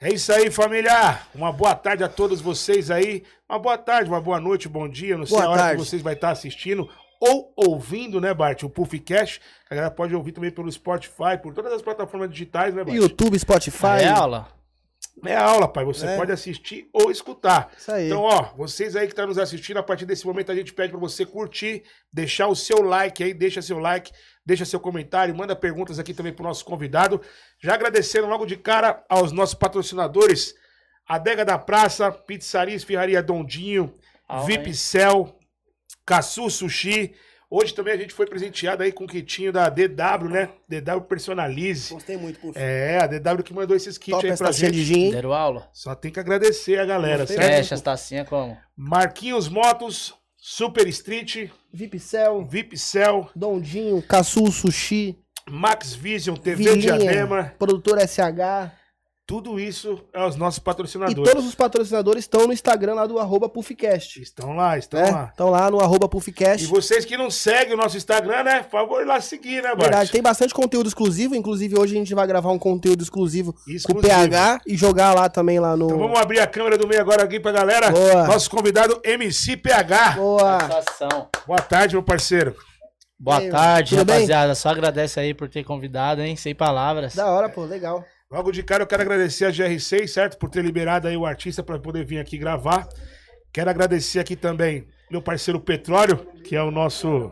É isso aí, família. Uma boa tarde a todos vocês aí. Uma boa tarde, uma boa noite, bom dia. Não sei Boa a hora tarde. que vocês vão estar assistindo ou ouvindo, né, Bart? O Puffcast. A galera pode ouvir também pelo Spotify, por todas as plataformas digitais, né, Bart? YouTube, Spotify. É aula. É aula, pai. Você É. pode assistir ou escutar. Isso aí. Então, ó, vocês aí que estão nos assistindo, a partir desse momento a gente pede pra você curtir, deixar o seu like aí, deixa seu like, deixa seu comentário, manda perguntas aqui também pro nosso convidado. Já agradecendo logo de cara aos nossos patrocinadores, Adega da Praça, Pizzaria Esfirraria Dondinho, Aula, VIP hein? Cell, Caçu Sushi. Hoje também a gente foi presenteado aí com o kitinho da DW, né? DW Personalize. Gostei muito, por É, a DW que mandou esses kits Top aí pra essa cheia gente. de gin, hein? Deram aula. Só tem que agradecer a galera, Gostei. certo? Fecha as tacinhas como? Marquinhos Motos, Super Street, Vipcel, Vipcel, Dondinho, Caçu Sushi, Max Vision, TV Vilinha, Diadema, Produtor SH. tudo isso é os nossos E patrocinadores. todos os patrocinadores estão no Instagram lá do arroba Puffcast. Estão lá, estão né? lá. Estão lá no arroba E Puffcast. vocês que não seguem o nosso Instagram, né? Por favor, lá seguir, né, Bart? Verdade, tem bastante conteúdo exclusivo. Inclusive, hoje a gente vai gravar um conteúdo exclusivo com o Exclusivo. PH e jogar lá também lá no. Então vamos abrir a câmera do meio agora aqui pra galera. Boa. Nosso convidado MC PH. Boa! Satisfação. Boa tarde, meu parceiro. Boa E aí, tarde, tudo bem? rapaziada. Só agradece aí por ter convidado, hein? Sem palavras. Da hora, pô, legal. Logo de cara eu quero agradecer a GR6, certo? Por ter liberado aí o artista para poder vir aqui gravar. Quero agradecer aqui também meu parceiro Petróleo, que é o nosso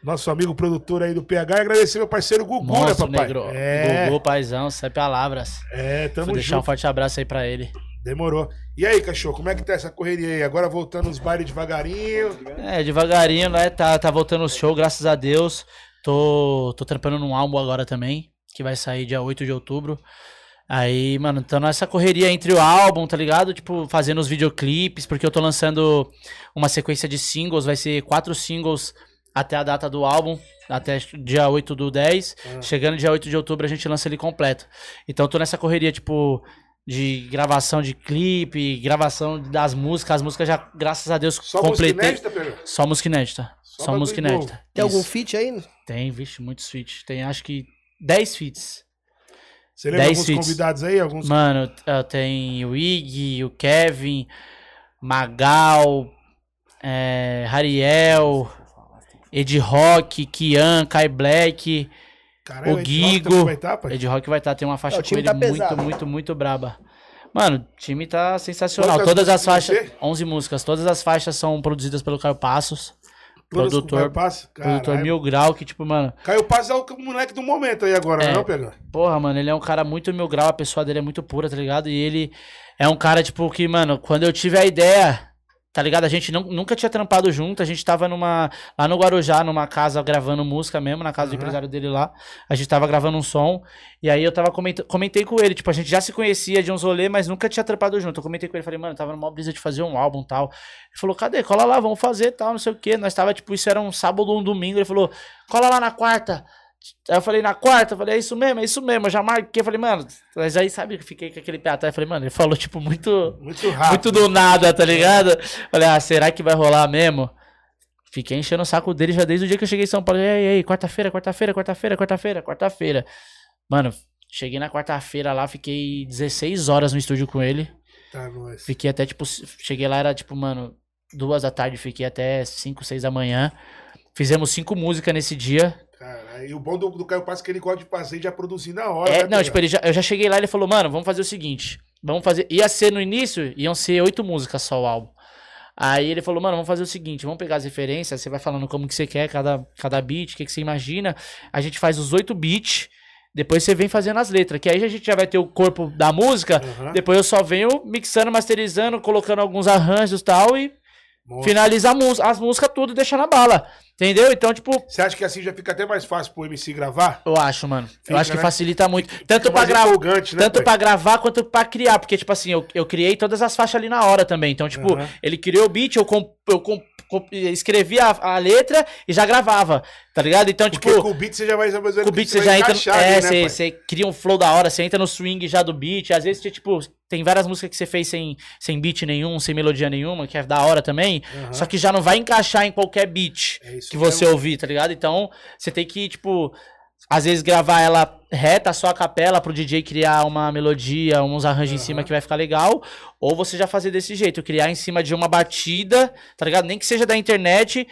nosso amigo produtor aí do PH. E agradecer meu parceiro Gugu, Monstro, né, papai? negro. É, Gugu, paizão, sem palavras. é, Vou tamo deixar um junto. forte abraço aí pra ele. Demorou. E aí, cachorro, como é que tá essa correria aí? Agora voltando os bailes devagarinho. É, devagarinho, né? Tá, tá voltando o show, graças a Deus. Tô, tô trampando num álbum agora também, que vai sair dia 8 de outubro. Aí, mano, tá nessa correria entre o álbum, tá ligado? Tipo, fazendo os videoclipes, porque eu tô lançando uma sequência de singles, vai ser quatro singles até a data do álbum, até acho que dia 8 do 10. Ah. Chegando dia 8 de outubro a gente lança ele completo. Então tô nessa correria, tipo, de gravação de clipe, gravação das músicas. As músicas já, graças a Deus, Só música completei. inédita, Pedro? Só música inédita. Só Só, bagulho música novo. inédita. Tem algum Isso. feat aí? Tem, vixe, muitos feats. Tem acho que 10 feats. Você lembra Dez alguns feats. convidados aí? Alguns... Mano, eh, tem o Ig, o Kevin, Magal, eh, Rariel, Ed Rock, Kian, Kai Black. Caralho, o a gente Guigo. volta, vai tá, pai? Ed Rock vai estar, tem uma É, faixa o com time ele tá muito, pesado. muito, muito braba. Mano, o time tá sensacional. Quantas todas as músicas vai faixas, 11 músicas, todas as faixas são produzidas pelo Caio Passos, Todas com produtor- Caio Passo? produtor Caralho. Mil Grau, que tipo, mano, Caio Passo é o moleque do momento aí agora, É. não, Pedro? Porra, mano, ele é um cara muito mil grau, a pessoa dele é muito pura, tá ligado? E ele é um cara, tipo, que, mano, quando eu tive a ideia, tá ligado? A gente não- nunca tinha trampado junto, a gente tava numa. lá no Guarujá, numa casa gravando música mesmo, na casa do Aham. empresário dele lá. A gente tava gravando um som, e aí eu tava comentando. Comentei com ele, tipo, a gente já se conhecia de uns rolê, mas nunca tinha trampado junto. Eu comentei com ele, falei, mano, tava numa brisa de fazer um álbum e tal. Ele falou, cadê? Cola lá, vamos fazer tal, não sei o quê. Nós tava, tipo, isso era um sábado ou um domingo. Ele falou, cola lá na quarta. Aí eu falei, na quarta, eu falei, é isso mesmo, é isso mesmo. Eu já marquei, eu falei, mano, mas aí sabe que fiquei com aquele pé atrás. Eu falei, mano, ele falou, tipo, muito. Muito rápido. Muito do nada, tá ligado? Falei, ah, será que vai rolar mesmo? Fiquei enchendo o saco dele já desde o dia que eu cheguei em São Paulo. E aí, e aí, quarta-feira, quarta-feira, quarta-feira, quarta-feira, quarta-feira. Mano, cheguei na quarta-feira lá, fiquei 16 horas no estúdio com ele. Tá, nós. Fiquei até, tipo, s- cheguei lá, era tipo, mano, duas da tarde, fiquei até 5, 6 da manhã. Fizemos cinco músicas nesse dia. Cara, e o bom do, do Caio Passo é que ele gosta de fazer e já produzir na hora. É, né, não, Pedro? tipo, ele já- eu já cheguei lá e ele falou, mano, vamos fazer o seguinte. Vamos fazer. Ia ser no início, iam ser oito músicas só o álbum. Aí ele falou, mano, vamos fazer o seguinte, vamos pegar as referências, você vai falando como que você quer, cada, cada beat, o que, que você imagina. A gente faz os oito beats, depois você vem fazendo as letras, que aí a gente já vai ter o corpo da música, Aham. depois eu só venho mixando, masterizando, colocando alguns arranjos e tal, e Bom, finaliza a mus- as músicas tudo e deixa na bala. Entendeu? Então, tipo, Você acha que assim já fica até mais fácil pro MC gravar? eu acho, mano. eu Fica, acho que né? facilita muito. Tanto Fica pra mais gravar. empolgante, né, Tanto pai? pra gravar quanto pra criar, porque, tipo assim, eu, eu criei todas as faixas ali na hora também. Então, tipo, Aham. ele criou o beat, eu, com, eu com- com- escrevi a, a letra e já gravava, tá ligado? Então, Porque tipo, com o beat você já vai né, saber com o beat você já entra. É, você, você cria um flow da hora, você entra no swing já do beat. Às vezes, você, tipo, tem várias músicas que você fez sem, sem beat nenhum, sem melodia nenhuma, que é da hora também. Só que É já não vai encaixar em qualquer beat que você ouvir, tá ligado? Então, você tem que, tipo, Às vezes gravar ela reta, só a capela, pro DJ criar uma melodia, uns arranjos em cima Aham. que vai ficar legal. Ou você já fazer desse jeito, criar em cima de uma batida, tá ligado? Nem que seja da internet,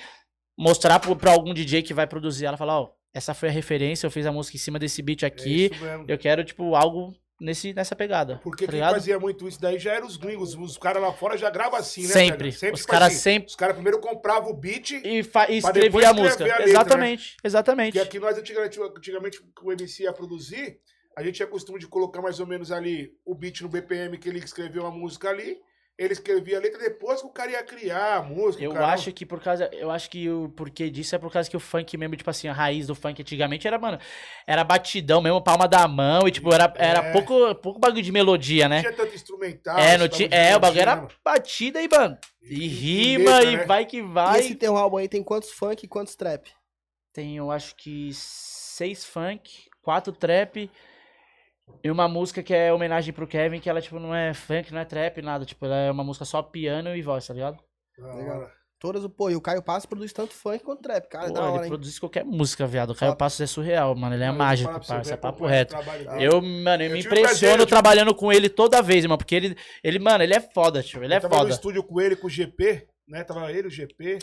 mostrar pro, pra algum DJ que vai produzir ela, falar, ó, essa foi a referência, eu fiz a música em cima desse beat aqui. É isso mesmo. eu quero, tipo, algo nesse, nessa pegada. Porque tá quem ligado? fazia muito isso daí já eram os gringos. Os caras lá fora já gravam assim, né? Sempre. velho? Os faz caras sempre- Os caras primeiro compravam o beat. E, fa- e Pra depois escrever a escrever música. a letra, né? é exatamente, exatamente. Porque aqui nós, antigamente, antigamente, que o MC ia produzir, a gente tinha costume de colocar mais ou menos ali o beat no BPM que ele escreveu a música ali. Ele escrevia a letra depois que o cara ia criar a música. Eu o cara- acho que por causa. Eu acho que o porquê disso é por causa que o funk mesmo, tipo assim, a raiz do funk antigamente era, mano, era batidão mesmo, palma da mão, e tipo, era, era É. pouco, pouco bagulho de melodia, Não né? tinha tanto instrumental. É, esse não bagulho tinha- de é, o bagulho melodia, era né, batida e, mano, mano? e rima, letra, e né? vai que E vai. esse teu álbum aí tem quantos funk e quantos trap? Tem, eu acho que seis funk, quatro trap e uma música que é homenagem pro Kevin, que ela, tipo, não é funk, não é trap, nada. Tipo, ela é uma música só piano e voz, tá ligado? Da Legal. é hora. Todas, o- pô, e o Caio Passo produz tanto funk quanto trap, cara, Pô, da ele hora, hein? produz qualquer música, viado. O Caio Top. Passos é surreal, mano. Ele é Eu vou mágico, falar pra você, parça. É velho, papo o reto. trabalho dele. Eu, mano, eu, Eu me tive o prazer, eu impressiono tive- trabalhando com ele toda vez, mano. Porque ele, ele, mano, ele é foda, tio. Ele é Eu tava no foda. estúdio com ele, com o GP, né? Tava ele, o GP.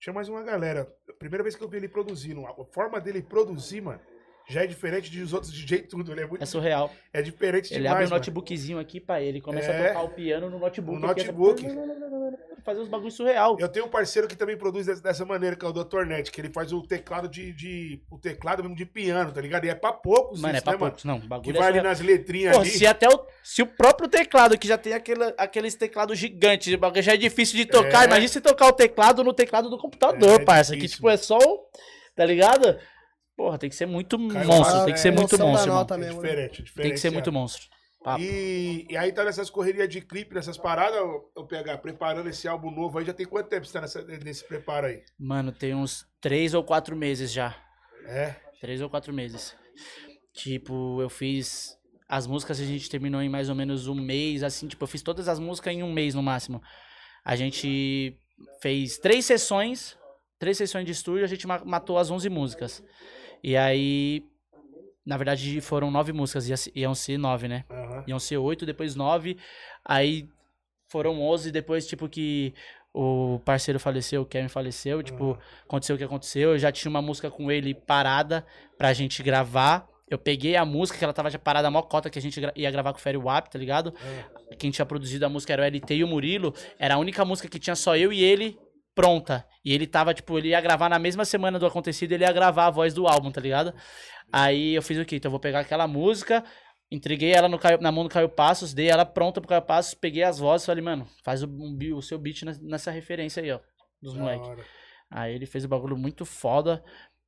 Tinha mais uma galera. A primeira vez que eu vi ele produzindo, a forma dele produzir, mano, já é diferente dos outros DJ tudo. Ele é muito. É surreal. É diferente Ele demais. abre um mano. notebookzinho aqui pra ele. Começa É. a tocar o piano no notebook. No aqui, essa- notebook. Fazer uns bagulho surreal. Eu tenho um parceiro que também produz des- dessa maneira, que é o Dr. Net, que ele faz o teclado de, de- o teclado mesmo de piano, tá ligado? E é pra poucos Mano, é isso, pra né, mano? poucos. Não, o Que bagulho é vai ali surreal. nas letrinhas Pô, ali. se até o, se o próprio teclado, que já tem aquele, aqueles teclados gigantes, o bagulho já é difícil de tocar. É. Imagina se tocar o teclado no teclado do computador, É, é parça. Que, difícil, tipo, é só o. Tá ligado? Porra, tem que ser muito monstro. Passo, Tem que é, ser muito noção da monstro, mano. nota É mesmo, né? diferente, é diferente. Tem que ser é. muito monstro. Papo. E, e aí tá nessas correrias de clipe, nessas paradas, eu, PH, preparando esse álbum novo aí, já tem quanto tempo você tá nessa- nesse preparo aí? Mano, tem uns três ou quatro meses já. É, Três ou quatro meses. Tipo, eu fiz. As músicas a gente terminou em mais ou menos um mês, assim, tipo, eu fiz todas as músicas em um mês no máximo. A gente fez três sessões, três sessões de estúdio, a gente ma- matou as 11 músicas. E aí, na verdade, foram nove músicas, ia se- iam ser nove, né? aham. Iam ser oito, depois nove, aí foram onze, depois, tipo, que o parceiro faleceu, o Kevin faleceu, tipo, aconteceu o que aconteceu. Eu já tinha uma música com ele parada pra gente gravar. Eu peguei a música, que ela tava já parada a mó cota, que a gente gra- ia gravar com o Ferry Wap, tá ligado? Ah, Quem tinha produzido a música era o LT e o Murilo. Era a única música que tinha só eu e ele pronta. E ele tava, tipo, ele ia gravar na mesma semana do acontecido, ele ia gravar a voz do álbum, tá ligado? Aí eu fiz o quê? Então eu vou pegar aquela música, entreguei ela no Caio- na mão do Caio Passos, dei ela pronta pro Caio Passos, peguei as vozes e falei, mano, faz o, um bi- o seu beat nas- nessa referência aí, ó, dos da moleques. hora. Aí ele fez o bagulho muito foda.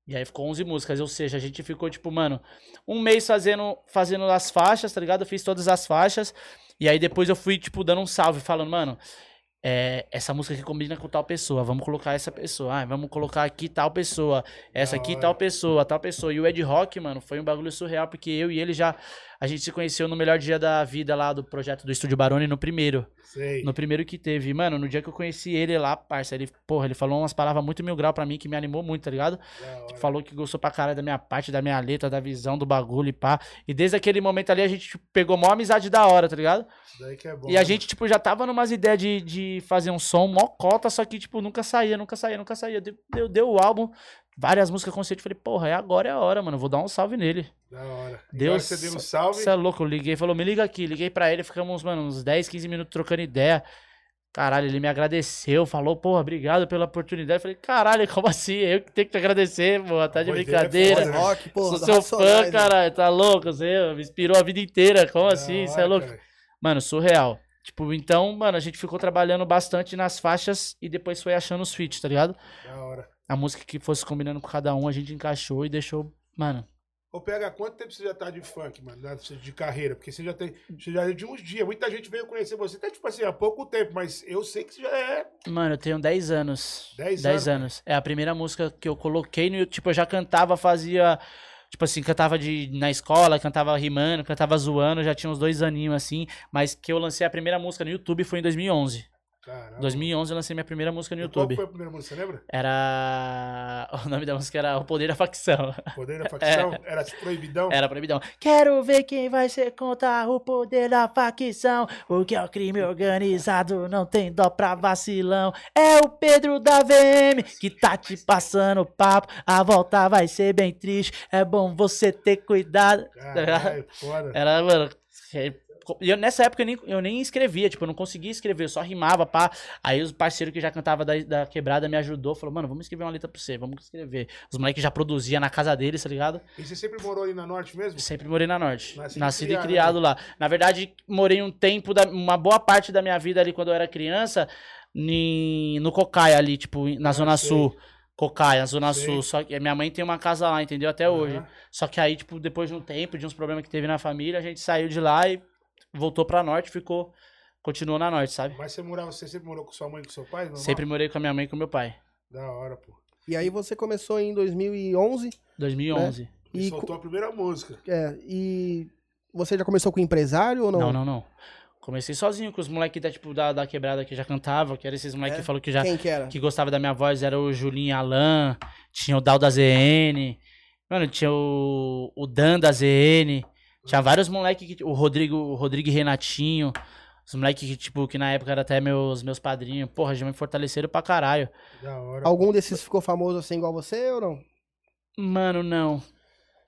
E aí ficou 11 músicas, ou seja, a gente ficou tipo, mano, um mês fazendo, fazendo as faixas, tá ligado? Eu fiz todas as faixas. E aí depois eu fui, tipo, dando um salve, falando, mano, é, essa música aqui combina com tal pessoa, vamos colocar essa pessoa, ah, vamos colocar aqui tal pessoa, essa Da aqui hora. tal pessoa, tal pessoa. E o Ed Rock, mano, foi um bagulho surreal, porque eu e ele já, a gente se conheceu no melhor dia da vida lá do projeto do Estúdio Barone, no primeiro. Sei. No primeiro que teve. Mano, no dia que eu conheci ele lá, parça, ele, porra, ele falou umas palavras muito mil grau pra mim que me animou muito, tá ligado? da hora. Falou que gostou pra caralho da minha parte, da minha letra, da visão, do bagulho e pá. E desde aquele momento ali a gente tipo, pegou mó amizade da hora, tá ligado? Isso daí que é bom. E a né, gente, tipo, já tava numas ideias de, de fazer um som mó cota, só que, tipo, nunca saía, nunca saía, nunca saía. Deu, deu, deu o álbum, várias músicas conceito. Falei, porra, é agora é a hora, mano. Vou dar um salve nele. Da hora. E Deus- agora você deu um salve. Você é louco, eu liguei, falou, me liga aqui. Liguei pra ele, ficamos, mano, uns 10, 15 minutos trocando ideia. Caralho, ele me agradeceu, falou, porra, obrigado pela oportunidade. Eu falei, caralho, como assim? Eu que tenho que te agradecer, pô, tá Pois de é, brincadeira. foda, né? Rock, pô, Sou do seu Racionais, fã, né? caralho, tá louco? Você me inspirou a vida inteira, como Da assim? Você hora, é louco? cara. Mano, surreal. Tipo, então, mano, a gente ficou trabalhando bastante nas faixas e depois foi achando os feats, tá ligado? Da hora. A música que fosse combinando com cada um, a gente encaixou e deixou, mano, Ô, PH, quanto tempo você já tá de funk, mano? né, De carreira? Porque você já tem. Você já é de uns dias. Muita gente veio conhecer você. Até tipo assim, há pouco tempo, mas eu sei que você já é. Mano, eu tenho 10 anos. 10 anos, 10 anos. É a primeira música que eu coloquei no YouTube. Tipo, eu já cantava, fazia. Tipo assim, cantava de, na escola, cantava rimando, cantava zoando, já tinha uns dois aninhos assim. Mas que eu lancei a primeira música no YouTube foi em 2011. Caramba. 2011 eu lancei minha primeira música no E Qual YouTube. foi a primeira música, você lembra? Era. O nome da música era O Poder da Facção. Poder da facção? Era tipo proibidão? É. Era proibidão. Quero ver quem vai ser contra o poder da facção. O que é o crime organizado não tem dó pra vacilão. É o Pedro da VM que tá te passando papo. A volta vai ser bem triste. É bom você ter cuidado. Caralho, foda. Era, mano. é, co- E eu, nessa época eu nem, eu nem escrevia, tipo, eu não conseguia escrever, eu só rimava, pá. Aí os parceiros que já cantava da, da quebrada me ajudou, falou, mano, vamos escrever uma letra pra você, vamos escrever. Os moleques já produziam na casa deles, tá ligado? E você sempre morou ali na Norte mesmo? Sempre morei na Norte. Nascido Nascido, e e criado, né? criado lá. Na verdade, morei um tempo, da, uma boa parte da minha vida ali quando eu era criança, ni- no Cocaia ali, tipo, em- na Ah, Zona sei. Sul. Cocaia, Zona Sei. Sul. Só que minha mãe tem uma casa lá, entendeu? Até hoje. Aham. Só que aí, tipo, depois de um tempo, de uns problemas que teve na família, a gente saiu de lá e voltou pra Norte, ficou... Continuou na Norte, sabe? Mas você morava, você sempre morou com sua mãe e com seu pai? normal? Sempre morei com a minha mãe e com meu pai. Da hora, pô. E aí você começou em 2011 2011. E e, soltou a primeira música. co- é, e você já começou com empresário ou não? Não, não, não. Comecei sozinho com os moleques da, tipo, da, da quebrada que já cantava, que era esses É? moleques que falou que já Quem que era? que gostava da minha voz era o Julinho Alan, tinha o Dal da ZN, mano, tinha o, o Dan da ZN, tinha vários moleques que. O Rodrigo, o Rodrigo e Renatinho. Os moleques que, tipo, que na época eram até meus, meus padrinhos. Porra, já me fortaleceram pra caralho. Da hora. Algum desses ficou famoso assim igual você ou não? Mano, não.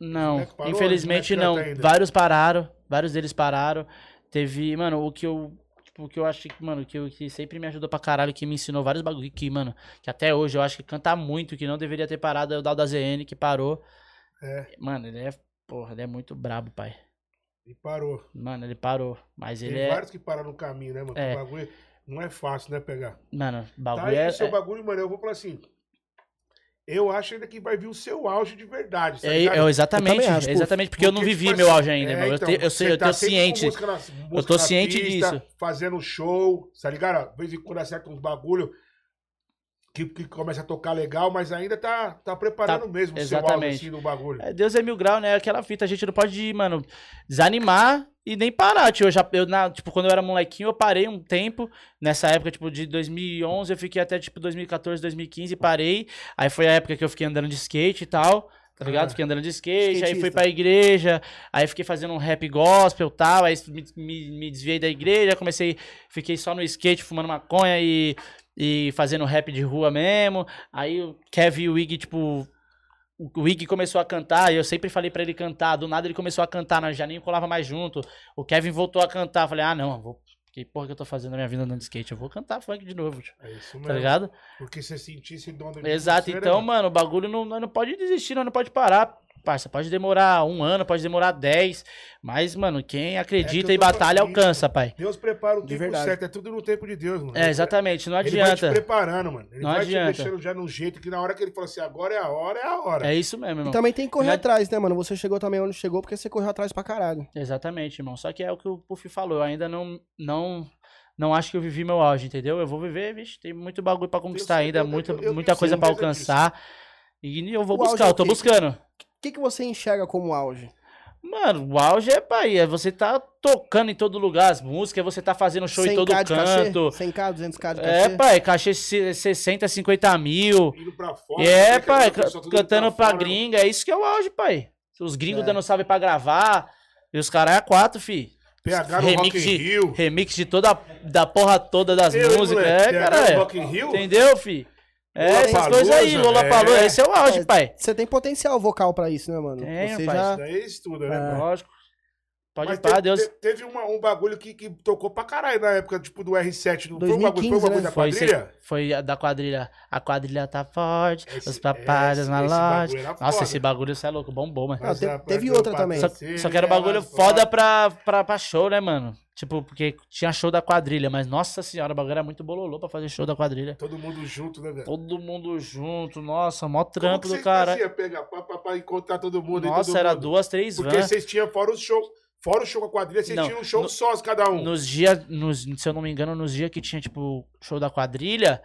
Não. moleque é parou, Infelizmente os moleque não. canta ainda. Vários pararam, vários deles pararam. Teve, mano, o que eu tipo, o que eu acho que, mano, que, eu- que sempre me ajudou pra caralho, que me ensinou vários bagulho que, mano, que até hoje eu acho que canta muito, que não deveria ter parado, é o Dal da ZN que parou. É. Mano, ele é, porra, ele é muito brabo, pai. E parou. Mano, ele parou, mas Tem ele é, vários que param no caminho, né, mano? É. O bagulho não é fácil, né, pegar. mano, Tá bagulho aí é, o seu é- bagulho, mano. Eu vou falar assim. Eu acho ainda que vai vir o seu auge de verdade. tá é- ligado? é exatamente, Eu também acho, é exatamente, porque, eu não Porque, vivi tipo meu assim, auge ainda, é, irmão. Eu, então, tenho- eu sei, você eu tá tenho sempre com ciente. música na- música tô na ciente disso. Fazendo show, tá ligado? De vez em quando acerta uns bagulho que, que começa a tocar legal, mas ainda tá, tá preparando Tá, mesmo o seu áudio exatamente. assim no bagulho. É, Deus é mil grau, né? Aquela fita, a gente não pode, mano, desanimar e nem parar, tio. Eu já, eu, na, tipo, quando eu era molequinho, eu parei um tempo. Nessa época, tipo, de 2011, eu fiquei até, tipo, 2014, 2015, parei. Aí foi a época que eu fiquei andando de skate e tal. Tá ligado? Ah. Fiquei andando de skate, aí fui Skatista. pra igreja, aí fiquei fazendo um rap gospel e tal, aí me, me, me desviei da igreja, comecei, fiquei só no skate, fumando maconha e, e fazendo rap de rua mesmo. Aí o Kevin e o Iggy, tipo, o o Iggy começou a cantar, e eu sempre falei pra ele cantar. Do nada ele começou a cantar, nós já nem colava mais junto. O Kevin voltou a cantar. eu Falei, ah, não, eu vou. Que porra que eu tô fazendo na minha vida andando de skate? Eu vou cantar funk de novo, tio, É isso tá mesmo. ligado? Porque você sentisse dono de Exato, você, né, então, mano? mano, o bagulho não, nós não pode desistir, nós não pode parar. Parça, pode demorar um ano, pode demorar dez. Mas, mano, quem acredita É eu e tô batalha falando isso. alcança, pai. Deus prepara o De tempo verdade. certo, é tudo no tempo de Deus, mano. É, exatamente, não Ele vai te adianta. preparando, mano. Ele Não vai adianta. te deixando já num jeito que na hora que ele fala assim, agora é a hora, é a hora. É isso mesmo, E irmão. Então- também tem que correr Não- atrás, né, mano? Você chegou também onde chegou porque você correu atrás pra caralho. Exatamente, irmão. Só que é o que o Puff falou. Eu ainda não, não, não acho que eu vivi meu auge, entendeu? Eu vou viver, vixe, tem muito bagulho pra conquistar certeza, ainda, eu- muita, eu- eu muita tenho coisa pra certeza disso. alcançar. E eu vou O auge buscar, é o eu tô quê? buscando. O que, que você enxerga como auge? Mano, o auge é Bahia. Você tá tocando em todo lugar as músicas, você tá fazendo show em todo de cachê? canto. 100k, 200k de É, cachê? pai, cachê se- 60, 50 mil. Indo pra fora. é, né, pai, cara? A pessoa tudo ca- cantando pra fora, gringa, é isso que é o auge, pai. Os gringos É. dando salve pra gravar, e os caras é a quatro, fi. PH no remix Rock in de- Rio. Remix de toda, da porra toda das Ei, músicas, moleque, é, PH no cara. Rock in Rio? Entendeu, fi? É, essas Lollapalooza, coisas aí, Lola falou, é. esse é o auge, É, pai. Você tem potencial vocal pra isso, né, mano? Tem, você rapaz. já... Isso daí estuda, né? É. mano? Lógico. Pode É, Mas ir pra te- Deus. te- Teve uma- um bagulho que, que tocou pra caralho na época, tipo, do R7. Não foi um bagulho, foi um 2015, bagulho né? da Foi, cê- quadrilha? foi a da quadrilha. A quadrilha tá forte, Esse- os papais esse- na esse loja. bagulho era Nossa, foda. esse bagulho você é louco, bombou, mano. Mas te- a- teve meu outra também. Só, patrocínio, só que era um bagulho ela- foda pra, pra, pra show, né, mano? Tipo, porque tinha show da quadrilha, mas nossa senhora, o bagulho era muito bololô pra fazer show da quadrilha. Todo mundo junto, né, velho? Todo mundo junto, nossa, mó Como trampo que do vocês cara. faziam, pegar pra, pra- pra encontrar todo mundo. e todo Nossa, era mundo? duas, três Porque vans. vocês tinham fora o show. Fora o show com a quadrilha, vocês Né? Não, tinham um show no- sós cada um. Nos dias, nos, se eu não me engano, nos dias que tinha, tipo, show da quadrilha,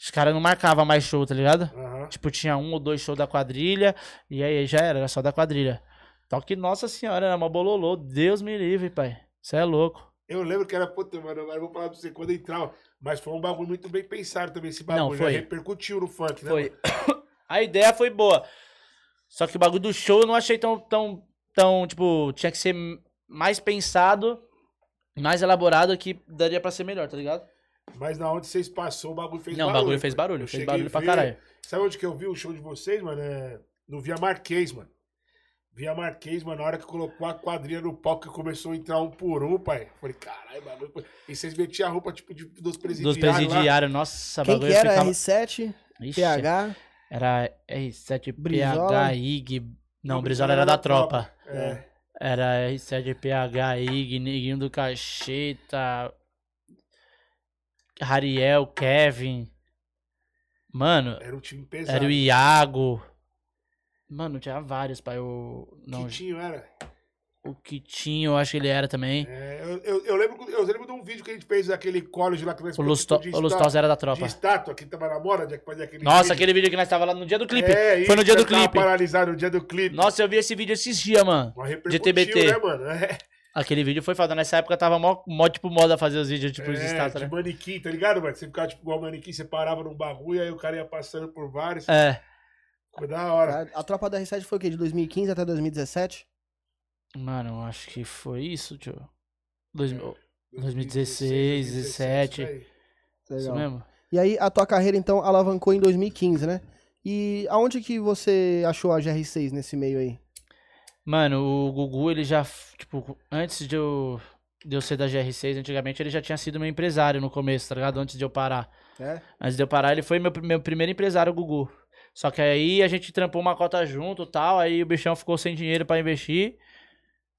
os caras não marcavam mais show, tá ligado? Aham. Tipo, tinha um ou dois shows da quadrilha, e aí já era, era só da quadrilha. Então que, nossa senhora, era uma bololô, Deus me livre, pai. Você é louco. Eu lembro que era, puta, mano, agora eu vou falar pra você quando eu entrava. Mas foi um bagulho muito bem pensado também, esse bagulho. Não, foi. Já repercutiu no funk, né? Foi. mano? A ideia foi boa. Só que o bagulho do show eu não achei tão, tão, tão tipo, tinha que ser mais pensado, mais elaborado que daria pra ser melhor, tá ligado? Mas na onde vocês passou, o bagulho fez não, o barulho. bagulho fez mano. barulho, Eu fez cheguei barulho a pra ver- caralho. Sabe onde que eu vi o show de vocês, mano? É... No Via Marquês, mano. Via Marquês, mano, na hora que colocou a quadrilha no palco que começou a entrar um por um, pai. Falei, caralho, bagulho. E vocês metiam a roupa, tipo, de, dos Dos presidiários. lá. presidiários, nossa, Quem bagulho que era? ficava... R7, Ixi, PH. Era R7, Brizola. PH, IG... Não, Brizola era da tropa. É. Era R7, PH, IG, Neguinho do Cacheta, Rariel, Kevin. Mano, Era um time pesado. Era o Iago. Mano, tinha vários, pai. O, não, Quitinho era. o Quitinho, eu acho que ele era também. É, eu, eu, eu lembro, eu lembro de um vídeo que a gente fez daquele college lá que nós o Lusto, de o esta- Lustosa era da de tropa. estátua que tava na moda, de fazer aquele Nossa, vídeo. aquele vídeo que nós tava lá no dia do clipe. É, Foi no isso, dia do eu tava clipe. paralisado no dia do clipe. Nossa, eu vi esse vídeo esses dias, mano. Mas repercutiu, TBT. né, mano? É, Aquele vídeo foi foda. Nessa época tava mó, mó tipo, moda fazer os vídeos, tipo, os é, estátuas, de né? manequim, tá ligado, mano? Você ficava tipo igual manequim, você parava num bagulho, aí o cara ia passando por vários. É. Ficou da hora. tá? A, a tropa da R7 foi o quê? De 2015 até 2017? Mano, eu acho que foi isso, tio. Dois, mil- 2016, 2017, isso aí. isso mesmo? Tá E aí a tua carreira então alavancou em 2015, né? E aonde que você achou a GR6 nesse meio aí? Mano, o Gugu, ele já, f- tipo, antes de eu, de eu ser da GR6, antigamente ele já tinha sido meu empresário no começo, tá ligado? Antes de eu parar. É? Antes de eu parar, ele foi meu, pr- meu primeiro empresário, o Gugu. Só que aí a gente trampou uma cota junto e tal, aí o bichão ficou sem dinheiro pra investir.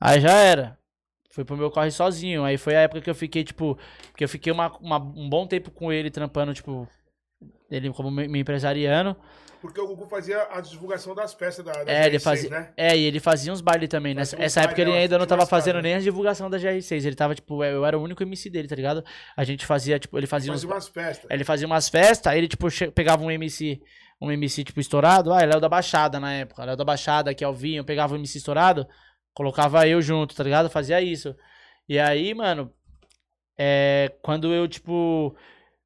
Aí já era. Fui pro meu corre sozinho. Aí foi a época que eu fiquei, tipo, que eu fiquei uma, uma- um bom tempo com ele trampando, tipo, ele como me, me empresariando. Porque o Gugu fazia a divulgação das festas da, da É, ele GR6, fazia- né? É, e ele fazia uns bailes também. Fazia Nessa uns essa época baile, ele ó, ainda não tava desmascarado, fazendo né? nem as divulgação da GR6. Ele tava, tipo, eu era o único MC dele, tá ligado? A gente fazia, tipo, ele fazia uns É. Fazia umas festas. Aí Ele fazia umas festas, aí ele, tipo, che- pegava um MC, um MC, tipo, estourado. Ah, Léo da Baixada na época. Léo da Baixada, que é o Vinho, pegava o MC estourado, colocava eu junto, tá ligado? Fazia isso. E aí, mano, é, quando eu, tipo,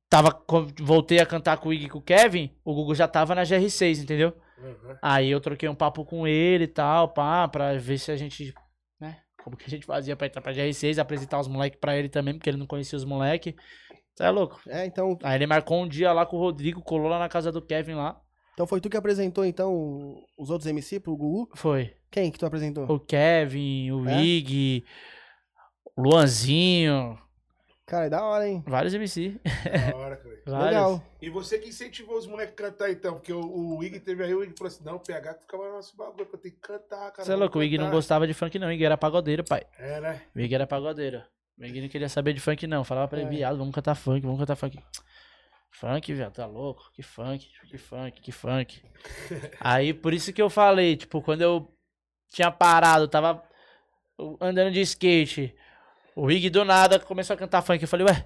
tava, co- voltei a cantar com o Iggy e com o Kevin, o Gugu já tava na GR6, entendeu? Uhum. Aí eu troquei um papo com ele e tal, pá, pra ver se a gente, né, como que a gente fazia pra entrar pra GR6, apresentar os moleques pra ele também, porque ele não conhecia os moleques. Tá louco? É, então, Aí ele marcou um dia lá com o Rodrigo, colou lá na casa do Kevin lá. então foi tu que apresentou então os outros MC pro Gugu? Foi. Quem que tu apresentou? O Kevin, o É? Ig, o Luanzinho, Cara, é da hora, hein? vários MC. Da hora, cara. Vários. Legal. E você que incentivou os moleques a cantar, então, porque o, o Ig teve aí, o Ig falou assim, não, o PH que ficava no nosso bagulho, eu tenho que cantar, cara. Você é louco, o Ig não gostou. gostava de funk não, o Ig era pagodeiro, pai. É, né? O Ig era pagodeiro. O Ig não queria saber de funk não, falava pra ele, É. viado, vamos cantar funk, vamos cantar funk. Funk, viado, tá louco? Que funk, que funk, que funk. Aí por isso que eu falei, tipo, quando eu tinha parado, tava andando de skate. O Ig do nada começou a cantar funk. Eu falei, ué,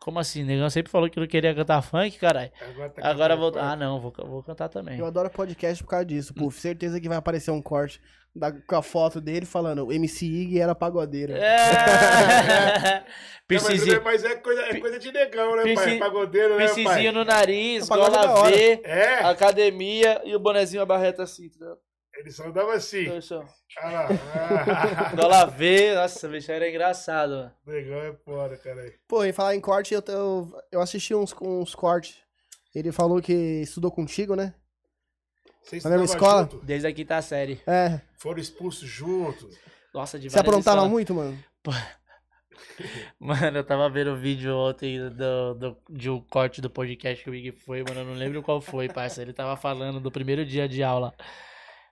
como assim? O negão sempre falou que não queria cantar funk, caralho. Agora, tá Agora cantando vou. fora. Ah, não, vou, vou cantar também. Eu adoro podcast por causa disso, Hum. pô. Certeza que vai aparecer um corte da- com a foto dele falando o MC Ig era pagodeiro. É! Não, mas, Precisinho, né, mas é coisa, é coisa de negão, né, Preci- pai? Pagodeiro, né, precisinho pai? no nariz, Uma pagode da gola hora. V, É, academia e o bonezinho a barreta assim, Então, tá ligado? ele só andava assim. Olha só. Ah, lá. Gola V, nossa, bicho, era engraçado, mano. negão é foda, cara. Pô, em falar em corte, eu, eu, eu assisti uns, uns cortes. Ele falou que estudou contigo, né? Vocês Na mesma estudavam escola? junto? Desde tá a quinta série. É. Foram expulsos juntos. Nossa, de Você aprontava escolas. muito, mano? Mano, eu tava vendo o vídeo ontem do, do- de um corte do podcast que o Ig foi, mano. Eu não lembro qual foi, parça. Ele tava falando do primeiro dia de aula.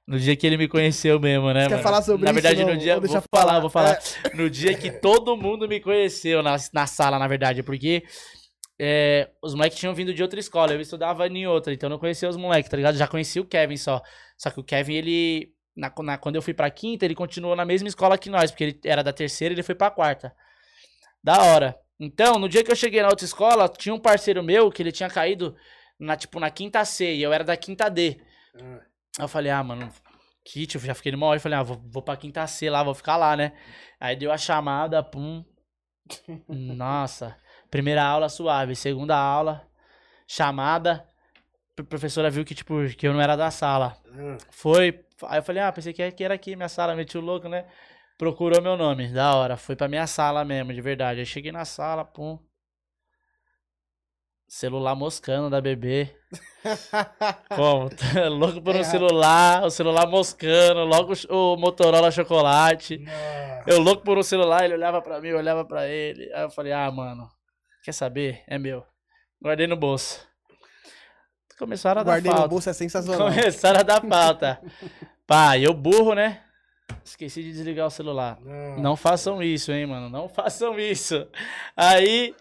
No dia que ele me conheceu mesmo, né? Você quer mano? falar sobre Na isso, verdade, não? no dia. Ou Vou deixa falar, falar? É. vou falar. No dia que todo mundo me conheceu na, na sala, na verdade, porque. é, os moleques tinham vindo de outra escola, eu estudava em outra, então eu não conhecia os moleques, tá ligado? Já conhecia o Kevin só. Só que o Kevin, ele. na- na- quando eu fui pra quinta, ele continuou na mesma escola que nós, porque ele era da terceira e ele foi pra quarta. Da hora. Então, no dia que eu cheguei na outra escola, tinha um parceiro meu que ele tinha caído na, tipo, na quinta C e eu era da quinta D. Ah, Aí eu falei, ah, mano, kit, eu já fiquei numa hora e falei, ah, vou, vou pra quinta C lá, vou ficar lá, né? Aí deu a chamada, pum. Nossa. Primeira aula suave, segunda aula, chamada. A professora viu que, tipo, que eu não era da sala. Ah, Foi. Aí eu falei, ah, pensei que que era aqui, minha sala, meti o louco, né? Procurou meu nome, da hora. Foi pra minha sala mesmo, de verdade. Aí cheguei na sala, pum. Celular moscando da bebê. Como? Tá Louco por um É. celular, o celular moscando, logo o Motorola chocolate. nossa. Eu louco por um celular, ele olhava pra mim, eu olhava pra ele. Aí eu falei, ah, mano, quer saber? É meu. Guardei no bolso. Começaram a dar Guardei no falta. bolso, é sensacional. Começaram a dar falta. Pá, e eu burro, né? Esqueci de desligar o celular. Não. Não façam isso, hein, mano. Não façam isso. Aí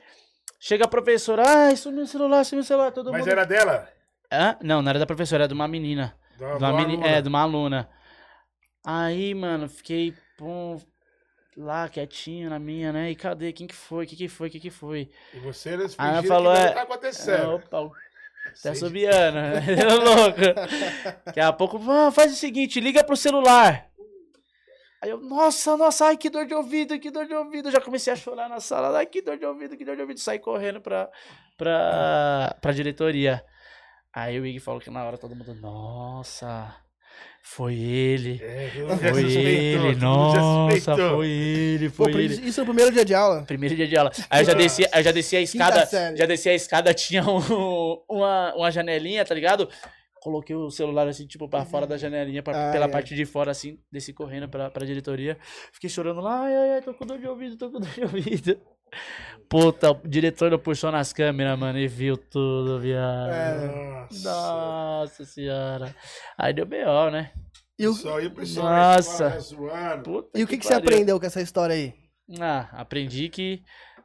chega a professora, ai, sumiu o celular, sumiu o celular, todo Mas mundo. era dela? Hã? Não, não era da professora, era de uma menina. Da- De uma da meni- aluna. É, de uma aluna. Aí, mano, fiquei pum, lá quietinho na minha, né? E cadê? Quem que foi? O que que foi? O que que foi? E você né, Aí fingiram ela que é. falou, nada é- tá Ah, acontecendo. Opa, o- tá Sei. subiando. é louco. Daqui a pouco, "Vã, faz o seguinte, liga pro celular. Aí eu, nossa, nossa, ai, que dor de ouvido, que dor de ouvido. Eu já comecei a chorar na sala, ai, que dor de ouvido, que dor de ouvido. Saí correndo pra, pra, pra diretoria. Aí o Ig falou que na hora todo mundo, nossa, foi ele. É, viu? Já Foi suspeitou, ele, já nossa, suspeitou. foi ele, Pô, foi pri- ele. isso é o primeiro dia de aula. Primeiro dia de aula. Aí eu já desci, aí eu já desci a Quinta escada. série. Já desci a escada, tinha um- uma, uma janelinha, tá ligado? Coloquei o celular assim, tipo, pra fora da janelinha, pra, Ai, pela ai. parte de fora, assim, desci correndo pra, pra diretoria. Fiquei chorando lá, ai, ai, ai, tô com dor de ouvido, tô com dor de ouvido. Puta, o diretor não puxou nas câmeras, mano, e viu tudo, viado. É. Nossa. Nossa senhora. Aí deu B.O., né? E o, Só aí o pessoal Nossa. Nossa. zoando. Puta e o que, que você pariu. aprendeu com essa história aí? Ah, aprendi que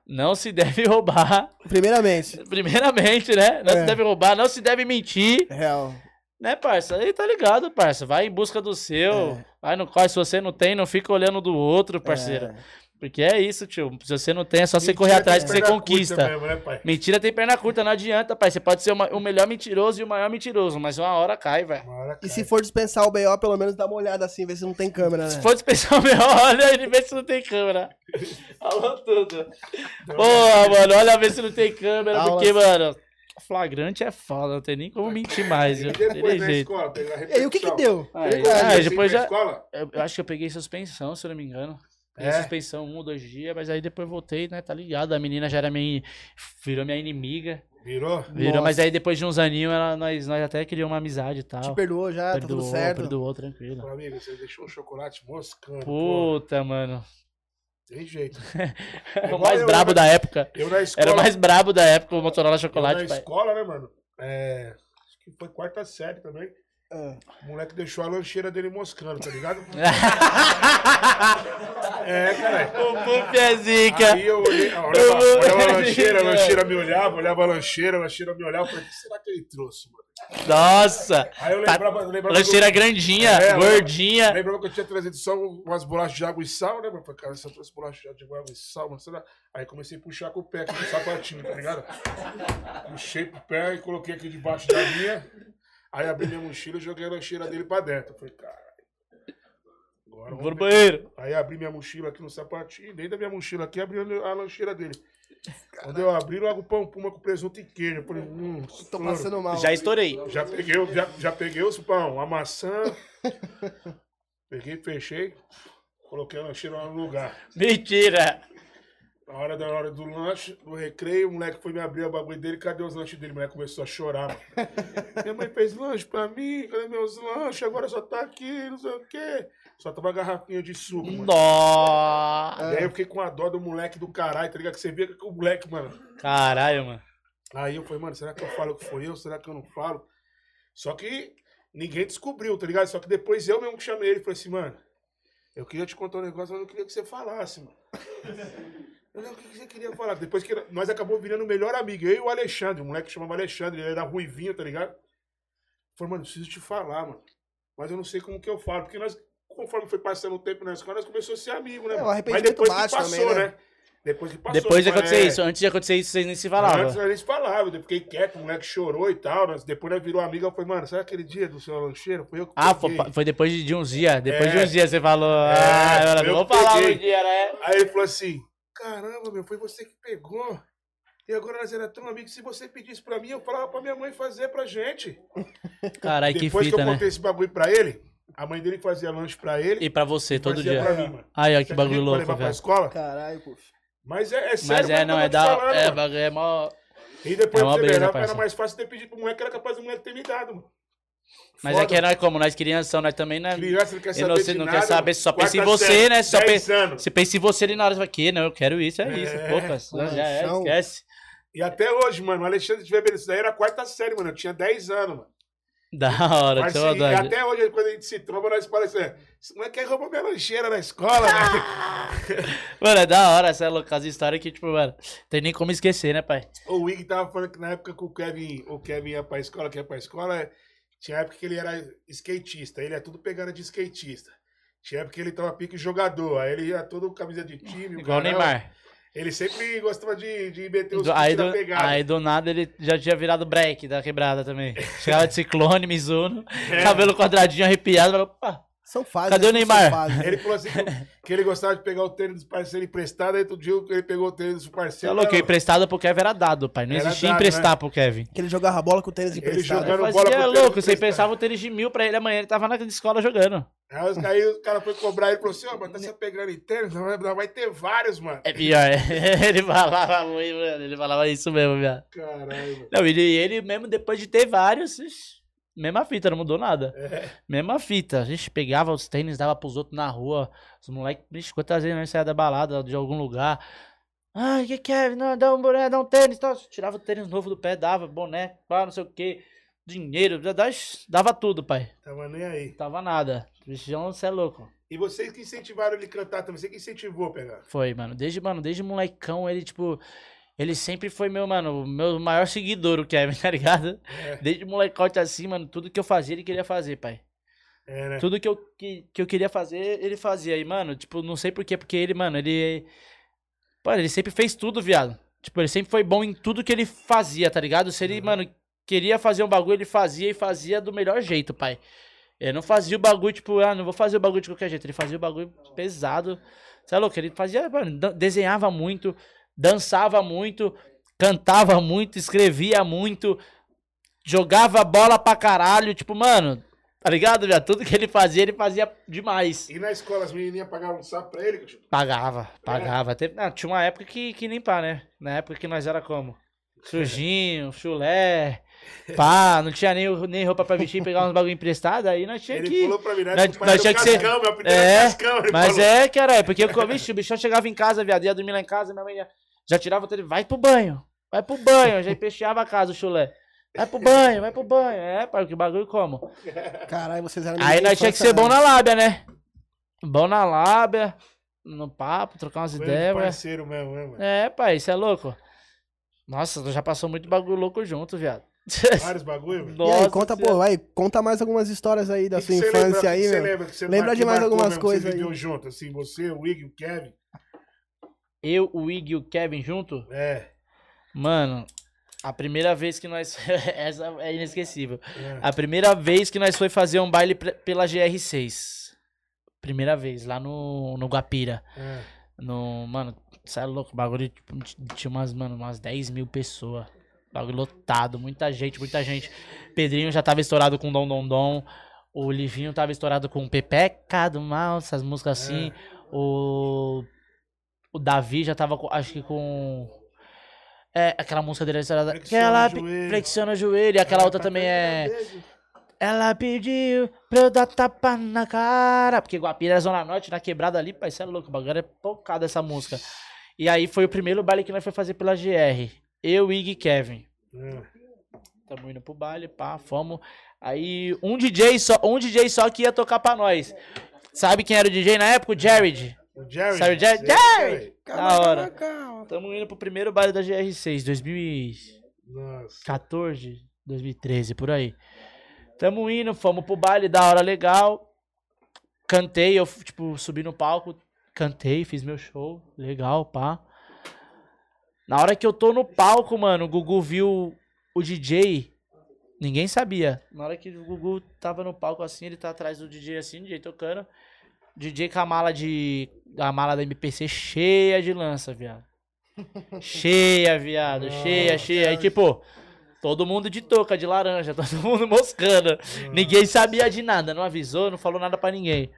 não se deve roubar. Primeiramente, Primeiramente, né? Não É. se deve roubar, não se deve mentir, real. né, parça? Aí tá ligado, parça. Vai em busca do seu. É. Vai no qual, se você não tem, não fica olhando do outro, parceiro. É. Porque é isso, tio. Se você não tem, é só você correr atrás que você conquista. Mesmo, né, pai? Mentira tem perna curta, não adianta, pai. Você pode ser o ma- o melhor mentiroso e o maior mentiroso, mas uma hora cai, velho. Uma hora E cai. se for dispensar o BO, pelo menos dá uma olhada assim, ver se não tem câmera, né? Se for dispensar o meu, olha ele, vê se não tem câmera. Alô, tudo. Então, Porra, mano, olha ver se não tem câmera, Aula porque, mano, flagrante é foda, não tem nem como mentir mais, viu? E Não tem depois nem na jeito. escola, teve a E aí, o que que repetição. deu? Aí, Pegou, ah, assim, depois pra já. escola? Eu, eu acho que eu peguei suspensão, se eu não me engano. Peguei É? suspensão um, dois dias, mas aí depois voltei, né? Tá ligado? A menina já era minha. Virou minha inimiga. Virou? Virou, Nossa. mas aí depois de uns aninhos, ela, nós, nós até criamos uma amizade e tal. Tipo, Te perdoou já, tá tudo certo. perdoou, tranquilo. Meu amigo, você deixou o chocolate moscando. Pô. Puta, mano. Tem jeito. O Igual mais eu, brabo né? da época. Eu na escola. Era o mais brabo da época, o Motorola eu Chocolate, na pai. escola, né, mano? É, acho que foi quarta série também. É. O moleque deixou a lancheira dele moscando, tá ligado? é, cara. O Puff é zica. Aí eu olhei, olhava, Eu- É. olhava a lancheira, a Mano. lancheira me olhava, olhava a lancheira, a lancheira me olhava. Falei, o que será que ele trouxe, mano? Nossa. Aí eu Tá- lembrava. eu lembrava Lancheira que eu- grandinha, É, gordinha. Lembrava que eu tinha trazido só um, umas bolachas de água e sal, né, mano? Falei, cara, se eu trouxe bolacha de água e sal, mano, será? Aí comecei a puxar com o pé aqui do sapatinho, tá ligado? Puxei pro pé e coloquei aqui debaixo da minha. Aí abri minha mochila e joguei a lancheira dele pra dentro. Eu Falei, cara. Agora Vou no vamos ver. banheiro. Aí abri minha mochila aqui no sapatinho, dentro da minha mochila aqui, abri a lancheira dele. Quando eu abri, logo pão puma com presunto e queijo. Eu falei, hum, Tô claro. passando mal. Já estourei. Já peguei, o- já, já peguei os pão, a maçã. peguei, fechei. Coloquei a lancheira lá no lugar. Mentira. Na hora da hora do lanche, do recreio, o moleque foi me abrir o bagulho dele. Cadê os lanches dele? O moleque começou a chorar. mano. Minha mãe fez lanche pra mim, cadê meus lanches? Agora só tá aqui, não sei o quê. Só tava uma garrafinha de suco, mano. Nossa. E aí eu fiquei com a dó do moleque do caralho, tá ligado? Que você vê que o moleque, mano. Caralho, mano. Aí eu falei, mano, será que eu falo que foi eu? Será que eu não falo? Só que ninguém descobriu, tá ligado? Só que depois eu mesmo que chamei ele e falei assim, mano, eu queria te contar um negócio, mas eu não queria que você falasse, mano. Eu não, o que que você queria falar? Depois que nós acabou virando o melhor amigo, eu e o Alexandre, o moleque que chamava Alexandre, ele era ruivinho, tá ligado? Falei, mano, preciso te falar, mano. Mas eu não sei como que eu falo, porque nós, conforme foi passando o tempo na escola, nós começamos a ser amigos, né? É, o mano? arrependimento bate também, né? Depois que passou. Depois de mas acontecer é- isso, antes de acontecer isso, vocês nem se Antes falavam. a gente falava, eu fiquei quieto, o moleque chorou e tal. nós- depois nós virou amiga, eu falei, mano, sabe aquele dia do seu lancheiro? Foi eu que Ah, peguei. foi, foi depois de, de uns dias. Depois É. de uns dias você falou. ah, É, ela eu não vou falar peguei. um dia, né? Aí ele falou assim, caramba, meu, foi você que pegou. E agora nós era tão amigo. Se você pedisse pra mim, eu falava pra minha mãe fazer pra gente. Caralho, que Depois que, fita, eu né? contei esse bagulho pra ele, a mãe dele fazia lanche pra ele. E pra você, todo fazia dia. Pra mim, mano. Aí, ó, Você que acredita bagulho eu louco, levava pra velho. escola? Caralho, poxa. Mas é, é sério. Mas é, mesmo não, que é eu tô da. te falando, É, mano. bagulho é mó. E depois é uma pra você ver, brisa, era, era parça. mais fácil ter pedido pro moleque, era capaz do moleque ter me dado, mano. Mas Foda, é que nós, como nós crianças, são, nós também, né? Criança não quer Eu saber não, de sei, não quer nada, saber, só quarta pensa em você, série, né? Só 10 pensa, anos. você pensa em você ali na hora, você fala, que não, eu quero isso, é, isso. É, Pô, parceiro, já é, lanchão. esquece. E até hoje, mano, o Alexandre tiver vendo isso daí, era quarta série, mano. Eu tinha 10 anos, mano. Da hora, é Mas, seu e Haddad. até hoje, quando a gente se tromba, nós parecemos. Esse moleque aí roubou minha lancheira na escola, né? Mano, é da hora essa louca, as histórias que, tipo, mano, tem nem como esquecer, né, pai? O Wig tava falando que na época que o Kevin, o Kevin ia pra escola, que ia pra escola, tinha época que ele era skatista. Ele é tudo pegada de skatista. Tinha época que ele tava pique jogador. Aí ele ia todo camisa de time. o Igual o caramba. Neymar. Ele sempre gostava de, de meter os Do- aí, chutes do, na pegada. aí do nada ele já tinha virado break da quebrada também. Chegava de ciclone, Mizuno, É. cabelo quadradinho arrepiado, falou, pá, São fases. Cadê né? o Neymar? São fases. Ele falou assim que, que ele gostava de pegar o tênis do parceiro emprestado, aí outro dia ele pegou o tênis do você Tá parceiro. é louco, não, emprestado pro Kevin era dado, pai. Não tá Era existia dado, emprestar pro Kevin. Que ele jogava bola com o tênis Ele emprestado. jogava- Jogaram Fazia bola pro tênis louco, você emprestado. emprestava o tênis de mil pra ele amanhã, ele tava na escola jogando. Aí os, aí o cara foi cobrar ele e falou assim: Ó, mas tá se pegando em tênis? Não vai, não vai ter vários, mano. É pior, ele falava muito, mano, ele falava isso mesmo, viado. Caralho, mano. Não, ele, ele mesmo, depois de ter vários, ixi, mesma fita, não mudou nada. É. Mesma fita, a gente pegava os tênis, dava pros outros na rua, os moleques, bicho, quantas vezes nós saía da balada, de algum lugar. Ai, que que é? Não, dá um boné, dá um tênis, tal. tirava o tênis novo do pé, dava boné, pá, não sei o que, dinheiro, dá- dá- dava tudo, pai. Tava nem aí. Tava nada. Bichão, você é louco. E vocês que incentivaram ele a cantar também, você que incentivou a pegar. Foi, mano. Desde, mano, desde molecão, ele, tipo. Ele sempre foi meu, mano, meu maior seguidor, o Kevin, tá ligado? É. Desde molecote assim, mano, tudo que eu fazia, ele queria fazer, pai. É, né? Tudo que eu, que, que eu queria fazer, ele fazia. E, mano, tipo, não sei porquê, porque ele, mano, ele. Mano, ele sempre fez tudo, viado. Tipo, ele sempre foi bom em tudo que ele fazia, tá ligado? Se ele, Uhum. mano, queria fazer um bagulho, ele fazia e fazia do melhor jeito, pai. Ele não fazia o bagulho, tipo, ah, não vou fazer o bagulho de qualquer jeito. Ele fazia o bagulho pesado. Você é louco? Ele fazia, mano, dan- desenhava muito, dançava muito, cantava muito, escrevia muito, jogava bola pra caralho. Tipo, mano, tá ligado? Já tudo que ele fazia, ele fazia demais. E na escola as menininhas pagavam um sapo pra ele, cachorro? Pagava, É. pagava. Teve, ah, tinha uma época que, que limpar, né? Na época que nós era como? Sujinho, chulé, pá, não tinha nem, nem roupa pra vestir, pegar uns bagulho emprestado, aí nós tinha Ele que... falou pra mim, né? Nós- que o pai nós era o tinha que ser- Cascão, meu apelido era É, Cascão, ele Mas falou. é, cara, é porque eu, vixe, o bichão chegava em casa, viado, ia dormir lá em casa, minha mãe já, já tirava o tênis, vai pro banho, vai pro banho, já peixeava a casa o chulé. Vai pro banho, vai pro banho. É, pai, que bagulho como? Caralho, vocês eram Aí amigos nós de tinha que ser infância, bom né? na lábia, né? Bom na lábia, no papo, trocar umas Foi ideias, mas- parceiro mesmo, né, mano? É, pai, isso é louco. Nossa, nós já passou muito bagulho louco junto, viado. é. Vários bagulho, velho. Ah, E Nossa é- aí, conta, Senhora. pô, vai, conta mais algumas histórias aí da Que sua que você infância lembra- que aí, que você meu. lembra, que você Lembra mar- de que mais marcou algumas mesmo, que vocês coisas aí. viviam junto, assim, você, o Wig, o Kevin. Eu, o Ig e o Kevin junto? É. Mano, a primeira vez que nós. Essa é inesquecível. é. A primeira vez que nós foi fazer um baile pre- pela GR6. Primeira vez, lá no, no Guapira. é. No, mano, você é louco, o bagulho tipo, t- tinha umas, mano, umas 10 mil pessoas. Bagulho lotado, muita gente, muita gente. Pedrinho já tava estourado com Dom Dom Dom. O Livinho tava estourado com Pepeca do Mal, essas músicas É. assim. O. O Davi já tava, com, acho que com. É, aquela música dele estourada. Flexiona Aquela o joelho. flexiona o joelho. E aquela outra também é. Ela pediu pra eu dar tapa na cara. Porque Guapira é Zona Norte, na quebrada ali, pai, cê é louco, o bagulho é pancada essa música. E aí foi o primeiro baile que nós foi fazer pela GR. Eu, Ig e Kevin. É. Tamo indo pro baile, pá, fomos. Aí um DJ só, um DJ só que ia tocar pra nós. Sabe quem era o DJ na época? O Jared. O Jerry. Sabe o Jerry? Você- é Jerry! Calma, Da hora. calma, calma. Tamo indo pro primeiro baile da GR6, 2000 Nossa. 2014, 2013, por aí. Tamo indo, fomos pro baile, da hora legal. Cantei, eu, tipo, subi no palco, cantei, fiz meu show, legal, pá. Na hora que eu tô no palco, mano, o Gugu viu o DJ, ninguém sabia. Na hora que o Gugu tava no palco assim, ele tá atrás do DJ assim, o DJ tocando. DJ com a mala de. A mala da MPC cheia de lança, viado. Cheia, viado. cheia, cheia. Aí, tipo, todo mundo de touca, de laranja, todo mundo moscando. Ninguém sabia de nada, não avisou, não falou nada pra ninguém.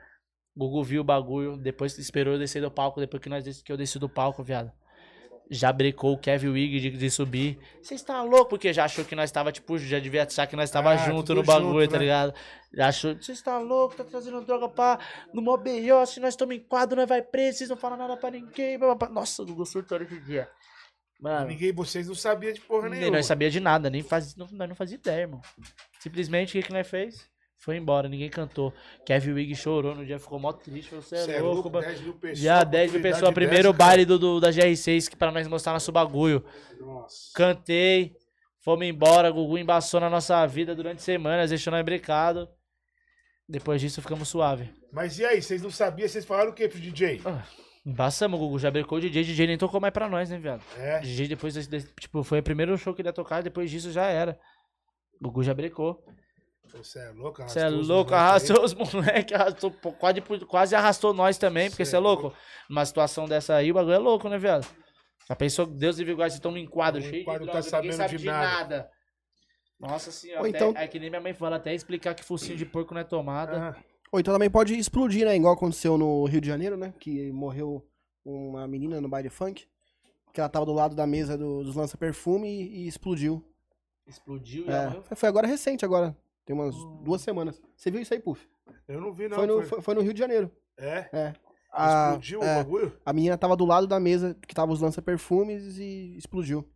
Gugu viu o bagulho, depois esperou eu descer do palco, depois que, nós, des- que eu desci do palco, viado. Já brecou o Kevin Wig de, de subir. Vocês tá louco? Porque já achou que nós tava, tipo, já devia achar que nós tava Ah, junto tudo no bagulho, junto, tá né? ligado? Já achou, vocês tá louco, tá trazendo droga pra. No mó B.O., se nós estamos em quadro, nós vai preso, vocês não falam nada pra ninguém. blá, blá, blá. Nossa, o Gugu surtou nesse dia. Mano. Ninguém, vocês não sabiam de porra Nem nenhuma. nós sabia de nada, nem faz, não, nós não fazia ideia, irmão. Simplesmente o que, que nós fez? Foi embora, ninguém cantou. Kevin Wig chorou no dia, ficou mó triste, falou, você é, louco, mano. 10 mil pessoas. Já 10 mil pessoas, oportunidade primeiro dessa, baile do, do- da GR6 que pra nós mostrar nosso bagulho. cara. Nossa. Cantei, fomos embora, Gugu embaçou na nossa vida durante semanas, deixou nós brecado. Depois disso ficamos suave. Mas e aí, vocês não sabiam, vocês falaram o quê pro DJ? Embaçamos, Gugu, já brecou o DJ, DJ nem tocou mais pra nós, né, viado? É. DJ depois, desse- desse- tipo, foi o primeiro show que ele ia tocar, depois disso já era. Gugu já brecou. Você é louco, Você é arrastou os louco, moleques aí. arrastou os moleques, arrastou, pô, quase, quase arrastou nós também, porque Cê você é é louco. Numa situação dessa aí, o bagulho é louco, né, viado? Já pensou que Deus e Viguar estão em quadro, Um cheio de quadro tá droga, ninguém sabendo sabe de de nada. nada. Nossa senhora, Ou até- então- é que nem minha mãe fala, até explicar que focinho de porco não é tomada. Ah, Ou então também pode explodir, né? Igual aconteceu no Rio de Janeiro, né? Que morreu uma menina no baile funk. Que ela tava do lado da mesa do- dos lança-perfume e, e explodiu. Explodiu e É, ela morreu. foi- Foi agora recente, agora. Tem umas duas semanas. Você viu isso aí, Puff? eu não vi, não. foi, no, foi- foi- foi no Rio de Janeiro. É? É. A, Explodiu é, o bagulho? a menina tava do lado da mesa que tava os lança-perfumes e explodiu.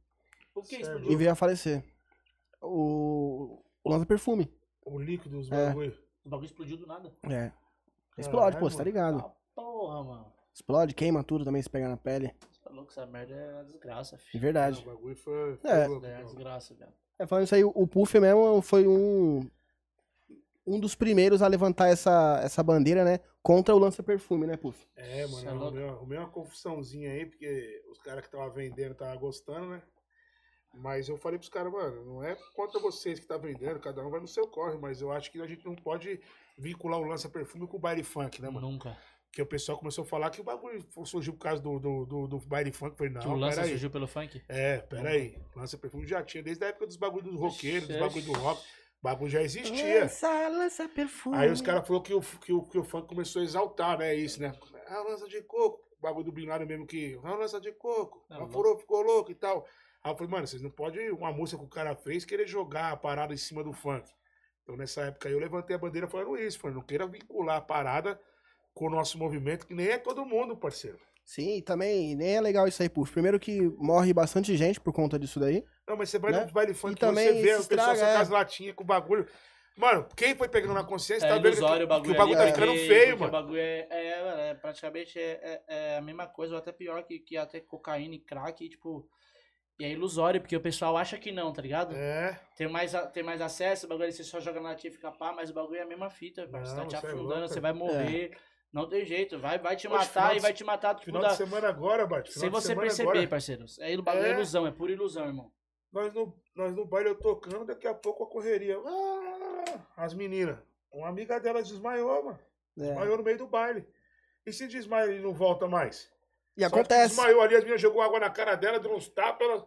O que Cê é explodiu? E veio a falecer. O, o lança-perfume. O líquido dos É. bagulho. O bagulho explodiu do nada. É. Explode, Caralho, pô, você tá mano. ligado? Ah, porra, mano. Explode, queima tudo também se pegar na pele. Você é louco, essa merda é uma desgraça, De filho. O verdade. bagulho foi. foi É. louco, É uma não. desgraça, velho. É, falando isso aí, o Puff mesmo foi um um dos primeiros a levantar essa, essa bandeira, né? Contra o lança perfume, né, Puff? É, Cê mano, é eu louco. arrumei, arrumei uma confusãozinha aí, porque os caras que estavam vendendo estavam gostando, né? Mas eu falei pros caras, mano, não é contra vocês que tá vendendo, cada um vai no seu corre, mas eu acho que a gente não pode vincular o lança-perfume com o baile funk, né, mano? Nunca. Porque o pessoal começou a falar que o bagulho surgiu por causa do, do, do, do baile funk. Eu Falei, que o não, lance peraí. surgiu pelo funk? É, peraí. Lança-perfume já tinha desde a época dos bagulhos dos roqueiros, dos Oxê. bagulhos do rock. O bagulho já existia. lança perfume. Aí os Uhum. caras falaram que o, que, o, que o funk começou a exaltar, né? Isso, né? Ah, lança de coco. O bagulho do Bin Laden mesmo que. Ah, lança de coco. É, Ah, furou, ficou louco e tal. Aí eu falei, mano, vocês não podem uma música que o cara fez querer jogar a parada em cima do funk. Então nessa época aí eu levantei a bandeira falando isso, falando, não queira vincular a parada com o nosso movimento, que nem é todo mundo, parceiro. Sim, e também nem é legal isso aí, Puff. Primeiro que morre bastante gente por conta disso daí. Não, mas você vai Né? no baile funk, E também você vê se o pessoal estraga, só é. com as latinhas, com o bagulho. Mano, quem foi pegando na consciência É tá vendo que, ilusório o bagulho. que o bagulho ali, tá ficando porque- feio, porque O mano. bagulho é, é, mano, é praticamente é, é- é a mesma coisa, ou até pior que, que até cocaína e crack, e, tipo. E é ilusório, porque o pessoal acha que não, tá ligado? É, Tem, mais, a- tem mais acesso, o bagulho ali você só joga na latinha e fica pá, mas o bagulho é a mesma fita, Não, parceiro. você tá te cê é afundando, louco, você cara. vai morrer. Não tem jeito, vai, vai te Poxa, matar final e de- vai te matar tipo, final da- de semana agora, Bate. sem você perceber, parceiro. É, ilu- bagulho é É. ilusão, é pura ilusão, irmão. Nós no, nós no baile eu tocando, daqui a pouco a correria. Ah, as meninas. Uma amiga dela desmaiou, mano. É. Desmaiou no meio do baile. E se desmaia e não volta mais? E Só que É, acontece. Desmaiou ali, as meninas jogou água na cara dela, deu uns tapas. Ela...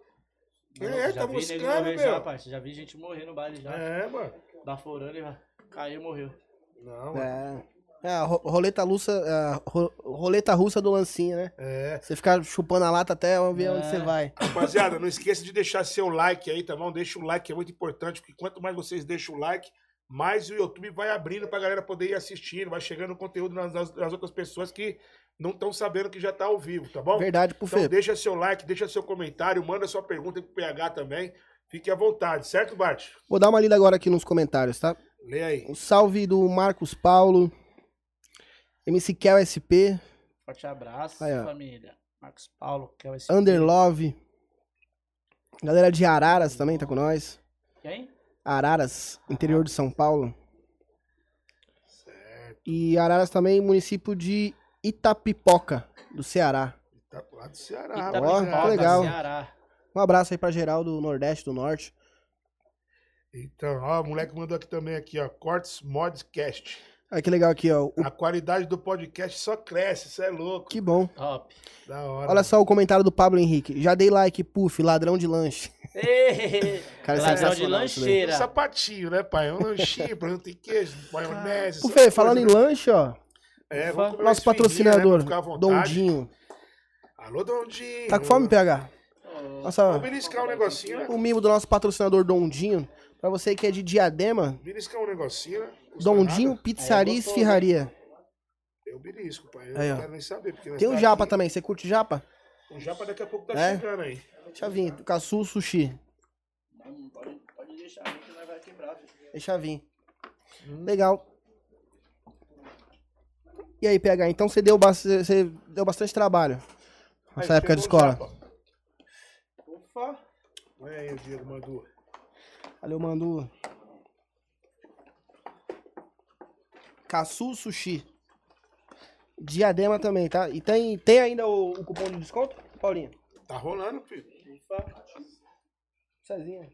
Não, é, já tá vi nego buscando, morrer já, meu. parceiro. Já vi gente morrer no baile já. É, mano. Baforando e vai. Caiu e morreu. Não, mano. É. É, a ro- roleta, russa, a ro- roleta russa do lancinha, né? é. Você fica chupando a lata até ver É. onde você vai. Rapaziada, não esqueça de deixar seu like aí, tá bom? Deixa o like, é muito importante, porque quanto mais vocês deixam o like, mais o YouTube vai abrindo pra galera poder ir assistindo, vai chegando conteúdo nas, nas- nas outras pessoas que não estão sabendo que já tá ao vivo, tá bom? Verdade, Puff. Então deixa seu like, deixa seu comentário, manda sua pergunta pro PH também. Fique à vontade, certo, Bart? Vou dar uma lida agora aqui nos comentários, tá? Lê aí. Um salve do Marcos Paulo. MC Kel SP, Forte abraço, Aí, ó. família. Marcos Paulo, que é esse. Underlove. Galera de Araras também tá com nós. Quem? Araras, interior de São Paulo. E Araras também, município de Itapipoca, do Ceará. Tá pro lado do Ceará, tá Itapipoca, Ah, ó, rapaziada. que legal. Ceará. Um abraço aí pra geral do Nordeste, do Norte. Então, ó, o moleque mandou aqui também, aqui, ó, Cortes Modcast. Olha que legal aqui, ó. O- A qualidade do podcast só cresce, isso é louco. Que bom. Top. Da hora. Olha só o comentário do Pablo Henrique. Já dei like, puff, ladrão de lanche. Cara, é Ladrão de sensacional isso daí. Um lancheira. sapatinho, né, pai? Um lanchinho, não tem queijo, maionese. Pô, essas Fê, falando em coisas, lanche, ó. né? É, vamos comer Nosso uma esfirrinha, né, pra patrocinador, ficar à vontade. Dondinho. Alô, Dondinho. Tá com fome, PH? Vou Nossa, beliscar um negocinho, né? o mimo do nosso patrocinador Dondinho. Pra você que é de Diadema, Beliscar um negocinho, né? Custa Dondinho nada. Pizzaria e Esfirraria. Eu belisco, pai. Eu Aí, ó. não quero nem saber. Porque nós Tem um tá japa aqui. também. Você curte japa? Um japa daqui a pouco tá É? chegando aí. Deixa eu vir. Caçu Sushi. Pode deixar, que nós vai quebrar. Deixa eu vir. Hum. Legal. E aí, PH, então você deu, ba- você- você deu bastante trabalho nessa Aí, época de chegou o escola. japa. Opa. Olha aí, o Diego mandou. Valeu, Mandu. Caçu Sushi. Diadema também, tá? E tem, tem ainda o, o cupom de desconto, Paulinho? Tá rolando, filho. Cezinha.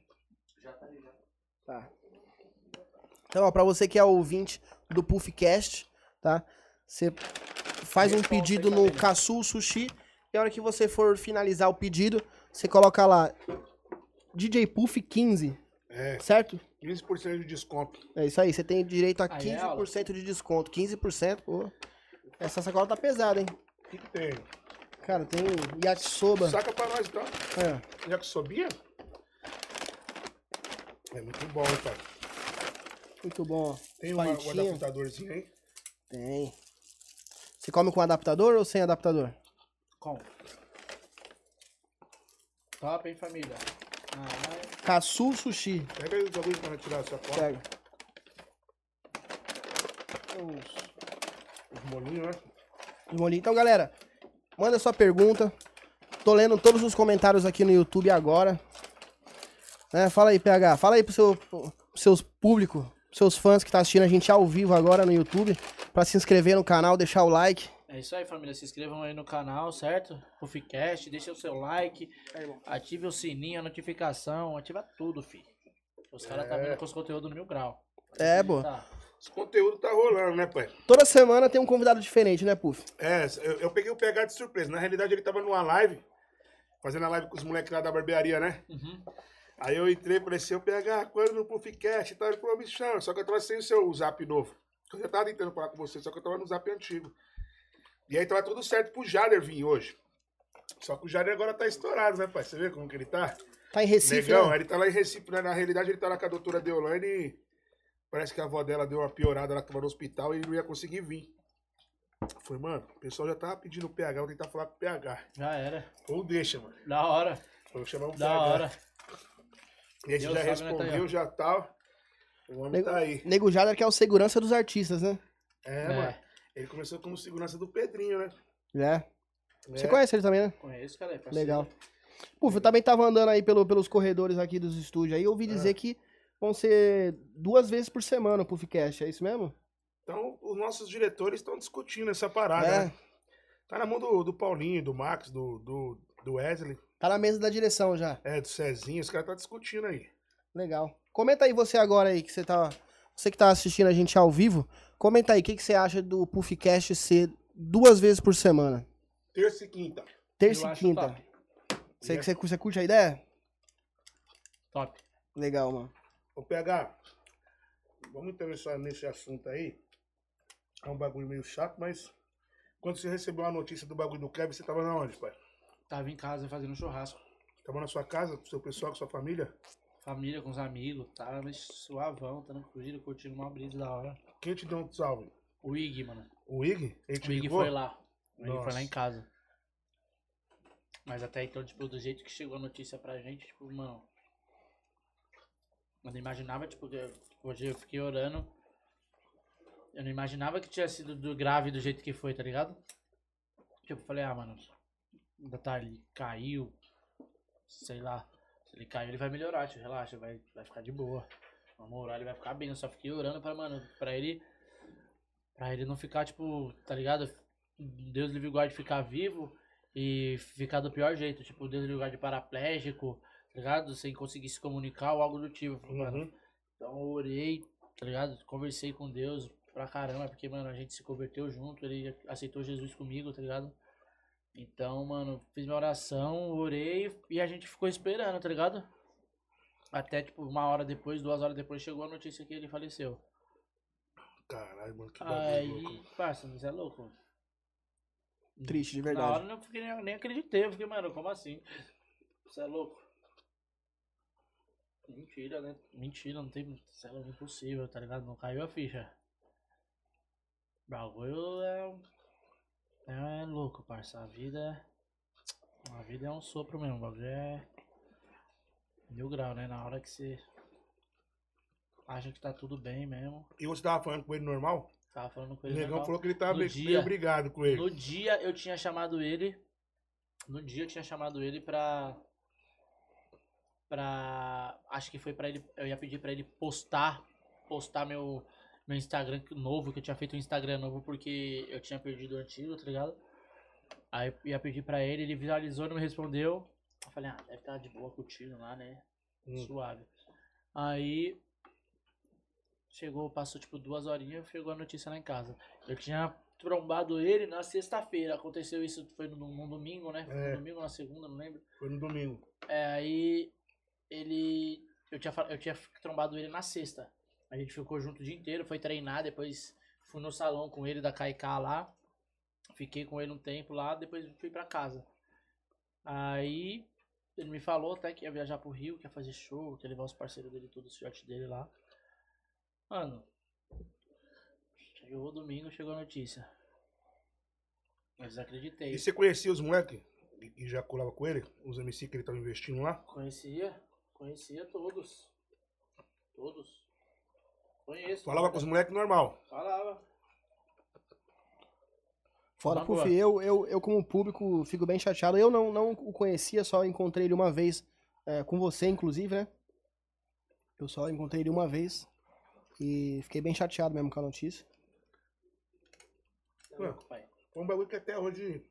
Tá. Então, ó, pra você que é ouvinte do Puffcast, tá? Você faz um pedido no Kasu Sushi e a hora que você for finalizar o pedido, você coloca lá DJ Puff 15, É, certo? 15% de desconto. É isso aí, você tem direito a Aí é aula. 15% de desconto. 15%, pô. Essa sacola tá pesada, hein? O que, que tem? Cara, tem yakisoba. Saca pra nós, então. É. Já que sobia? É muito bom, hein, pai. Muito bom, ó. Tem uma, um Espadinha. adaptadorzinho aí? Tem. Você come com adaptador ou sem adaptador? Com. Top, hein, família? Ah, Kasu Sushi. Pega aí os bagulhos pra tirar essa foto. Pega. Os- Os molinhos, né? os molinhos. Então, galera, manda sua pergunta. Tô lendo todos os comentários aqui no YouTube agora. Né, Fala aí, PH. Fala aí pro seu, pro seus público, pros seus fãs que tá assistindo a gente ao vivo agora no YouTube, pra se inscrever no canal, deixar o like. é isso aí, família. Se inscrevam aí no canal, certo? Puffcast, deixa o seu like, ative o sininho, a notificação, ativa tudo, fi. Os caras tá vindo com os conteúdos no mil grau. É, pô. Tá. Esse conteúdo tá rolando, né, pai? Toda semana tem um convidado diferente, né, Puff? É, eu, eu peguei o PH de surpresa. Na realidade, ele tava numa live, fazendo a live com os moleques lá da barbearia, né? Uhum. Aí eu entrei e falei assim, ô PH, quando no Puffcast e tal? Ele falou, me chama, só que eu tava sem o seu zap novo. Eu já tava tentando falar com você, só que eu tava no zap antigo. E aí tava tudo certo pro Jader vir hoje. Só que o Jader agora tá estourado, né, pai? Você vê como que ele tá? Tá em Recife, Negão, né? ele tá lá em Recife, né? Na realidade, ele tá lá com a doutora Deolane e parece que a avó dela deu uma piorada, ela tava no hospital e ele não ia conseguir vir. Falei, mano, o pessoal já tava pedindo o PH, vou tentar falar com o PH. Já era. Ou deixa, mano. Da hora. Vou chamar um Da PH. hora. Esse Deus já sabe, né, respondeu, Tayo? já tal. O homem Nego, tá aí. Nego Jader que é o segurança dos artistas, né? É, É. mano. Ele começou como segurança do Pedrinho, né? É. Você É. conhece ele também, né? Conheço, cara. é parceiro. Legal. Puf, eu também tava andando aí pelo- pelos corredores aqui dos estúdios aí, eu ouvi dizer que vão ser duas vezes por semana o Puffcast, é isso mesmo? Então, os nossos diretores estão discutindo essa parada, É. né? Tá na mão do, do Paulinho, do Max, do, do, do Wesley, Tá na mesa da direção já. é, do Cezinho, os caras tá discutindo aí. Legal. Comenta aí você agora aí, que você tá. Você que tá assistindo a gente ao vivo, comenta aí o que, que você acha do Puffcast ser duas vezes por semana. Terça e quinta. Terça Eu e acho quinta. top. Você, É. você, você curte a ideia? Top. Legal, mano. Ô, PH, vamos interessar nesse assunto aí. É um bagulho meio chato, mas quando você recebeu a notícia do bagulho do Kevin, você tava na onde, pai? Tava em casa fazendo churrasco. Tava na sua casa, com seu pessoal, com sua família? Família com os amigos, tá mas suavão, tranquilo, curtindo uma brisa da hora. Quem te deu um salve? O Ig, mano. O Ig? Ele te O Ig ligou? foi lá. O Ig foi Nossa. lá em casa. Mas até então, tipo, do jeito que chegou a notícia pra gente, tipo, mano. Eu não imaginava, tipo, que eu- hoje eu fiquei orando. Eu não imaginava que tinha sido do grave do jeito que foi, tá ligado? Tipo, eu falei, ah, mano, ainda tá ali, caiu. Sei lá. Se ele caiu, ele vai melhorar, tio, relaxa, vai, vai ficar de boa. Vamos orar, ele vai ficar bem. Eu só fiquei orando pra, mano, pra ele. Pra ele não ficar, tipo, tá ligado? Deus livre e guarde ficar vivo e ficar do pior jeito. Tipo, Deus livre e guarde paraplégico, tá ligado? Sem conseguir se comunicar ou algo do tipo. Uhum. Mano. Então eu orei, tá ligado? Conversei com Deus, pra caramba, porque, mano, a gente se converteu junto, ele aceitou Jesus comigo, tá ligado? Então, mano, fiz minha oração, orei e a gente ficou esperando, tá ligado? Até, tipo, uma hora depois, duas horas depois, chegou a notícia que ele faleceu. Caralho, mano, que Aí, bagulho louco. parça, você é louco. Triste, de Na hora verdade. eu não fiquei, nem acreditei, eu fiquei, mano, como assim? Você é louco? Mentira, né? Mentira, não tem. Isso é louco, impossível, tá ligado? Não caiu a ficha. O Bagulho é. um- É louco, parça. A vida. A vida é um sopro mesmo, o bagulho é. Mil grau, né? Na hora que você. Acha que tá tudo bem mesmo. E você tava falando com ele normal? Tava falando com O ele. né? negão normal. falou que ele tava No meio, dia. meio brigado com ele. No dia eu tinha chamado ele. No dia eu tinha chamado ele pra. Pra. Acho que foi pra ele. Eu ia pedir pra ele postar. Postar meu. Meu Instagram que- novo, que eu tinha feito um Instagram novo porque eu tinha perdido o antigo, tá ligado? Aí eu ia pedir pra ele, ele visualizou, não me respondeu. Eu falei, ah, deve estar de boa curtindo lá, né? Hum. Suave. Aí. Chegou, passou tipo duas horinhas, chegou a notícia lá em casa. Eu tinha trombado ele na sexta-feira. Aconteceu isso, foi no, num domingo, né? Foi É. no domingo, na segunda, não lembro. Foi no domingo. É, aí ele. Eu tinha, fa- eu tinha trombado ele na sexta. A gente ficou junto o dia inteiro, foi treinar, depois fui no salão com ele da Kaiká lá. Fiquei com ele um tempo lá, depois fui pra casa. Aí ele me falou até que ia viajar pro Rio, que ia fazer show, que ia levar os parceiros dele, todos os filhotes dele lá. Mano, chegou domingo, chegou a notícia. Eu desacreditei. E você conhecia os moleques? E, e já colava com ele? Os MC que ele tava investindo lá? Conhecia, conhecia todos. Todos. Conheço. Falava com os Ah. moleques normal. Falava. Fora Tá Puff, boa. eu, eu, eu como público fico bem chateado. Eu não, não o conhecia, só encontrei ele uma vez é, com você, inclusive, né? Eu só encontrei ele uma vez e fiquei bem chateado mesmo com a notícia. Ah. Tá louco, pai. Foi um bagulho que até hoje.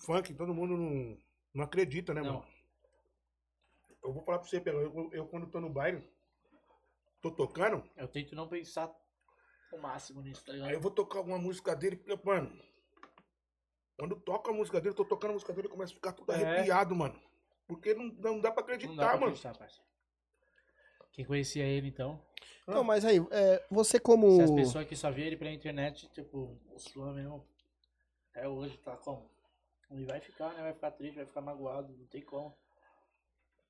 Funk, todo mundo não, não acredita, né, Não. mano? Eu vou falar pra você, Pelão. Eu, eu quando tô no baile, tô tocando, Eu tento não pensar o máximo nisso, tá aí ligado? eu vou tocar alguma música dele, porque, mano. Quando toca a música dele, eu tô tocando a música dele, eu começo a ficar tudo É. arrepiado, mano. Porque não, não dá pra acreditar, Não dá pra mano. acreditar, parceiro. Quem conhecia ele, então? Então, mas aí, é, você como. Se as pessoas que só via ele pela internet, tipo, o Sula mesmo, até hoje tá como? E vai ficar, né? Vai ficar triste, vai ficar magoado, não tem como.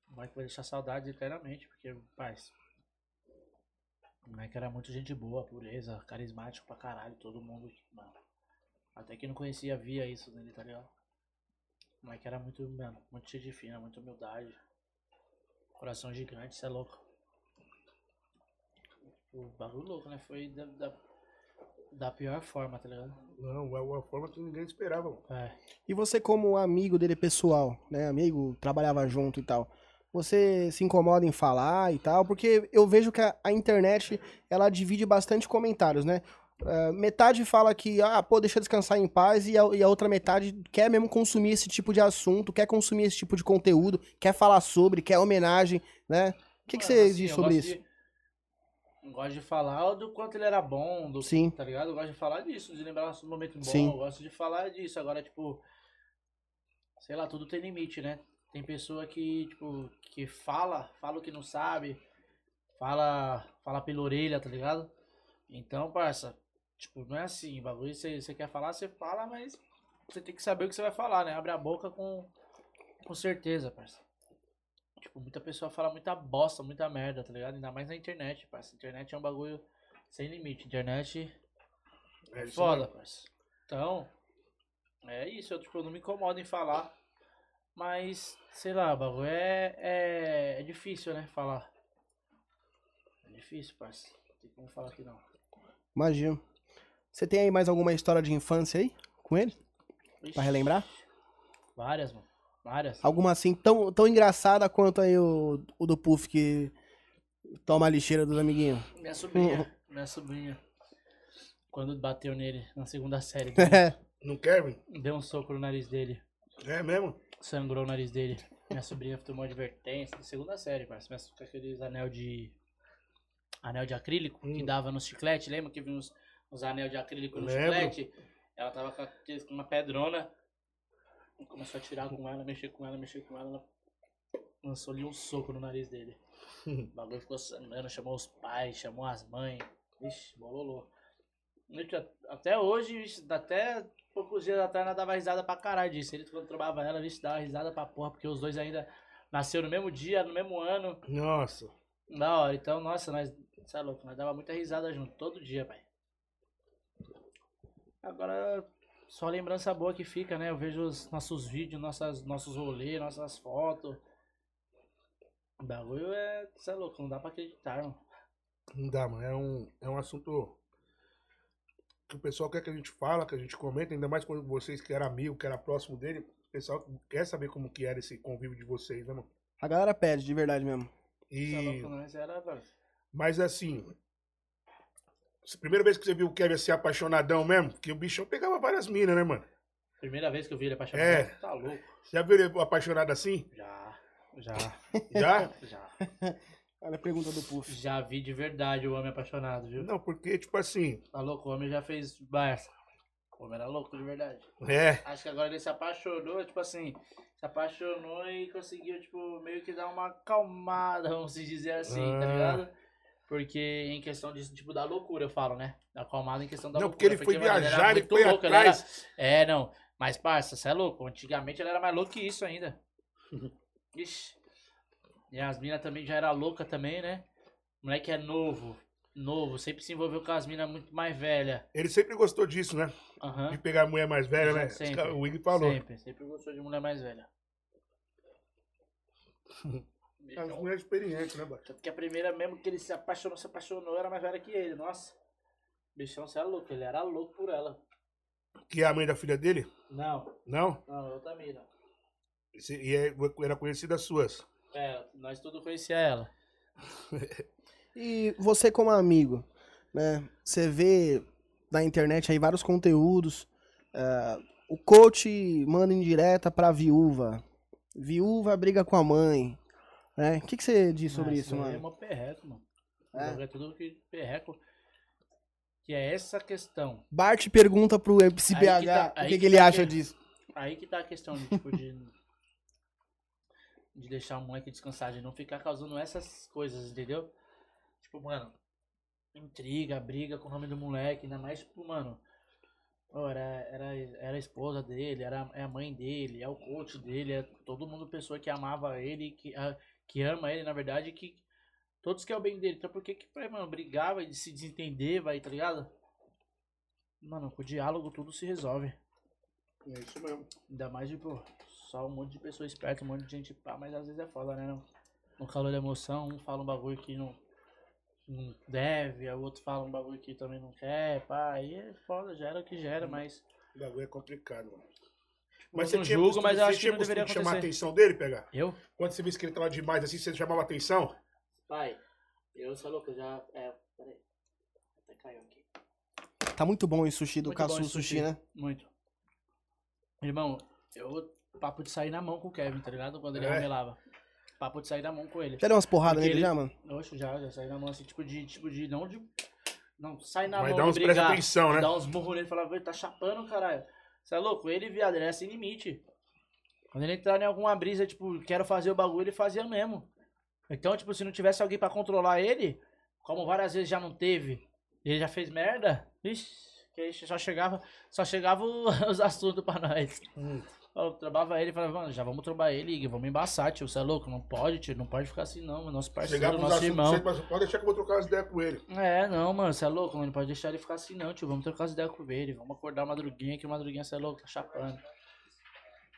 Vai vai deixar saudade eternamente, porque, paz. O moleque era muito gente boa, pureza, carismático pra caralho, todo mundo, mano. Até quem não conhecia via isso nele, tá ligado? O moleque era muito, mano, muito cheio de fina, muita humildade. Coração gigante, cê é louco. O bagulho louco, né? Foi da, da, da pior forma, tá ligado? Não, é uma forma que ninguém esperava, mano. É. E você como amigo dele pessoal, né? Amigo, trabalhava junto e tal. Você se incomoda em falar e tal? Porque eu vejo que a, a internet, ela divide bastante comentários, né? Ah, metade fala que, ah, pô, deixa eu descansar em paz, e a, e a outra metade quer mesmo consumir esse tipo de assunto, quer consumir esse tipo de conteúdo, quer falar sobre, quer homenagem, né? O que, que Mano, você assim, diz eu sobre gosto isso? de- eu gosto de falar do quanto ele era bom, do, Sim. tá ligado? Eu gosto de falar disso, de lembrar dos momentos bons. Sim. Eu gosto de falar disso. Agora, tipo, sei lá, tudo tem limite, né? Tem pessoa que, tipo, que fala, fala o que não sabe, fala, fala pela orelha, tá ligado? Então, parça, tipo, não é assim, o bagulho, você você quer falar, você fala, mas você tem que saber o que você vai falar, né? Abre a boca com, com certeza, parça. Tipo, muita pessoa fala muita bosta, muita merda, tá ligado? Ainda mais na internet, parça. Internet é um bagulho sem limite. Internet É isso, Foda, parça. Então, é isso. Eu, tipo, eu não me incomodo em falar. Mas, sei lá, o bagulho é, é, é difícil, né? Falar. É difícil, parça. Não tem como falar que não. Imagino. Você tem aí mais alguma história de infância aí com ele? Ixi, Pra relembrar? Várias, mano. Várias. Alguma assim tão, tão engraçada quanto aí o, o do Puff que toma a lixeira dos amiguinhos. Minha sobrinha. Minha sobrinha. Quando bateu nele na segunda série, Não quer, mano? deu um soco no nariz dele. É mesmo? Sangrou o nariz dele. Minha sobrinha tomou advertência. de Segunda série, parceiro. Minha com aqueles anel de. anel de acrílico que Hum. dava no chiclete, lembra que vinha uns, uns anel de acrílico no Lembro. chiclete? Ela tava com aqueles- com uma pedrona, e começou a tirar com ela, mexer com ela, mexer com ela, ela lançou ali um soco no nariz dele. O bagulho ficou sangrando, chamou os pais, chamou as mães, vixe, bololô. Gente, a- Até hoje, vixe, até poucos dias atrás, ela dava risada pra caralho disso. Ele, quando trombava ela, vixe, dava risada pra porra, porque os dois ainda nasceram no mesmo dia, no mesmo ano. Nossa. Da hora, então, nossa, nós. Você é louco, nós dava muita risada junto, todo dia, pai. Agora, só lembrança boa que fica, né? Eu vejo os nossos vídeos, nossas, nossos rolês, nossas fotos. O bagulho é. Você é louco, não dá pra acreditar, mano. Não dá, mano. É um, é um assunto que o pessoal quer que a gente fala, que a gente comenta, ainda mais quando vocês que eram amigo, que era próximo dele. O pessoal quer saber como que era esse convívio de vocês, né, mano? A galera pede, de verdade mesmo. Você é E, louco, nós era. mano, mas assim, essa primeira vez que você viu o Kevin ser apaixonadão mesmo, que o bichão pegava várias minas, né, mano? Primeira vez que eu vi ele apaixonado. É. Tá louco. Já viu ele apaixonado assim? Já, já, Já? já. Olha a é pergunta do Puff. Já vi de verdade o homem apaixonado, viu? Não, porque, tipo assim, Tá louco, o homem já fez barça. O homem era louco de verdade. é. Acho que agora ele se apaixonou, tipo assim, se apaixonou e conseguiu, tipo, meio que dar uma acalmada, vamos se dizer assim, tá Ah. ligado? Porque em questão disso, tipo, da loucura, eu falo, né? Da acalmada em questão da Não, porque loucura. ele foi mano, viajar, ele muito foi louco, era- atrás. É, não. Mas, parça, você é louco. Antigamente ele era mais louco que isso ainda. Ixi. E as minas também já era louca também, né? O moleque é novo. Novo, sempre se envolveu com as minas muito mais velhas. Ele sempre gostou disso, né? Aham. De pegar a mulher mais velha, né? Sempre. Os caras- O Wig falou. Sempre, sempre gostou de mulher mais velha. As Então, mulheres experientes, um né, Bate? Tanto que a primeira mesmo que ele se apaixonou, se apaixonou, era mais velha que ele, nossa. Bichão, você é louco, ele era louco por ela. Que é a mãe da filha dele? Não, Não? não, eu também não. Esse- E é- era conhecida as suas. É, nós todos conhecia ela. E você como amigo, né? Você vê na internet aí vários conteúdos. é, o coach manda indireta pra viúva. Viúva briga com a mãe. né? O que, que você diz sobre Mas isso, aí É mano? mó perreco, mano. É? É tudo que perreco. Que é essa questão. Bart pergunta pro Aí que CBH tá- o aí que, que que ele tá acha que- disso. Aí que tá a questão de, tipo, de, de deixar o moleque descansar, de não ficar causando essas coisas, entendeu? Tipo, mano, intriga, briga com o nome do moleque, ainda mais, tipo, mano, pô, era, era, era a esposa dele, era é a mãe dele, é o coach dele, é todo mundo pessoa que amava ele, que, a- que ama ele, na verdade, que todos querem o bem dele. Então por que que, mano, brigar, vai se desentender, vai, tá ligado? Mano, com o diálogo tudo se resolve. É isso mesmo. Ainda mais, tipo, só um monte de pessoa esperta, um monte de gente pá, mas às vezes é foda, né? No, no calor da emoção, um fala um bagulho que não, não deve, aí o outro fala um bagulho que também não quer, pá, aí é foda, gera o que gera, mas. tipo, O bagulho é complicado, mano. eu não julgo, costume- mas eu você acho que tinha costume não deveria de chamar a acontecer. atenção dele, pegar? Eu? Quando você visse que ele tava demais assim, você chamava a atenção? Pai, eu sou louco, eu já. É, peraí. Até caiu aqui. Tá muito bom esse sushi do Muito bom Caçu esse sushi, sushi. né? Muito. Irmão, eu. Papo de sair na mão com o Kevin, tá ligado? Quando ele É. ramelava. Papo de sair na mão com ele. Já deu umas porradas Porque nele ele- já, mano? Oxe, já, já saí na mão assim, tipo de, tipo de, não de, não, sai na Vai mão dar e uns presta brigar, atenção, né? dá um uns burros nele e falar, "Vê, tá chapando, caralho, você é louco? Ele, viado, ele é sem limite, quando ele entrar em alguma brisa, tipo, quero fazer o bagulho, ele fazia mesmo, então, tipo, se não tivesse alguém pra controlar ele, como várias vezes já não teve, ele já fez merda, vixi, que aí só chegava, só chegava o- os assuntos pra nós. Hum. Eu trombava ele e falava, mano, já vamos trombar ele, Igor, vamos embaçar, tio, você é louco? Não pode, tio, não pode ficar assim não, mano, nosso parceiro, Chegava uns nosso assuntos, irmão. você, mas pode deixar que eu vou trocar umas ideias com ele. É, não, mano, você é louco, mano. Não pode deixar ele ficar assim, não, tio. Vamos trocar as ideias com ele. Vamos acordar madruguinha, que madruguinha você é louco, tá chapando.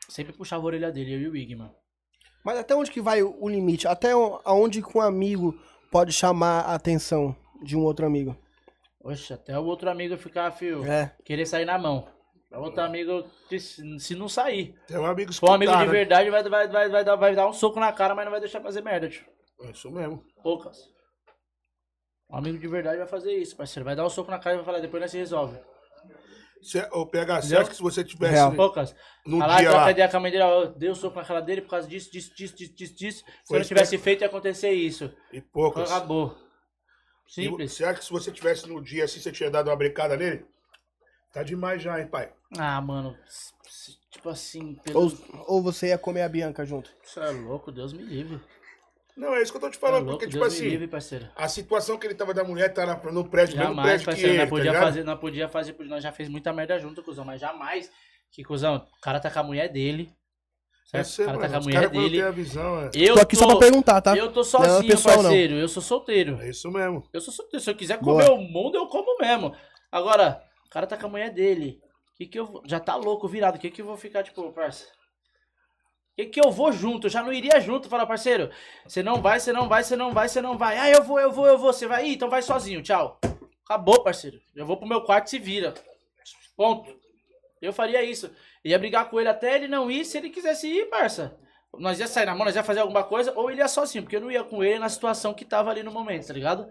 Sempre puxava a orelha dele, eu e o Ig, mano. Mas até onde que vai o o limite? Até o- aonde que um amigo pode chamar a atenção de um outro amigo? Oxe, até o outro amigo ficar, fio, É. querer sair na mão. O outro amigo, que se se não sair. Tem um amigo Se for um amigo escutar, de né? verdade, vai, vai, vai, vai, dar, vai dar um soco na cara, mas não vai deixar fazer merda, tio. É isso mesmo. Poucas. Um amigo de verdade vai fazer isso, parceiro. Vai dar um soco na cara e vai falar, depois nós se resolve. Cê, ô, PH, você é- Entendeu? acha que se você tivesse Real. Poucas. num Falar que dia eu lá, aprendi a caminha dele, ó, deu soco na cara dele por causa disso, disso, disso, disso, disso, disso. Se Foi eu não tivesse feito, ia acontecer isso. e poucas, Acabou. Simples. Você acha que se você tivesse no dia assim, você tinha dado uma brincada nele? Tá demais já, hein, pai? Ah, mano. s- s- Tipo assim, pelo... Ou, ou você ia comer a Bianca junto? Você é louco, Deus me livre. Você Não, é isso que eu tô te é falando, louco, porque, Deus tipo me assim, livre, parceiro. a situação que ele tava da mulher tá na, no prédio, mesmo Jamais, prédio que parceiro. ele, Nós tá podia ligado? fazer, nós podia fazer, porque nós já fez muita merda junto, cuzão, mas jamais. Que, cuzão, o cara tá com a mulher dele. Eu Certo? sei, o cara é mano, tá com a os mulher caras quando dele. tem a visão, é. Eu tô aqui só pra perguntar, tá? Eu tô é sozinho, pessoal, não. parceiro. Eu sou solteiro. É isso mesmo. Eu sou solteiro. Se eu quiser Boa. comer o mundo, eu como mesmo. Agora, o cara tá com a mulher dele. Que que eu vou- já tá louco, virado. Que que eu vou ficar tipo, parça? Que que eu vou junto? Eu já não iria junto, falar, parceiro. Você não vai, você não vai, você não vai, você não vai. Ah, eu vou, eu vou, eu vou. Você vai, Ih, então vai sozinho. Tchau. Acabou, parceiro. Eu vou pro meu quarto e se vira. Ponto. Eu faria isso. Ia brigar com ele até ele não ir, se ele quisesse ir, parça. Nós ia sair na mão, nós ia fazer alguma coisa, ou ele ia sozinho, porque eu não ia com ele na situação que tava ali no momento, tá ligado?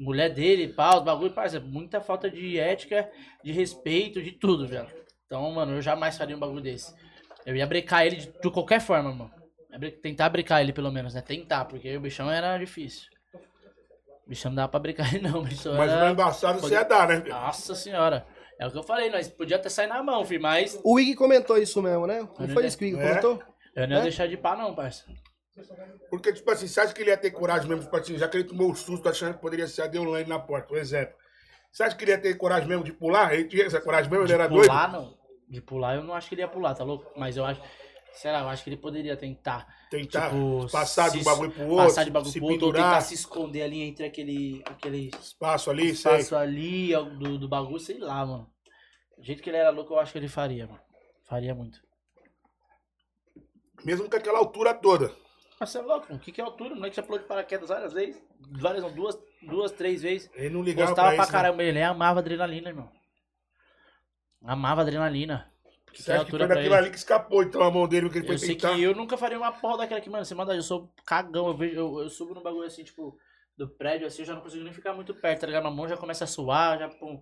Mulher dele, pau, os bagulho, parça, muita falta de ética, de respeito, de tudo, velho. Então, mano, eu jamais faria um bagulho desse. Eu ia brecar ele de, de qualquer forma, mano. Ia bre- Tentar brecar ele, pelo menos, né? Tentar, porque o bichão era difícil. O bichão não dava pra brecar ele, não, o bichão Mas era... o embaçado você Podia- ia dar, né? Nossa senhora. É o que eu falei, nós podia até sair na mão, filho, mas O Wig comentou isso mesmo, né? Não Olha, foi né? isso que o Wig É. comentou? eu não ia É? deixar de pá não, parça. Porque, tipo assim, você acha que ele ia ter coragem mesmo, tipo assim, já que ele tomou o susto achando que poderia ser a Deolane na porta, por exemplo. Você acha que ele ia ter coragem mesmo de pular? Ele tinha essa coragem mesmo? Ele era É doido? pular não. De pular eu não acho que ele ia pular, tá louco? Mas eu acho, sei lá, eu acho que ele poderia tentar. Tentar tipo, Tá, passar de se- um bagulho pro outro, Passar de bagulho se pro outro, ou pendurar, tentar se esconder ali entre aquele, aquele espaço ali, sei. espaço ali ó, do, do bagulho, sei lá, mano. Do jeito que ele era louco, eu acho que ele faria, mano. Faria muito. Mesmo com aquela altura toda. Mas você é louco, mano. O que, que é altura? O moleque já pulou de paraquedas várias vezes. Várias, não, duas, duas, três vezes. Ele não ligava Gostava pra, pra isso, né? caramba, ele amava adrenalina, irmão. Amava adrenalina. Porque Você que é acha que altura foi pra daquilo ele. ali que escapou, então, a mão dele, que ele foi Eu sei que tentar? eu nunca faria uma porra daquela que, mano, você manda, eu sou cagão, eu, vejo, eu, eu subo no bagulho assim, tipo, do prédio, assim, eu já não consigo nem ficar muito perto, tá ligado? Minha mão já começa a suar, já, pum.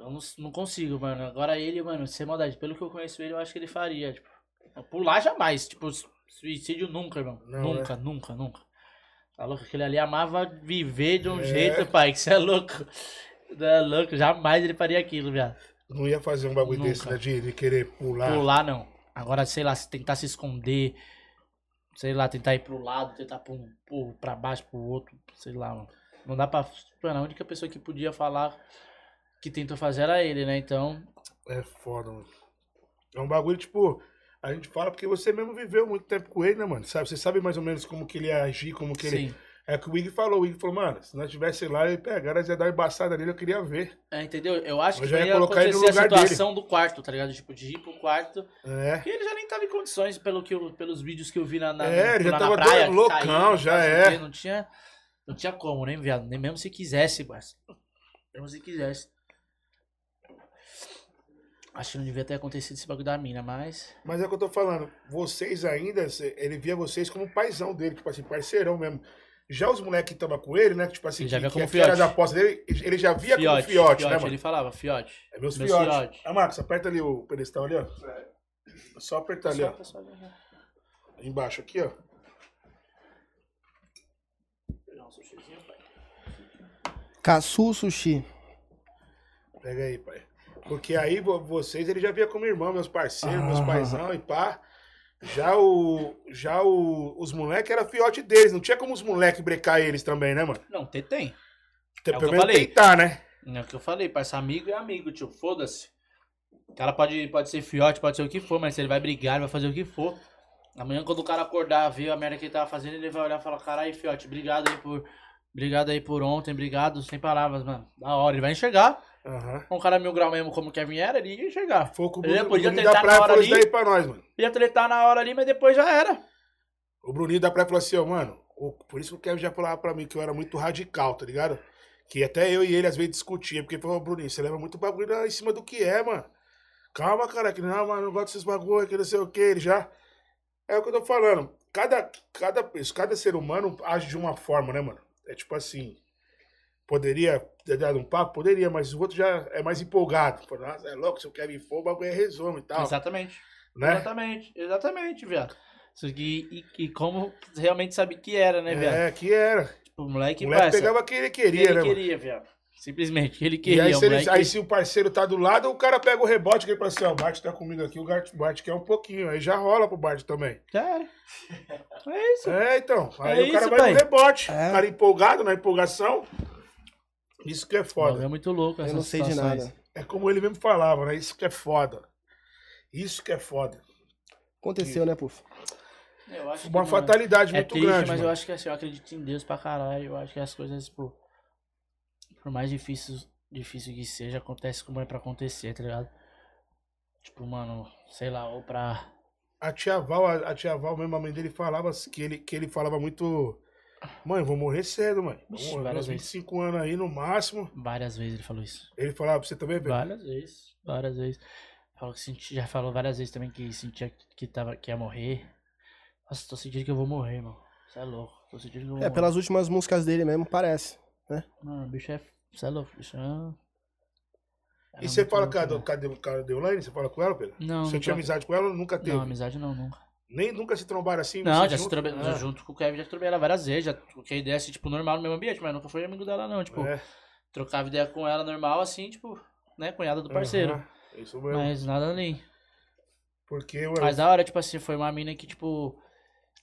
Eu não, não consigo, mano. Agora ele, mano, sem maldade, pelo que eu conheço ele, eu acho que ele faria, tipo, pular jamais, tipo, suicídio nunca, irmão. Não, né? nunca, nunca, nunca. Tá louco? Aquele ali amava viver de um É. jeito, pai, que você é louco. Cê É louco, jamais ele faria aquilo, viado. Não ia fazer um bagulho desse, Nunca. né? De, de querer pular. Pular não. Agora, sei lá, se tentar se esconder. Sei lá, tentar ir pro lado, tentar pra, um, pro- pra baixo, pro outro, sei lá, mano. Não dá pra. Mano, a única pessoa que podia falar que tentou fazer era ele, né? Então. É foda, mano. É um bagulho, tipo, a gente fala porque você mesmo viveu muito tempo com ele, né, mano? Sabe, você sabe mais ou menos como que ele ia agir, como que ele. Sim. É o que o Wig falou, o Wig falou, mano, se nós tivesse lá, ele pegar, nós ia dar uma embaçada nele, eu queria ver. É, entendeu? Eu acho Eu que já ia já ia colocar ele no acontecer a lugar situação do quarto, tá ligado? Tipo, de ir pro quarto. É. Porque ele já nem tava em condições, pelo que eu- pelos vídeos que eu vi na, na, É, ele já lá tava na praia. todo que loucão, não já sei o é. quê, Não tinha, não tinha como, nem viado? Nem mesmo se quisesse, mas. Mesmo se quisesse. Acho que não devia ter acontecido esse bagulho da mina, mas. Mas é o que eu tô falando, vocês ainda, cê- ele via vocês como paizão dele, tipo assim, parceirão mesmo. Já os moleques que tava com ele, né? que, Tipo assim, Ele já que, via que como que era fiote. da aposta dele, ele já via como fiote, né, mano? ele falava, fiote. É meus, Meus fiotes. fiote. Ah, Marcos, aperta ali o pedestal ali, ó. Só apertar ali, ó. Pessoal, pessoal, Embaixo aqui, ó. pegar um sushizinho, pai. Caçu Sushi. Pega aí, pai. Porque aí vo- vocês, ele já via como irmão, meus parceiros, meus Ah. paizão e pá. Já o. Já o, os moleques era fiote deles. Não tinha como os moleques brecar eles também, né, mano? Não, tem, tem. Tem, É o que pelo eu menos falei. tentar, né? É o que eu falei, parça, amigo é amigo, tio, foda-se. O cara pode, pode ser fiote, pode ser o que for, mas ele vai brigar, ele vai fazer o que for. Amanhã, quando o cara acordar, ver a merda que ele tava fazendo, ele vai olhar e falar, caralho, fiote, obrigado aí por... Obrigado aí por ontem, obrigado, sem palavras, mano. Da hora, ele vai enxergar. Aham. Um cara mil grau mesmo, como o Kevin era, ele ia enxergar. Foi o que o Ele Bruno, o podia Bruninho tentar da na praia hora falou isso ali. daí pra nós, mano. Ia tretar na hora ali, mas depois já era. O Bruninho da praia falou assim, ó, mano. o- por isso que o Kevin já falava pra mim que eu era muito radical, tá ligado? Que até eu e ele às vezes discutia, porque ele falou, ô, Bruninho, você leva muito bagulho na- em cima do que é, mano. Calma, cara, que não, mano, não gosto desses bagulho, que não sei o que, ele já. É o que eu tô falando. Cada, cada, pessoa- cada ser humano age de uma forma, né, mano? É tipo assim. Poderia ter dado um papo? Poderia, mas o outro já é mais empolgado. Fala, "Ah, é louco, se o Kevin for, o bagulho é resumo e tal. Exatamente. Né? Exatamente, exatamente, viado. Isso aqui, e, e como realmente sabe que era, né, viado? É, que era. Tipo, o moleque, o moleque parça, pegava quem ele que queria, ele né? mano? queria, viado. Simplesmente, que ele E queria. aí o se, ele- moleque- aí se o parceiro tá do lado, o cara pega o rebote que ele fala assim, ó, o Bart tá comigo aqui, o Bart, o Bart quer um pouquinho, aí já rola pro Bart também. Cara, é isso. É, então, aí É o cara isso, vai pai. no rebote, É. o cara empolgado na empolgação, isso que é Foda. foda. É muito louco Eu essas não sei de situações. nada. É como ele mesmo falava, né, isso que é foda. Isso que é foda. Aconteceu, né, Puf? Eu acho Uma que, mano, fatalidade É muito triste, grande, mas mano. eu acho que assim, eu acredito em Deus pra caralho. Eu acho que as coisas, tipo, por mais difícil, difícil que seja, acontece como é pra acontecer, tá ligado? Tipo, mano, sei lá, ou pra. A tia Val, a, a tia Val mesmo, a mãe dele falava assim, que ele, que ele falava muito. Mãe, vou morrer cedo, mãe. Vou Ixi, morrer várias uns 25 anos aí no máximo. Várias vezes ele falou isso. Ele falava pra você também, Pedro? Várias vezes, várias vezes. Falou que senti- já falou várias vezes também que sentia que, que tava, que ia morrer. Nossa, tô sentindo que eu vou morrer, mano. Você é louco. Tô sentindo que eu vou É, morrer. pelas últimas músicas dele mesmo, parece. Mano, o bicho é. Você é louco, bicho. é- Era E você muito fala louco, com a, né? do- com a de- com a Deolane? Você fala com ela, Pedro? Não, Você não tinha tô- amizade com ela ou nunca teve? Não, amizade não, nunca. Nem nunca se trombaram assim? Não, vocês já se juntos? trombei Ah, junto com o Kevin, já trombei ela várias vezes, já troquei ideia assim, tipo, normal no mesmo ambiente, mas nunca fui amigo dela, não. Tipo, é. trocava ideia com ela normal, assim, tipo, né, cunhada do parceiro. Aham, é, um Isso mesmo. Mas nada além. Porque ué, Mas da hora, tipo assim, foi uma mina que, tipo,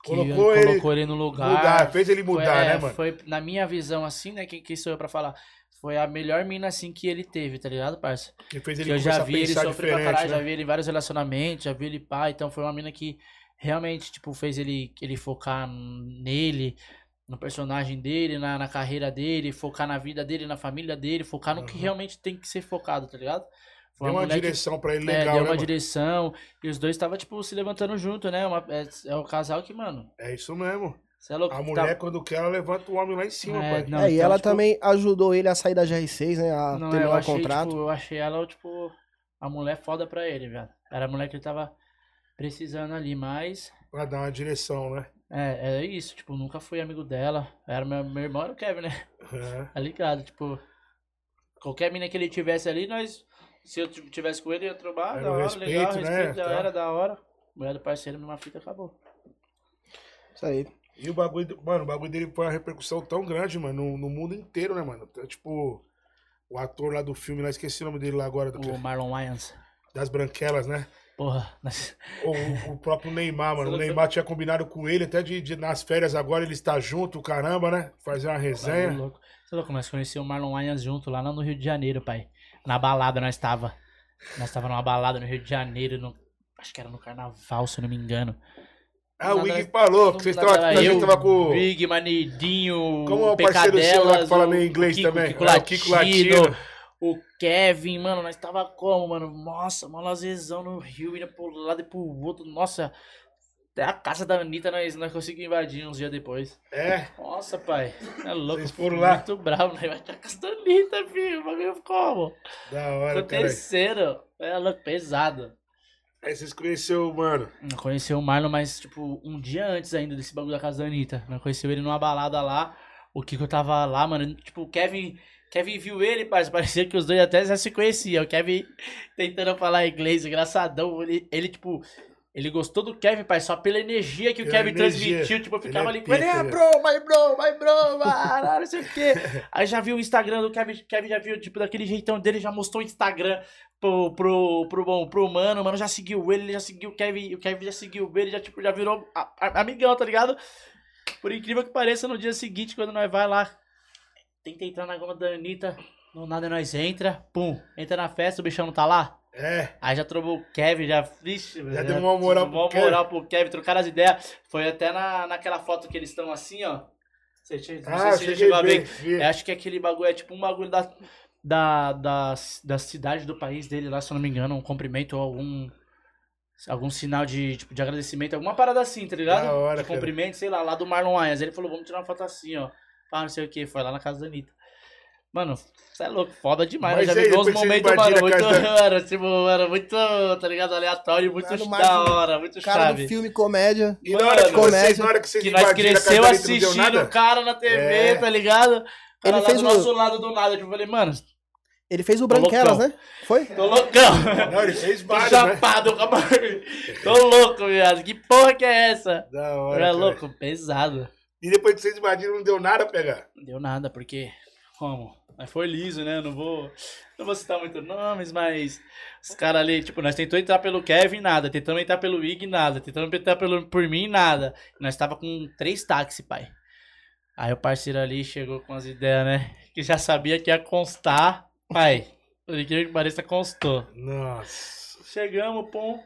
que Colocou ele- colocou ele no lugar. mudar, fez ele Foi, mudar, é, né, mano? Foi, na minha visão, assim, né, quem, quem sou eu pra falar? Foi a melhor mina, assim, que ele teve, tá ligado, parça? Que fez ele que eu começar já a vi ele pensar sofrer pra caralho, diferente, já né? vi ele em vários relacionamentos, já vi ele pá, então foi uma mina que realmente, tipo, fez ele, ele focar nele, no personagem dele, na, na carreira dele, focar na vida dele, na família dele, focar no que Aham. realmente tem que ser focado, tá ligado? Deu uma mulher que- direção pra ele é, legal, deu né, uma mano? direção, e os dois estavam, tipo, se levantando junto, né? Uma- é, é o casal que, mano, É isso mesmo. você é louco. A tá- mulher, quando quer, ela levanta o homem lá em cima, É, pai. não, é, e então, ela tipo, também ajudou ele a sair da GR6, né? A Não, eu terminar o achei, contrato. tipo, eu achei ela, tipo, a mulher foda pra ele, velho. Era a mulher que ele tava precisando ali, mas. Pra dar uma direção, né? É, é isso, tipo, nunca fui amigo dela. Era meu, meu irmão era o Kevin, né? É. Tá ligado? Tipo, qualquer mina que ele tivesse ali, nós. Se eu t- tivesse com ele, eu ia trombar, Era da o hora, legal, respeito, né? respeito, já Tá. era da hora. Mulher do parceiro numa fita acabou. tipo, Isso aí. E o bagulho, do- mano, o bagulho dele foi uma repercussão tão grande, mano, no, no mundo inteiro, né, mano? Então, Tipo, o ator lá do filme, lá, esqueci o nome dele lá agora, do- O Marlon Wayans. das branquelas, né? Porra, nós- Ou o, o próprio Neymar, mano. O Você não Neymar tinha combinado com ele até de, de- nas férias agora ele está junto, caramba, né? Fazer uma bagulho resenha. louco. Você é louco, nós conhecemos o Marlon Wayans junto lá no Rio de Janeiro, pai. Na balada nós tava. Nós tava numa balada no Rio de Janeiro, no- acho que era no carnaval, se eu não me engano. Ah, o Nada- Wig falou, Não, que vocês nada estavam aqui, era a gente eu, tava com. Big, Manidinho, Como é o parceiro seu lá que fala meio inglês Kiko, também? Kiko É, o Kiko Latino, Latino. o Kevin, mano, nós tava como, mano? Nossa, mó lazezão no Rio, indo pro lado e pro outro. Nossa, até a casa da Anitta nós, nós conseguimos invadir uns dias depois. É, Nossa, pai, é louco. Vocês foram lá? Muito bravo, nós vai pra casa da Anitta, filho, o bagulho como? da hora, cara. Aconteceram, é louco, pesado. Aí vocês conheceu, mano. Não conheceu o Marlon, mas, tipo, um dia antes ainda desse bagulho da casa da Anitta. Não conheceu ele numa balada lá. O Kiko tava lá, mano. Tipo, o Kevin. Kevin viu ele, parceiro. Parecia que os dois até já se conheciam. O Kevin tentando falar inglês, engraçadão. Ele, ele tipo. Ele gostou do Kevin, pai, só pela energia que o Pela Kevin energia. transmitiu. Tipo, eu Ele ficava é ali, pica, "Mané, né?" bro, my bro, my bro, mano, não sei o quê. Aí já viu o Instagram do Kevin, Kevin já viu, tipo, daquele jeitão dele, já mostrou o Instagram pro, pro, pro, bom, pro mano, o mano já seguiu ele, ele já seguiu o Kevin, o Kevin já seguiu ele, já, tipo, já virou a- a- amigão, tá ligado? Por incrível que pareça, no dia seguinte, quando nós vai lá, tenta entrar na goma da Anitta, não nada, nós entra, pum, entra na festa, o bichão não tá lá. É, Aí já trocou o Kevin, já. Vixe, velho, deu uma moral deu uma pro moral pro Kevin, trocaram as ideias. Foi até na, naquela foto que eles estão assim, ó. Você tinha, não sei ah, se você chegou a ver. vi. Eu acho que aquele bagulho é tipo um bagulho da, da, da, da cidade do país dele lá, se eu não me engano, um cumprimento ou algum. Algum sinal de, tipo, de agradecimento, alguma parada assim, tá ligado? Da hora, de cara. cumprimento, sei lá, lá do Marlon Wayans. Ele falou, vamos tirar uma foto assim, ó. Ah, não sei o que, foi lá na casa da Anitta. Mano, você é louco, foda demais. Mas Mas já e aí, vi uns depois vocês momentos, mano, invadiram a muito, casa mano, tipo, mano, muito, tá ligado, aleatório, muito Mano, mas da o hora, muito Cara chave. do filme comédia. E na hora que Mano, vocês, comédia. na hora que vocês Que nós invadiram a casa cresceu da Anitta, não deu assistindo o nada? cara na TV, É. tá ligado? O cara Ele lá fez um- do o- nosso lado do nada, tipo, eu falei, mano, Ele fez o Tô Branquelas, Tá loucão. né? Foi? tô loucão. Não, ele fez Tô vários, né? chapado, camarada. Tô louco, viado. Que porra que é essa? Da hora, Era cara. louco, pesado. E depois que vocês invadiram, não deu nada a pegar. Não deu nada, porque. Como? Mas foi liso, né? Eu não vou. Não vou citar muitos nomes, mas. Os caras ali, tipo, nós tentou entrar pelo Kevin, nada. Tentamos entrar pelo Ig, nada. Tentamos entrar pelo, por mim, nada. Nós tava com três táxis, pai. Aí o parceiro ali chegou com as ideias, né? Que já sabia que ia constar. Pai, por incrível que pareça, constou. Nossa. Chegamos, pum.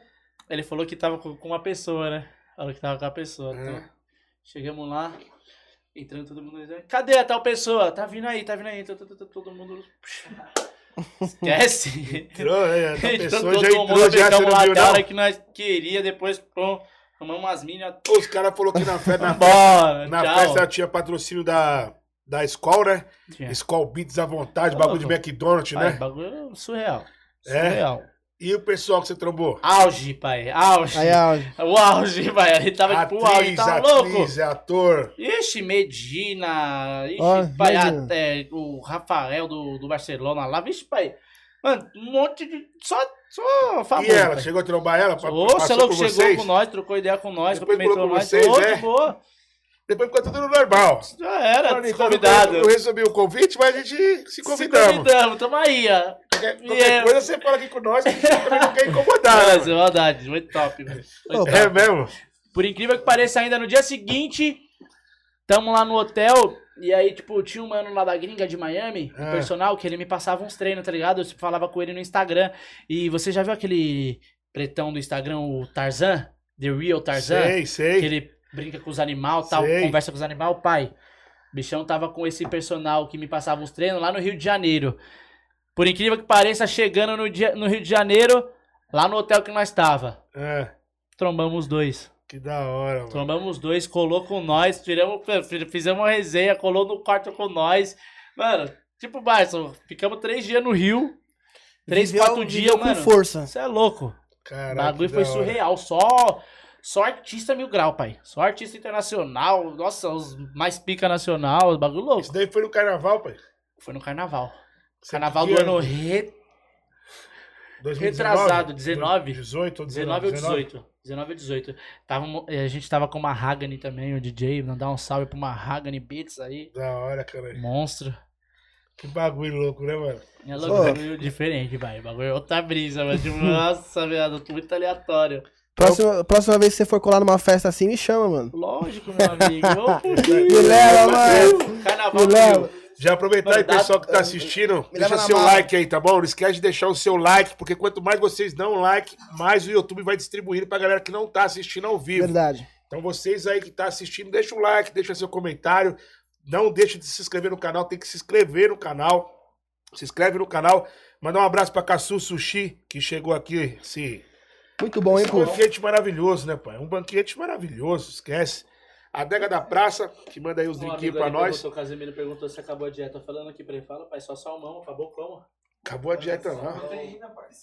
Ele falou que tava com com uma pessoa, né? Falou que tava com a pessoa. É. Então, chegamos lá, entrando todo mundo. né? Cadê a tal pessoa? Tá vindo aí, tá vindo aí. Tá, tá, tá, tá, Todo mundo. Esquece. Entrou, né? A pessoa já Então todo entrou, mundo já você pegamos não lá viu, da não? hora que nós queria, depois, pum, tomamos umas minas. Os caras falaram que na festa, na, festa- Bora, na tchau. festa tinha patrocínio da, da Skol, né? Tinha. Skol Beats à vontade, bagulho de Porra. McDonald's, Pai, né? bagulho surreal. É? Surreal. E o pessoal que você trombou? Auge, pai. Auge. Aí, ó, O auge, pai. Ele tava tipo, o auge, tava louco. atriz, ator. Ixi, Medina. Ixi, Ó, pai, Medina. até o Rafael do, do Barcelona lá. Vixe, pai. Mano, um monte de. Só. Só favor. e ela? pai. Chegou a trombar ela? Pa- Tá Ô, você é louco, por chegou com nós, trocou ideia com nós, Depois cumprimentou falou com nós. vocês, Ô, é? de boa. Depois ficou tudo no normal. Já era, Falei, então, convidado. Eu resolvi o convite, mas a gente se Tá Se é. convidamos. convidamos, tamo aí, ó. Qualquer, qualquer Yeah. coisa você fala aqui com nós, que a gente também não quer incomodar. né, Nossa, mano? maldade, muito top, velho. Muito Ô, top. É mesmo? Por incrível que pareça, ainda no dia seguinte, tamo lá no hotel. E aí, tipo, tinha um mano lá da gringa de Miami, um Ah. personal, que ele me passava uns treinos, tá ligado? Eu sempre falava com ele no Instagram. E você já viu aquele pretão do Instagram, o Tarzan? The Real Tarzan? Sei, sei. Que ele brinca com os animais, tal, Sei. conversa com os animais, pai. Bichão tava com esse personal que me passava uns treinos lá no Rio de Janeiro. Por incrível que pareça, chegando no, dia, no Rio de Janeiro, lá no hotel que nós tava. Ah, Trombamos os dois. que da hora, mano. Trombamos os dois, colou com nós, tiramos, fizemos uma resenha, colou no quarto com nós. Mano, tipo, Barson, ficamos três dias no Rio. Três, viveu- quatro dias, viveu com mano. força. Você é louco. O Caraca, bagulho que foi da hora. surreal. Só, só artista mil grau, pai. Só artista internacional. Nossa, os mais pica nacional. os Bagulho louco. Isso daí foi no carnaval, pai. Foi no carnaval. Você Carnaval que do ano ano? re- 2019? retrasado, 19? 18 ou 19 19? ou 18. 19 ou 18. Tava, mo- eh, a gente tava com o Mahagani também, o DJ. Mandar um salve pro Mahagani Beats aí. Da hora, cara. Monstro. Que bagulho louco, né, mano? É louco, Ô. bagulho diferente, vai. Bagulho é outra brisa, mas tipo, nossa, viado, muito aleatório. Próxima, próxima vez que você for colar numa festa assim, me chama, mano. Lógico, meu amigo. Ô, Me puxinho. leva, mano. Carnaval Me do leva. Rio. Já aproveitar Mano, aí, dá- pessoal que tá assistindo, deixa leva na seu mala. like aí, tá bom? Não esquece de deixar o seu like, porque quanto mais vocês dão like, mais o YouTube vai distribuindo pra galera que não tá assistindo ao vivo. Verdade. Então vocês aí que tá assistindo, deixa o like, deixa seu comentário, não deixe de se inscrever no canal, tem que se inscrever no canal. Se inscreve no canal. Mandar um abraço pra Kassu Sushi, que chegou aqui, esse Muito bom, hein, esse pô? banquete maravilhoso, né, pai? Um banquete maravilhoso, esquece. A Dega da Praça, que manda aí os Um linkinhos amigo pra ali nós. perguntou, O Casemiro perguntou se acabou a dieta. Falando aqui pra ele, fala, pai, só salmão, acabou como? Acabou a dieta lá.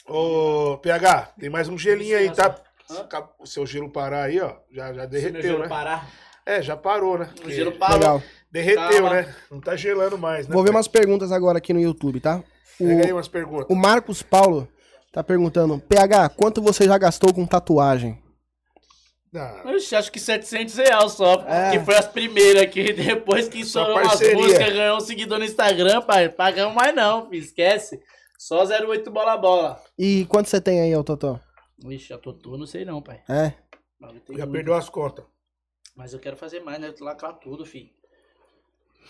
Ô, PH, tem mais um gelinho aí, tá? Hã? Acab- O seu gelo parar aí, ó. Já, já Se meu gelo derreteu, né? parar. É, já parou, né? O gelo Porque parou. Legal. Derreteu, Tava. né? Não tá gelando mais, né? Vou ver pai? umas perguntas agora aqui no YouTube, tá? Pega aí O, umas perguntas. o Marcos Paulo tá perguntando: PH, quanto você já gastou com tatuagem? Ah, Oxe, acho que 700 reais só. É. Que foi as primeiras que depois que Só estourou as parceria. músicas, ganhou um seguidor no Instagram, pai. Pagamos mais não, filho, esquece. Só 08 bola bola. E quanto você tem aí, ô Totó? Ixi, a Totô, não sei não, pai. É? Mas eu tenho já muito. perdeu as contas. Mas eu quero fazer mais, né? Eu lacrar tudo, filho.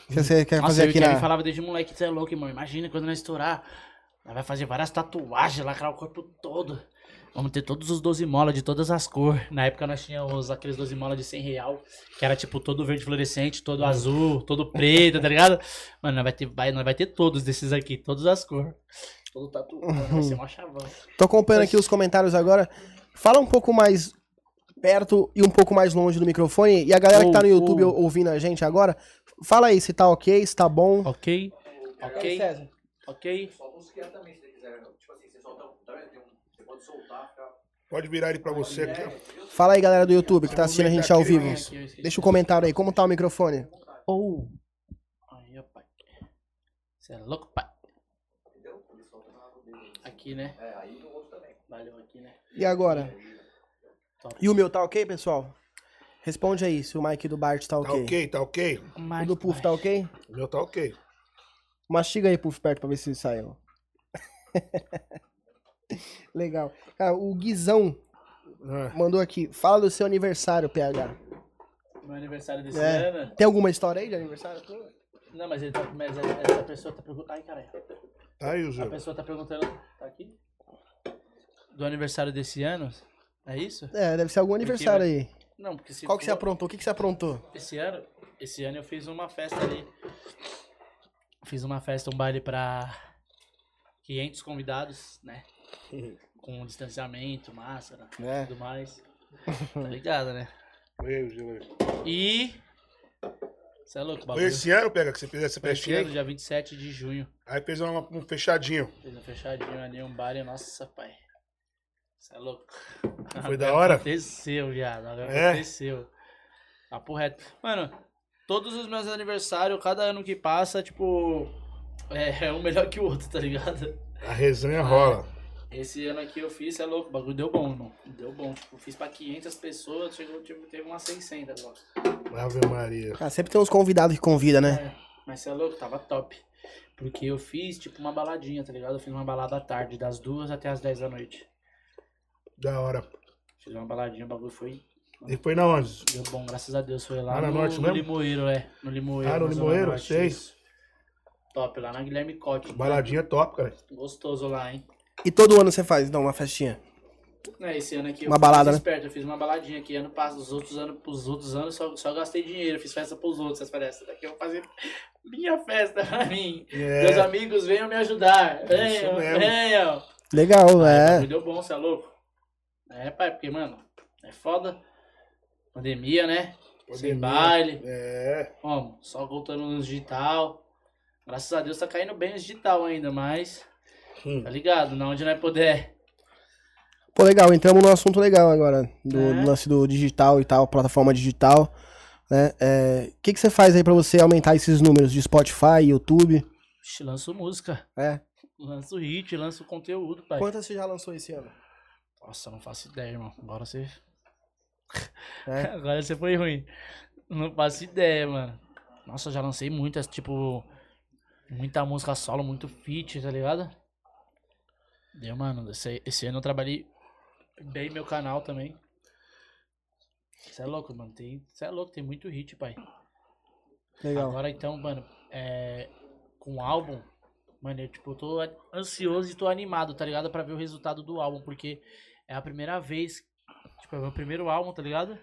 Que você quer Nossa, fazer eu e o aqui Kevin na. falava desde moleque, você é louco, irmão. Imagina quando nós estourar. Nós vai fazer várias tatuagens, lacrar o corpo todo. Vamos ter todos os 12 molas de todas as cores. Na época nós tínhamos aqueles 12 molas de 100 real, que era tipo todo verde fluorescente, todo azul, todo preto, tá ligado? Mano, nós vai ter, vai, nós vai ter todos desses aqui, todas as cores. Todo tatuado, mano, vai ser uma chavão. Tô acompanhando aqui os comentários agora. Fala um pouco mais perto e um pouco mais longe do microfone. E a galera que tá no Ou- YouTube ou- ouvindo a gente agora, fala aí se tá ok, se tá bom. Ok? Ok? Ok? Só buscar também, se você quiser. Tipo assim, você solta um. Tá vendo? Tem um. Você pode soltar, fica. Pode virar ele pra você aqui, ó. Fala aí, galera do YouTube que tá assistindo a gente ao vivo. Isso. Deixa o comentário aí, como tá o microfone? Ou. Aí, ó, pai. Você é louco, pai? Aqui, né? É, aí no outro também. Valeu aqui, né? E agora? Top. E o meu tá ok, pessoal? Responde aí se o mic do Bart tá Tá ok. ok, tá ok. O do Puff tá ok? O meu tá ok. Mastiga aí, Puff, perto pra ver se saiu. Legal. Cara, o Guizão Ah. mandou aqui. Fala do seu aniversário, PH. Meu aniversário desse É. ano. Tem alguma história aí de aniversário? Não, mas, ele tá, mas essa pessoa tá perguntando. Ai, caralho. Tá aí, A Júlio. pessoa tá perguntando. Tá aqui? Do aniversário desse ano? É isso? É, deve ser algum aniversário aí. Não, porque se. Qual que você for- aprontou? O que que você aprontou? Esse ano, esse ano eu fiz uma festa ali. Fiz uma festa, um baile pra 500 convidados, né? Com distanciamento, máscara, É. tudo mais. Tá ligado, né? Oi, Júlio. E. Você é louco, Foi bagulho. esse ano, pega, que você fez essa Foi esse festinha. ano, aí? dia 27 de junho. Aí fez uma- um fechadinho. Fez um fechadinho ali, um baile, nossa, pai. Você é louco. Foi da hora? Aconteceu, viado. É? Aconteceu. Papo reto. Mano, todos os meus aniversários, cada ano que passa, tipo. É, é um melhor que o outro, tá ligado? A resenha rola. Esse ano aqui eu fiz, cê é louco, o bagulho deu bom, irmão. Deu bom. Tipo, fiz pra 500 pessoas, chegou, tipo, teve umas 600 agora. Ave Maria. Ah, sempre tem uns convidados que convida, né? É, mas você é louco, tava top. Porque eu fiz, tipo, uma baladinha, tá ligado? Eu fiz uma balada à tarde, das duas até as 10 da noite. Da hora. Fiz uma baladinha, o bagulho foi. E foi na onde? Deu bom, graças a Deus. Foi lá Lá na no, Norte no mesmo? Limoeiro, é. No Limoeiro. Ah, no na Zona Limoeiro, Norte, sei. isso. Top, lá na Guilherme Cote. Baladinha top, cara. Gostoso lá, hein? E todo ano você faz, então, uma festinha. É, esse ano aqui Uma eu balada, né? fiz esperto, eu fiz uma baladinha aqui. Ano passado, os outros anos, pros outros anos, só, só gastei dinheiro, fiz festa pros outros. Vocês falam, essa daqui eu vou fazer minha festa pra mim. Meus É. amigos venham me ajudar. Venham, mesmo. venham. Legal, Me é. deu bom, você Ah, é louco? É, pai, porque, mano, é foda. Pandemia, né? Sem Pandemia. baile. É. Como? Só voltando nos digital. Graças a Deus tá caindo bem os digital ainda, mas. Hum. Tá ligado? Na onde nós puder. Pô, legal, entramos num assunto legal agora, do, É. do lance do digital e tal, plataforma digital, né? É, O que, que você faz aí pra você aumentar esses números de Spotify, YouTube, Ixi, lanço música. né? Lanço hit, lanço conteúdo, pai. Quantas você já lançou esse ano? Nossa, não faço ideia, irmão. Agora você. É. Agora você foi ruim. Não faço ideia, mano. Nossa, eu já lancei muitas, tipo. Muita música solo, muito feat, tá ligado? Deu, mano. Esse, esse ano eu trabalhei bem meu canal também. Você é louco, mano. Tem, você é louco, tem muito hit, pai. Legal. Agora então, mano, é, com o álbum, mano, eu tipo, tô a- ansioso e tô animado, tá ligado? Pra ver o resultado do álbum, porque é a primeira vez, tipo, é o meu primeiro álbum, tá ligado?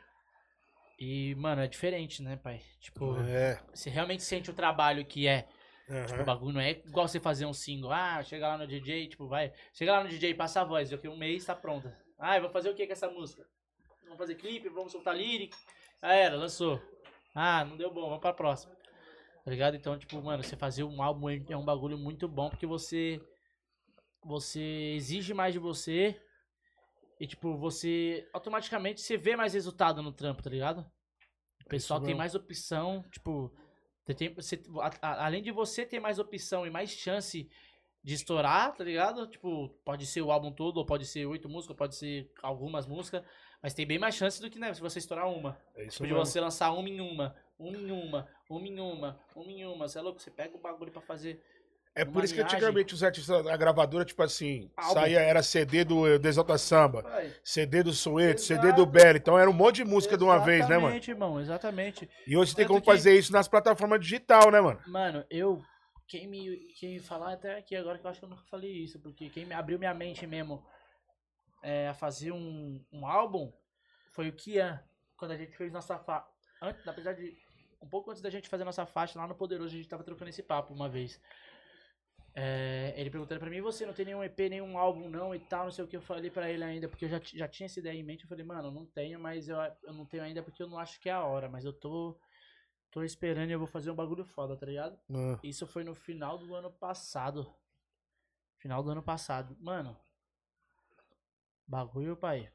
E, mano, é diferente, né, pai? Tipo, É. você realmente sente o trabalho que é. O Aham. bagulho não é igual você fazer um single. Ah, chega lá no DJ, tipo, vai. Chega lá no DJ, passa a voz, daqui a um mês tá pronta. Ah, eu vou fazer o que com essa música? Vamos fazer clipe, vamos soltar lyric. Já era, lançou. Ah, não deu bom, vamos pra próxima. Tá ligado? Então, tipo, mano, você fazer um álbum é- é um bagulho muito bom, porque você. Você exige mais de você. E, tipo, você. Automaticamente você vê mais resultado no trampo, tá ligado? O pessoal tem mesmo. mais opção, tipo. Você tem, você, a- a- além de você ter mais opção e mais chance de estourar, tá ligado? Tipo, pode ser o álbum todo, ou pode ser oito músicas, pode ser algumas músicas, mas tem bem mais chance do que, né, se você estourar uma. É isso Tipo, de mesmo. você lançar uma em uma, uma em uma, uma em uma, uma em uma. Você é louco? Você pega o bagulho pra fazer. É uma por isso que linhagem. antigamente os artistas, a gravadora, tipo assim, Álbum. saía, era CD do, do Exalta Samba, Vai. CD do Sueto, Exato. CD do Belly. Então era um monte de música de uma vez, né, mano? Exatamente, irmão, exatamente. E hoje tem Tanto como que- fazer isso nas plataformas digital, né, mano? Mano, eu. Quem me. Quem me falar até aqui agora que eu acho que eu nunca falei isso, porque quem me abriu minha mente mesmo é, a fazer um, um álbum foi o Kian. Quando a gente fez nossa faixa. Antes, apesar de. Um pouco antes da gente fazer nossa faixa lá no Poderoso, a gente tava trocando esse papo uma vez. É, ele perguntando pra mim, você não tem nenhum EP, nenhum álbum não e tal, não sei o que eu falei pra ele ainda, porque eu já, ti- já tinha essa ideia em mente, eu falei, mano, não tenho, mas eu, eu não tenho ainda porque eu não acho que é a hora, mas eu tô, tô esperando e eu vou fazer um bagulho foda, tá ligado? Ah, Isso foi no final do ano passado. Final do ano passado. Mano. Bagulho, pai.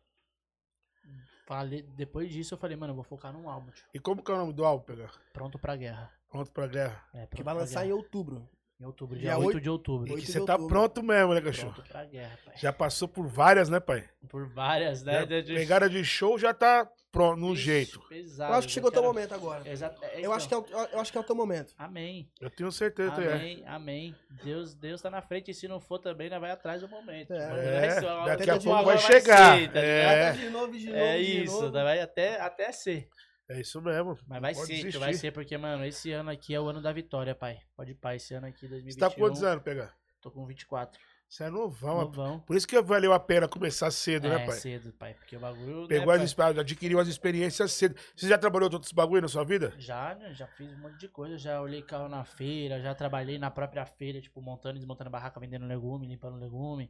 Falei, depois disso eu falei, mano, eu vou focar num álbum, tio. E como que é o nome do álbum, pegar? Pronto pra guerra. Pronto pra guerra. É, Que Pronto vai pra lançar em Guerra. outubro. Em outubro, Dia dia 8 oito- de outubro. E oito que de você tá outubro. pronto mesmo, né, cachorro? Pronto pra guerra, pai. Já passou por várias, né, pai? Por várias, né? Já De- de- Pegada de show já tá pronto, num Ixi, jeito. Pesado, um Eu acho que chegou o teu cara. momento agora. Exato. Tá, é, Eu acho, que é então. o, eu acho que é o teu momento. Amém. Eu tenho certeza, é. Amém, amém. Deus, Deus tá na frente e se não for também, ainda vai atrás do momento. É. Mano, É, vai ser uma hora daqui que a a pouco tua vai hora chegar. ser, tá ligado? é, De novo, de É novo, de isso, novo. vai até, até ser. é isso mesmo. Mas vai Pode ser, tio, desistir. vai ser, porque, mano, esse ano aqui é o ano da vitória, pai. Pode ir, pai, esse ano aqui, 2021. Você tá com quantos anos, pega? Tô com 24. Você é novão, rapaz. Novão. Por isso que valeu a pena começar cedo, né, É, pai? cedo, pai, porque o bagulho... Pegou as né, experiências, adquiriu as experiências cedo. Você já trabalhou de outros bagulho na sua vida? pai? Já, né, já fiz um monte de coisa, já olhei carro na feira, já trabalhei na própria feira, tipo, montando e desmontando barraca, vendendo legume, limpando legume.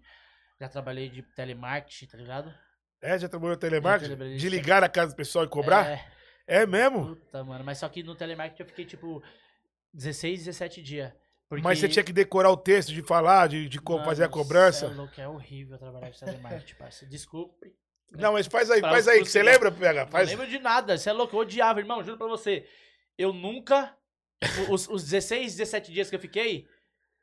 Já trabalhei de telemarketing, tá ligado? É, já trabalhou no Já telemarketing? trabalhei. De ligar na casa do pessoal e cobrar? É, É, mesmo? puta, mano, mas só que no telemarketing eu fiquei, tipo, 16, 17 dias. Porque... Mas você tinha que decorar o texto de falar, de, de co- Mano, fazer a cê cobrança? É, louco, é horrível trabalhar de telemarketing, parceiro. Desculpe. Não, mas faz aí, Pra- faz aí. pro- que Você lembra, PH? Não Faz. lembro de nada. Você é louco, eu odiava, irmão. Juro pra você. Eu nunca. tipo, Os, os 16, 17 dias que eu fiquei,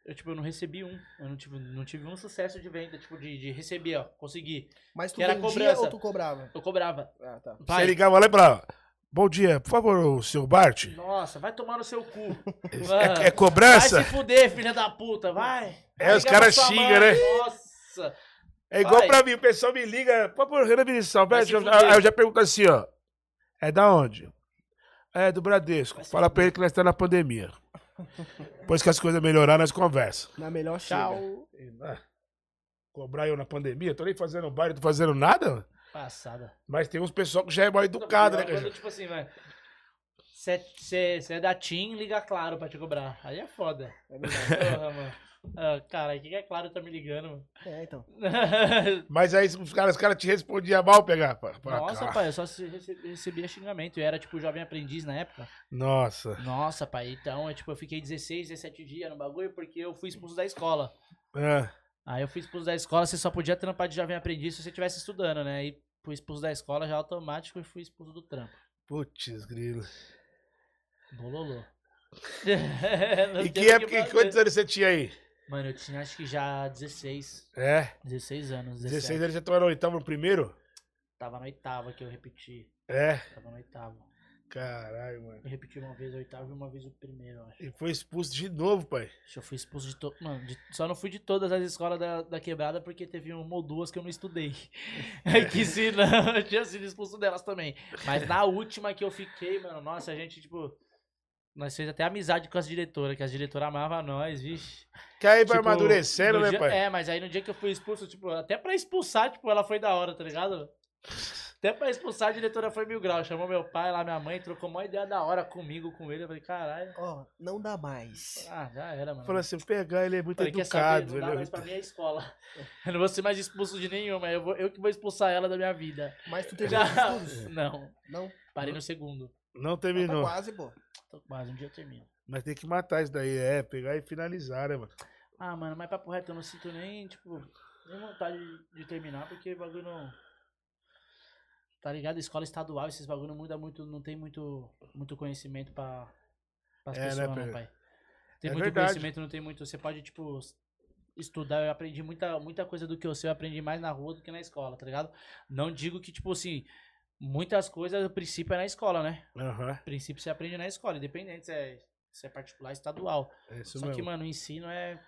eu, tipo, eu não recebi um. Eu não tive, não tive um sucesso de venda, tipo, de, de receber, ó. Consegui. Mas tu Que era vendia cobrança. ou tu cobrava? Eu cobrava. Ah, tá. Você Pai, ligava lá e falava, bom dia, por favor, o seu Bart. Nossa, vai tomar no seu cu. Mano, É, é Ah, Vai cobrança? se fuder, filha da puta, vai. É, Vai os ligar pra caras sua xingam, mãe, né? Nossa. É igual vai. pra mim, o pessoal me liga, por favor, Renan Vinícius Vai Alberto. se Eu, fuder. aí eu já pergunto assim, ó. É da onde? É do Bradesco. Vai se Fala pra fuder. ele que nós estamos na pandemia. Depois que as coisas melhorarem, nós conversamos. Na melhor Tchau. chega. Ah, Cobrar eu na pandemia? Tô nem fazendo baile, tô fazendo nada. Passada. Mas tem uns pessoal que já é mal educado, né, Quando, cara? Tipo assim, velho. Você é da TIM, liga claro pra te cobrar. Aí é foda. É verdade. Porra, mano. Ah, cara, o que que é claro tá me ligando? mano? É, então. Mas aí os caras, os caras te respondiam mal, pegar. pra- pra Nossa, cá. pai, eu só se- rece- recebia xingamento. Eu era, tipo, jovem aprendiz na época. Nossa. Nossa, pai, então, eu, tipo, eu fiquei 16, 17 dias no bagulho porque eu fui expulso da escola. Ah, Aí eu fui expulso da escola, você só podia trampar de jovem aprendiz se você estivesse estudando, né? E fui expulso da escola já automático e fui expulso do trampo. putz, grilo. Bololô. E que é época, que quantos anos você tinha aí? Mano, eu tinha acho que já 16, É, 16 anos. 17. 16 anos você tava no oitavo no primeiro? Tava na oitava que eu repeti. É, Tava na oitava. caralho, mano. Eu repeti uma vez o oitavo e uma vez o primeiro, eu acho. E foi expulso de novo, pai. Eu fui expulso de todo. Mano, de- só não fui de todas as escolas da, da quebrada porque teve uma ou duas que eu não estudei. É que se não, eu tinha sido expulso delas também. Mas na última que eu fiquei, mano, nossa, a gente, tipo. Nós fez até amizade com as diretoras, que as diretoras amavam nós, vixe. Que aí vai Tipo, amadurecendo, no né, dia- pai? É, mas aí no dia que eu fui expulso, tipo, até pra expulsar, tipo, ela foi da hora, tá ligado? Até pra expulsar, a diretora foi mil graus. Chamou meu pai lá, minha mãe, trocou uma ideia da hora comigo, com ele. Eu falei, caralho. Ó, não dá mais. Ah, já era, mano. Falou assim, o PH, ele é muito Falei, quer saber? educado. Não dá ele é mais pra muito- mim a escola. Eu não vou ser mais expulso de nenhuma. Eu, vou, eu que vou expulsar ela da minha vida. Mas tu teve Já- outros estudos? Não. Não. Parei no segundo. Não Ah, Tá terminou. quase, pô. Tô quase, um dia eu termino. Mas tem que matar isso daí, é, pegar e finalizar, né, mano? Ah, mano, mas papo reto, eu não sinto nem, tipo, nem vontade de- de terminar, porque o bagulho não. Tá ligado? Escola estadual, esses bagulho não muda muito, não tem muito, muito conhecimento pra, pras É, né, pessoas, não, Pedro? pai. Tem É muito verdade. conhecimento, não tem muito. Você pode, tipo, s- estudar. Eu aprendi muita, muita coisa do que eu sei, eu aprendi mais na rua do que na escola, tá ligado? Não digo que, tipo assim, muitas coisas, o princípio é na escola, né? Aham, O princípio você aprende na escola, independente se é, se é particular, estadual. é isso Só mesmo. que, mano, o ensino é.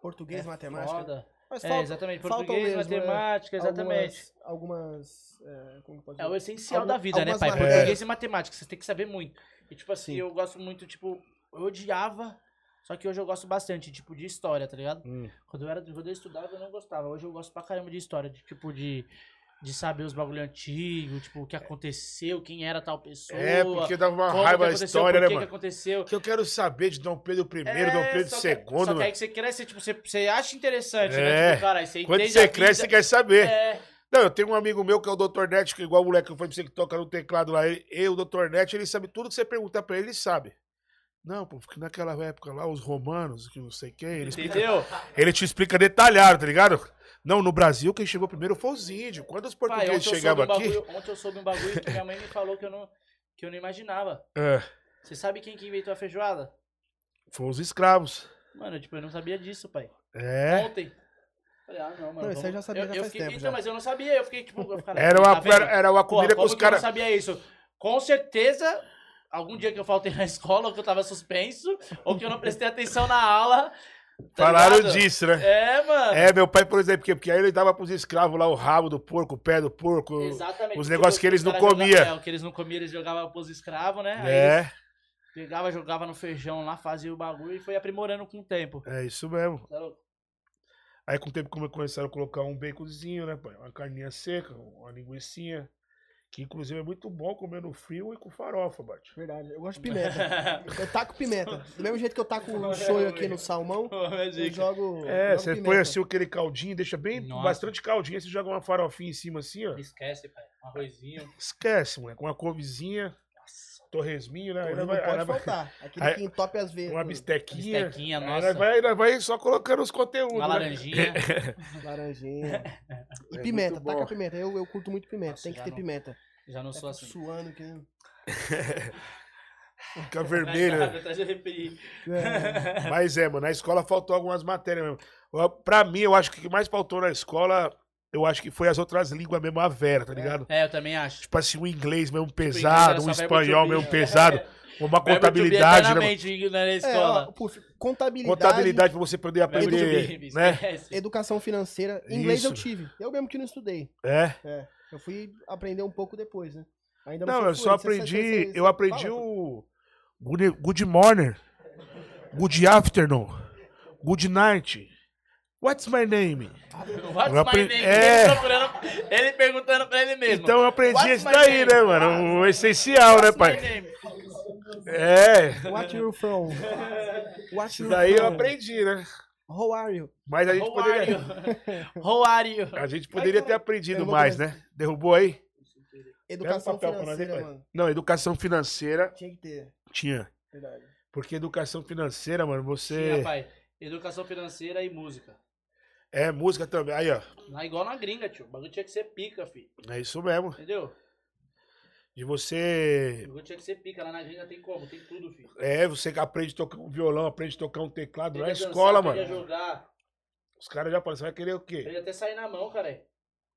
Português, é matemática. foda. Mas É, falta- exatamente. faltam Português, mesmo, é, matemática, exatamente. Algumas. algumas, é, como pode É o dizer? essencial Algum- da vida, né, algumas pai? matérias. Português e matemática, você tem que saber muito. E, tipo assim, Sim. eu gosto muito, tipo, eu odiava, só que hoje eu gosto bastante, tipo, de história, tá ligado? Hum. Quando eu, era, quando eu estudava, eu não gostava. Hoje eu gosto pra caramba de história, de, tipo, de, de saber os bagulho antigo, tipo, o que aconteceu, quem era tal pessoa. É, porque dava uma como que raiva a aconteceu, história, né, por que que mano? um aconteceu. É, Que eu quero saber de Dom Pedro I, Dom Pedro só que- II, Só que aí mano. que você cresce, tipo, você, você acha interessante, É. né? Tipo, caralho, você Quando entende você a cresce, você vida. quer saber. É, Não, eu tenho um amigo meu que é o Dr. Net, que é igual o moleque que eu falei pra você que toca no teclado lá. Ele, eu, o Dr. Net, ele sabe tudo que você perguntar pra ele, ele sabe. Não, pô, porque naquela época lá, os romanos, que não sei quem, ele, explica- entendeu? ele te explica detalhado, tá ligado? Não, no Brasil, quem chegou primeiro foi os índios. Quando os Pai, portugueses ontem eu chegavam soube um aqui... bagulho- ontem eu soube um bagulho que minha mãe me falou que eu não, que eu não imaginava. É, Você sabe quem que inventou a feijoada? foram os escravos. Mano, tipo, eu não sabia disso, pai. É. Ontem. Falei, ah, não, mano. Não, isso aí vamos- já sabia eu, já eu faz fiquei, tempo Então, já. mas eu não sabia, eu fiquei tipo. eu falei, Era tá uma, vendo? era, era uma Pô, comida como que os que eu não caras. sabia isso? Com certeza, algum dia que eu faltei na escola, ou que eu tava suspenso, ou que eu não prestei atenção na aula. tá Falaram ligado? disso, né? É, mano. É, meu pai, por exemplo, porque, porque aí ele dava pros escravos lá o rabo do porco, o pé do porco. Exatamente. os porque negócios que eles não os caras comia. jogavam- é, o que eles não comiam, eles jogavam pros escravos, né? Aí É, eles pegava, jogava no feijão lá, fazia o bagulho e foi aprimorando com o tempo. é isso mesmo. Tá louco? Aí com o tempo come- começaram a colocar um baconzinho, né, pai? Uma carninha seca, uma linguiçinha. Que inclusive é muito bom comer no frio e com farofa, bate. Verdade, eu gosto de pimenta. Eu taco pimenta. Do mesmo jeito que eu taco o shoyu aqui no salmão, Pô, é eu zica. jogo. É, jogo você pimenta. põe assim aquele caldinho, deixa bem Nossa. bastante caldinho, aí você joga uma farofinha em cima assim, ó. Esquece, pai. Um arrozinho. Esquece, moleque. Uma couvezinha, torresminho, né? Aí nós Torresmo vai, Então, aí não pode nós vai- faltar. Aquele Aí- um que entope às vezes. uma bistequinha. Bistequinha, Aí nossa. nós vai, nós vai só colocando os conteúdos. Uma né? laranjinha. Laranjinha. E É pimenta, muito taca bom. pimenta. Eu, eu curto muito pimenta, Nossa, tem que já ter não- pimenta. Já não Eu sou fico assim. suando que nem- Fica Traz vermelho. né? nada, traz o refri. É, Mas é, mano, na escola faltou algumas matérias mesmo. Ó, Pra mim, eu acho que o que mais faltou na escola, eu acho que foi as outras línguas mesmo, a Vera, tá ligado? É, eu também acho. Tipo assim, um inglês mesmo inglês pesado, era só um verbo to espanhol be, mesmo né? pesado, uma Verbo to be contabilidade, né? mano? eternamente na É, ó, escola. por fi- contabilidade, Contabilidade pra você poder Verbo to aprender, be, né? esquece. educação financeira. Inglês eu Isso. tive. Eu mesmo que não estudei. É. É, eu fui aprender um pouco depois, né? Ainda Não, sou eu só fluente. Você- você- você- aprendi, você eu aprendi fala? o good, good morning, good afternoon, good night. What's my name? What's Eu my né? apre- name? É. Ele, procurando- ele perguntando pra ele mesmo. Então eu aprendi What's esse my daí, name? né, mano? O essencial, né, What's my pai? name? É. What you from? What Isso you daí eu from? aprendi, né? How are you? Mas a gente How are poderia, you? How are you? a gente poderia ter Eu aprendido vou mais, né? Derrubou aí? Educação papel pra nós, hein, financeira, pai? mano. Não, educação financeira Tinha que ter. tinha. Verdade. Porque educação financeira, mano, Sim, você. rapaz. Educação financeira e música. É música também. Aí, ó. Lá igual na gringa, tio. O bagulho tinha que ser pica, filho. É isso mesmo. Entendeu? De O você. bagulho tinha que ser pica. Lá na gringa tem como? Tem tudo, filho. É, você que aprende a tocar um violão, aprende a tocar um teclado Aprende na a dançar, escola, aprende mano. a jogar. É Os caras já falam, você vai querer o quê? Aprende até sair na mão, cara.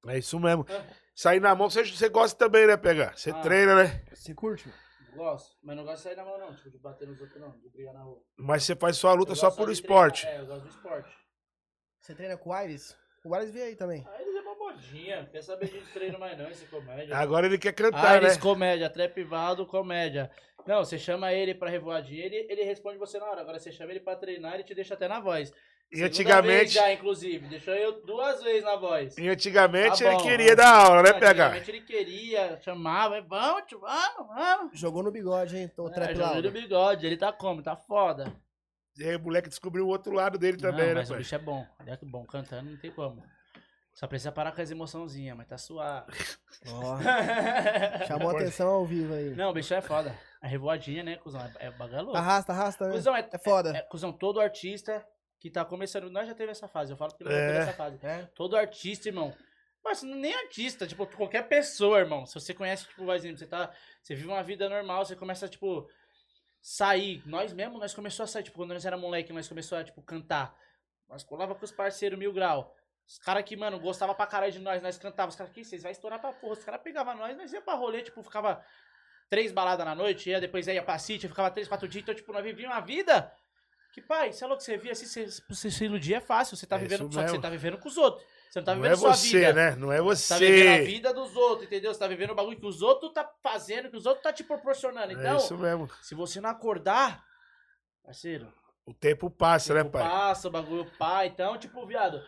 É isso mesmo. Sair na mão, você, você gosta também, né, pegar? Você Ah. treina, né? Você curte, mano? Gosto. Mas não gosto de sair na mão, não. Tipo, de bater nos outros, não. De brigar na rua. Mas você faz sua luta Eu só gosto por de esporte. treinar. É, eu gosto do esporte. Você treina com o Aires? O Aires veio aí também. Aí eles é uma modinha. Não quer saber de treino mais, não, esse comédia. Agora ele quer cantar, Ares, né? comédia, trepivado, comédia. Não, você chama ele pra revoar dinheiro, ele, ele responde você na hora. Agora você chama ele pra treinar, ele te deixa até na voz. E Segunda antigamente- Vez já, inclusive. Deixou eu duas vezes na voz. E antigamente Tá ele bom, queria né? dar aula, né, pegar? Antigamente ele queria, chamava, "É, vamos, tio, vamos, vamos. Jogou no bigode, hein? Tô É, trap já lá. viu o bigode, ele tá como? Tá foda. E aí o moleque descobriu o outro lado dele também, não, né, mas o pai? bicho é bom. Ele é bom cantando, não tem como. Só precisa parar com as emoçãozinhas, mas tá suave. Ó, chamou Pode. atenção ao vivo aí. não, o bicho é foda. É revoadinha, né, cuzão? É- É bagulho louco. Arrasta, arrasta, né? Cusão, é, É foda. é, cuzão, todo artista que tá começando. Nós já teve essa fase, eu falo que nós já É. teve essa fase. É. Todo artista, irmão. Mas nem artista, tipo, qualquer pessoa, irmão. Se você conhece, tipo, vai exemplo, você tá. Você vive uma vida normal, você começa, tipo, sair. Nós mesmo, nós começamos a sair, tipo, quando nós era moleque, nós começamos a, tipo, cantar. Nós colava com os parceiros mil grau. Os caras que, mano, gostava pra caralho de nós, nós cantava. Os caras que vocês vai estourar pra porra. Os caras pegavam nós, nós ia pra rolê, tipo, ficava três baladas na noite, ia depois ia pra City, ficava três, quatro dias. Então, tipo, nós vivíamos uma vida que, pai, sei lá o que você via, assim, você, você se iludir é fácil. Você tá É vivendo, isso só que mesmo. você tá vivendo com os outros. Você não tá Não vivendo é sua você, vida. né? Não é Você tá vivendo a você. vida dos outros, entendeu? Você tá vivendo o bagulho que os outros tá fazendo, que os outros tá te proporcionando. Então, é isso mesmo. se você não acordar, parceiro, O tempo passa, né, tempo pai? passa, o bagulho pá. Então, tipo, viado,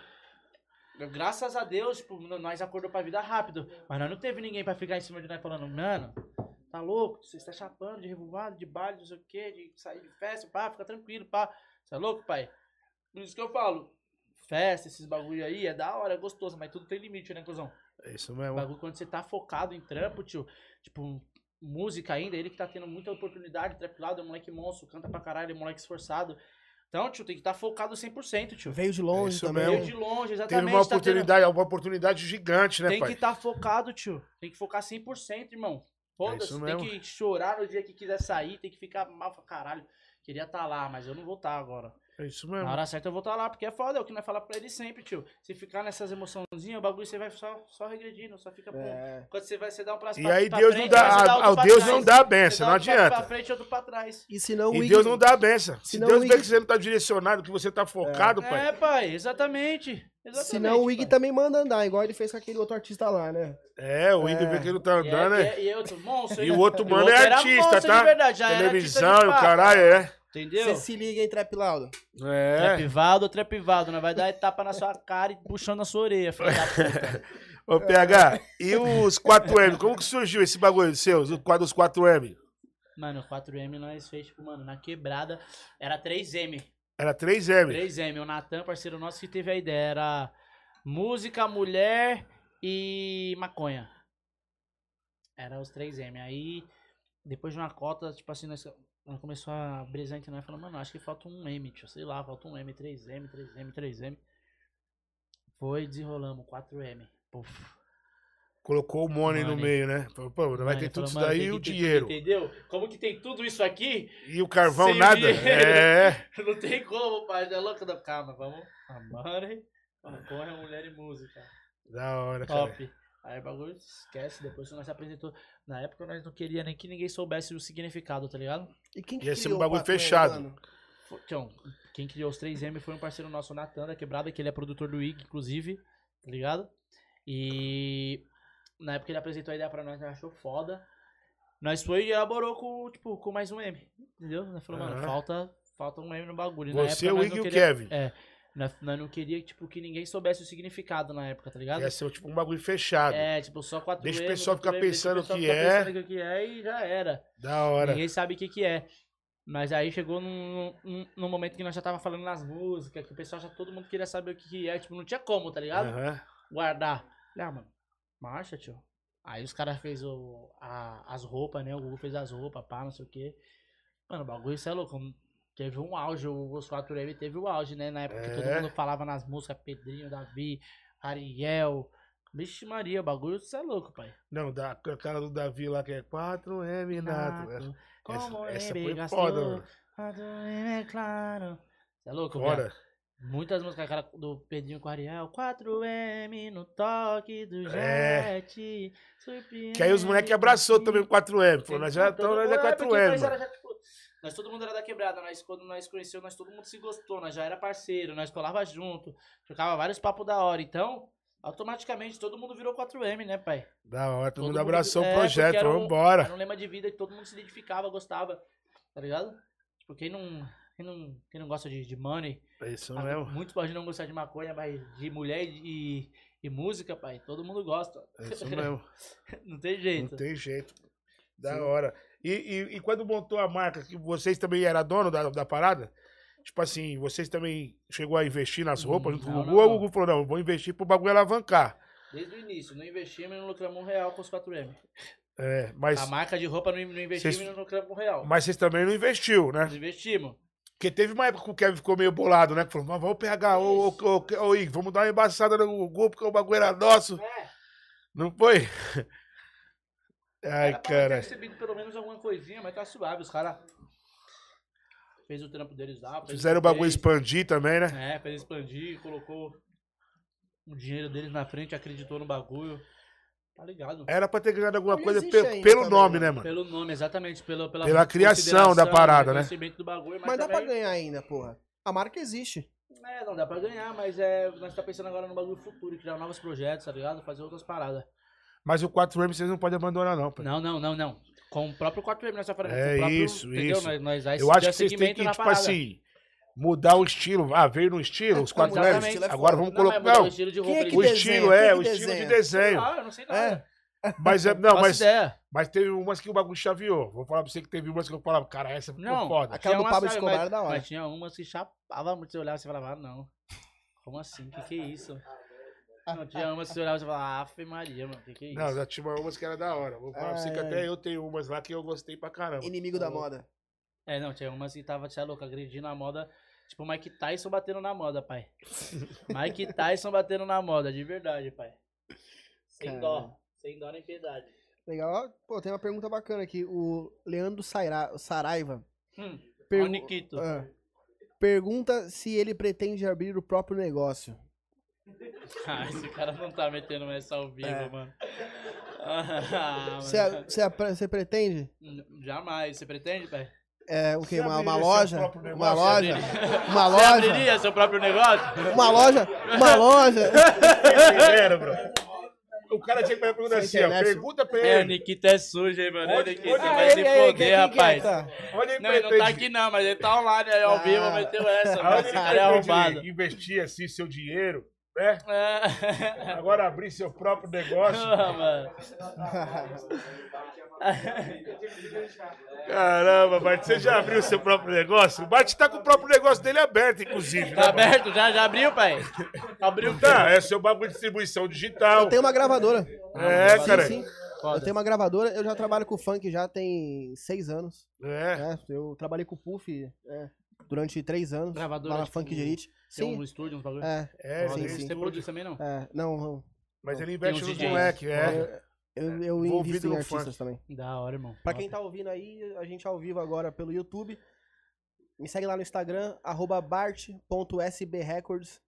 graças a Deus, tipo, n- nós acordou pra vida rápido. Mas nós não teve ninguém pra ficar em cima de nós falando, mano, tá louco? Você está chapando de revoado, de baile, não sei o quê, de sair de festa, pá, fica tranquilo, pá. Você é louco, pai? Por isso que eu falo, festa, esses bagulho aí, é da hora, é gostoso, mas tudo tem limite, né, cuzão? É isso O mesmo. bagulho quando você tá focado em trampo, tio. Tipo, música ainda, ele que tá tendo muita oportunidade, trap lado, é um moleque monstro, canta pra caralho, é um moleque esforçado. Então, tio, tem que estar tá focado 100%, tio. Veio de É longe Isso também. mesmo. Veio de longe, exatamente. Teve um- uma tá tendo- oportunidade, uma oportunidade gigante, né, tem que pai? estar focado, tio. Tem que focar 100%, irmão. Foda-se, É, isso tem mesmo. que chorar no dia que quiser sair, tem que ficar mal pra caralho. Queria estar tá lá, mas eu não vou estar agora. É isso Na mesmo. hora certa eu vou estar lá, porque é foda, é o que nós falamos pra ele sempre, tio. Se ficar nessas emoçãozinhas, o bagulho você vai só, só regredindo, só fica. pô. É. Quando você vai, você dá um prazo E aí Deus não dá, a, ao Deus não dá a benção, não um Pra adianta. frente, outro pra trás. E se não, o E Ig- Deus não dá a benção. Se Senão Deus vê o Ig- que você não tá direcionado, que você tá focado, pai. É, pai, exatamente. exatamente Senão o Ig pai. também manda andar, igual ele fez com aquele outro artista lá, né? É, o Igor vê que não tá E é- andando, e né? é- E, é outro monstro, E né? o outro O mano é outro era artista, monstro de tá? verdade, já era Televisão é artista e de o papo. né? caralho, é. Entendeu? Você se liga em Trap Laudo. É. Trapivado, ou trapivado, né? Vai dar etapa na sua cara e puxando na sua orelha, filho da puta. Ô, PH, e os 4M? Como que surgiu esse bagulho seu, o quadro dos 4M? Mano, 4M nós fez, tipo, mano, na quebrada. Era 3M. Era 3M. 3M, o Natan, parceiro nosso, que teve a ideia. Era música, mulher e maconha. Era os 3M. Aí, depois de uma cota, tipo assim, nós, nós começou a brisar entre nós falando, mano, acho que falta um M, tio. Sei lá, falta um M, 3M, 3M, 3M. Foi, desenrolamos, 4M. Puf. Colocou o money no Money. meio, né? Falou, Pô, vai Mano, ter ele tudo isso falou, mano, daí tem e o que ter- dinheiro. Entendeu? Como que tem tudo isso aqui? E o carvão, Sem nada? dinheiro. É. Não tem como, pai. É louco da calma. Vamos. Amare, maconha, mulher e música. Da hora, cara. Top. Aí o bagulho esquece, depois que nós se apresentou. Na época nós não queria nem que ninguém soubesse o significado, tá ligado? E quem que Ia ser um criou o bagulho Paconha, fechado. mano? Foi- Então, quem criou os 3M foi um parceiro nosso, o Natan da Quebrada, que ele é produtor do IG, inclusive, tá ligado? E na época ele apresentou a ideia pra nós, nós achou foda. Nós foi e elaborou com, tipo, com mais um M, entendeu? Nós falou, mano, Aham. falta, falta um M no bagulho. Na Você, época, o nós Iggy não e o queria- Kevin. É, nós, nós não queria, tipo, que ninguém soubesse o significado na época, tá ligado? Ia ser tipo um bagulho fechado. É, tipo, só quatro Deixa o M, pessoal quatro ficar M, deixa pensando o pessoal que ficar é. pensando o que é e já era. Da hora. Ninguém sabe o que que é. Mas aí chegou num, num, num momento que nós já tava falando nas músicas, que o pessoal já todo mundo queria saber o que que é. Tipo, não tinha como, tá ligado? Aham. Guardar. Falei, ah, mano, marcha, tio. Aí os caras fez o, a- as roupas, né? O Google fez as roupas, pá, não sei o quê. Mano, o bagulho, isso é louco. Teve um auge, o os 4M teve o auge, né? Na época que todo É. mundo falava nas músicas, Pedrinho, Davi, Ariel. Vixe Maria, o bagulho, isso é louco, pai. Não, da, a cara do Davi lá que é 4M nato. Nato. Essa- Como essa ele foi gastou, foda, mano. quando ele é claro. Você é louco, velho? Fora. Muitas músicas, cara, do Pedrinho com Ariel. 4M no toque do É. jet. surpreende Que aí os moleques abraçou sim. também o 4M. Falou, é? Sim, nós já todo estamos, nós mundo- é porque nós 4M. era mano. já, tipo, Nós todo mundo era da quebrada, nós quando nós conheceu, nós todo mundo se gostou, nós já era parceiro, nós colava junto, trocava vários papos da hora, então automaticamente todo mundo virou 4M, né, pai? Da hora, todo Todo mundo mundo- abraçou é, o porque projeto. era um- Vamos embora. Era um lema de vida que todo mundo se identificava, gostava, tá ligado? Tipo, quem não, quem não, quem não gosta de, de money, É isso sabe? mesmo. muitos podem não gostar de maconha, mas de mulher e, e música, pai, todo mundo gosta. É isso mesmo. não tem Não jeito. tem jeito. Da Sim. hora. E, e, e quando montou a marca, que vocês também eram dono da, da parada? Tipo assim, vocês também chegou a investir nas roupas junto com Não, o Gugu? não. Ou o Gugu falou, não, vou investir pro bagulho alavancar. Desde o início, não investimos e não lucramos um real com os 4M. É, mas, A marca de roupa não não investimos Vocês- e não lucramos um real. mas vocês também não investiu, né? Nós investimos. Porque teve uma época que o Kevin ficou meio bolado, né? Que falou, mas vamos pegar, ô, ô, ô, ô, Igor, vamos dar uma embaçada no Gugu, porque o bagulho era nosso. É, Não foi? Ai, era pra ter cara. recebido pelo menos alguma coisinha, mas tá suave, os caras fez o trampo deles é, lá. fez Fizeram o que bagulho fez. expandir também, né? É, pra ele expandir, colocou o dinheiro deles na frente, acreditou no bagulho. Tá ligado? Era pra ter ganhado alguma Ele coisa existe pe- ainda pelo também, nome, né? né, mano? Pelo nome, exatamente. Pela, pela, Pela criação da parada, né? reconhecimento Do bagulho, mas Mas dá pra também- ganhar ainda, porra. A marca existe. É, não dá pra ganhar, mas é, nós tá pensando agora no bagulho futuro, criar novos projetos, tá ligado? Fazer outras paradas. Mas o 4M vocês não podem abandonar, não, pai. Não, não, não, não. Com o próprio 4M nós já falamos. É com o próprio, isso, entendeu? isso. Nós, nós dá esse- Eu acho dá que vocês têm segmento que, na tipo parada. assim, mudar o estilo. Ah, veio no estilo, os Não, quatro mudar o leves. estilo é Agora foda. vamos Não, colocar. é mudar Não, o estilo de Quem é roupa. que o desenha? estilo Quem é, que o estilo de desenha? desenho. Ah, eu não sei nada. É. Mas, é- não, Faço mas, ideia. mas teve umas que o bagulho chaveou. Vou falar pra você que teve umas que eu falava, cara, essa ficou Não, foda. Aquela Tinha do uma Pablo sabe, Escobar é da hora. Mas tinha umas que chapava muito, você olhava e você falava, ah, não. Como assim? Que que é isso? Ah, Não, tinha umas que você olhava e você falava, afe Maria, mano, que que é isso? Não, já tinha umas que era da hora. Vou falar pra você que Ai, até ai. eu tenho umas lá que eu gostei pra caramba. Inimigo da moda. É, não, tinha umas que tava, tinha louco, agredindo a moda. Tipo, Mike Tyson batendo na moda, pai. Mike Tyson batendo na moda, de verdade, pai. Sem Caralho. dó. Sem dó nem piedade. Legal. Ó, Pô, tem uma pergunta bacana aqui. O Leandro Saira- Saraiva. Hum, pergu- Ô, Nikito. Ah. Pergunta se ele pretende abrir o próprio negócio. Ah, esse cara não tá metendo essa ao vivo, mano. Ah, Você é, mano. você apre- você pretende? N- Jamais. Você pretende, pai? É, o quê? Você Uma, uma abriria seu loja? próprio Uma negócio? loja? Uma Você loja? abriria seu próprio negócio? Uma loja? Uma loja? é Severo, bro. O cara tinha que fazer a pergunta assim, ó. internet. Pergunta pra É, o ele. Nikita é sujo, hein, mano. Onde- Ele Nikita tá? onde- vai se é foder, rapaz. Onde ele Não, ele não tá aqui pretende, não, mas ele tá online aí ao Ah. vivo, meteu essa, mano. aonde Esse ele cara é pretende arrombado. investir assim seu dinheiro, né? Ah, Agora abrir seu próprio negócio. mano. Caramba, Bart, você já abriu seu próprio negócio? O Bart tá com o próprio negócio dele aberto, inclusive. Tá né, Bart? aberto? Já, já abriu, pai? Abriu Tá, é seu bagulho de distribuição digital. Eu tenho uma gravadora. É, Sim, cara. sim. Eu Foda. tenho uma gravadora, eu já trabalho com funk já tem seis anos. É. né? Eu trabalhei com o Puff é, durante três anos. Gravadora, lá na tipo, Funk de Elite. Tem Sim. um estúdio, uns bagulho? É, É, Sim, ele- Tem sim. estúdio também, não? é, não, não. mas ele investe Tem nos uns DJs. moleque, é. Eu, eu Envolvido invisto em no artistas funk. também. Da hora, irmão. Pra quem tá ouvindo aí, a gente é ao vivo agora pelo YouTube. Me segue lá no Instagram, arroba bart.sbrecords.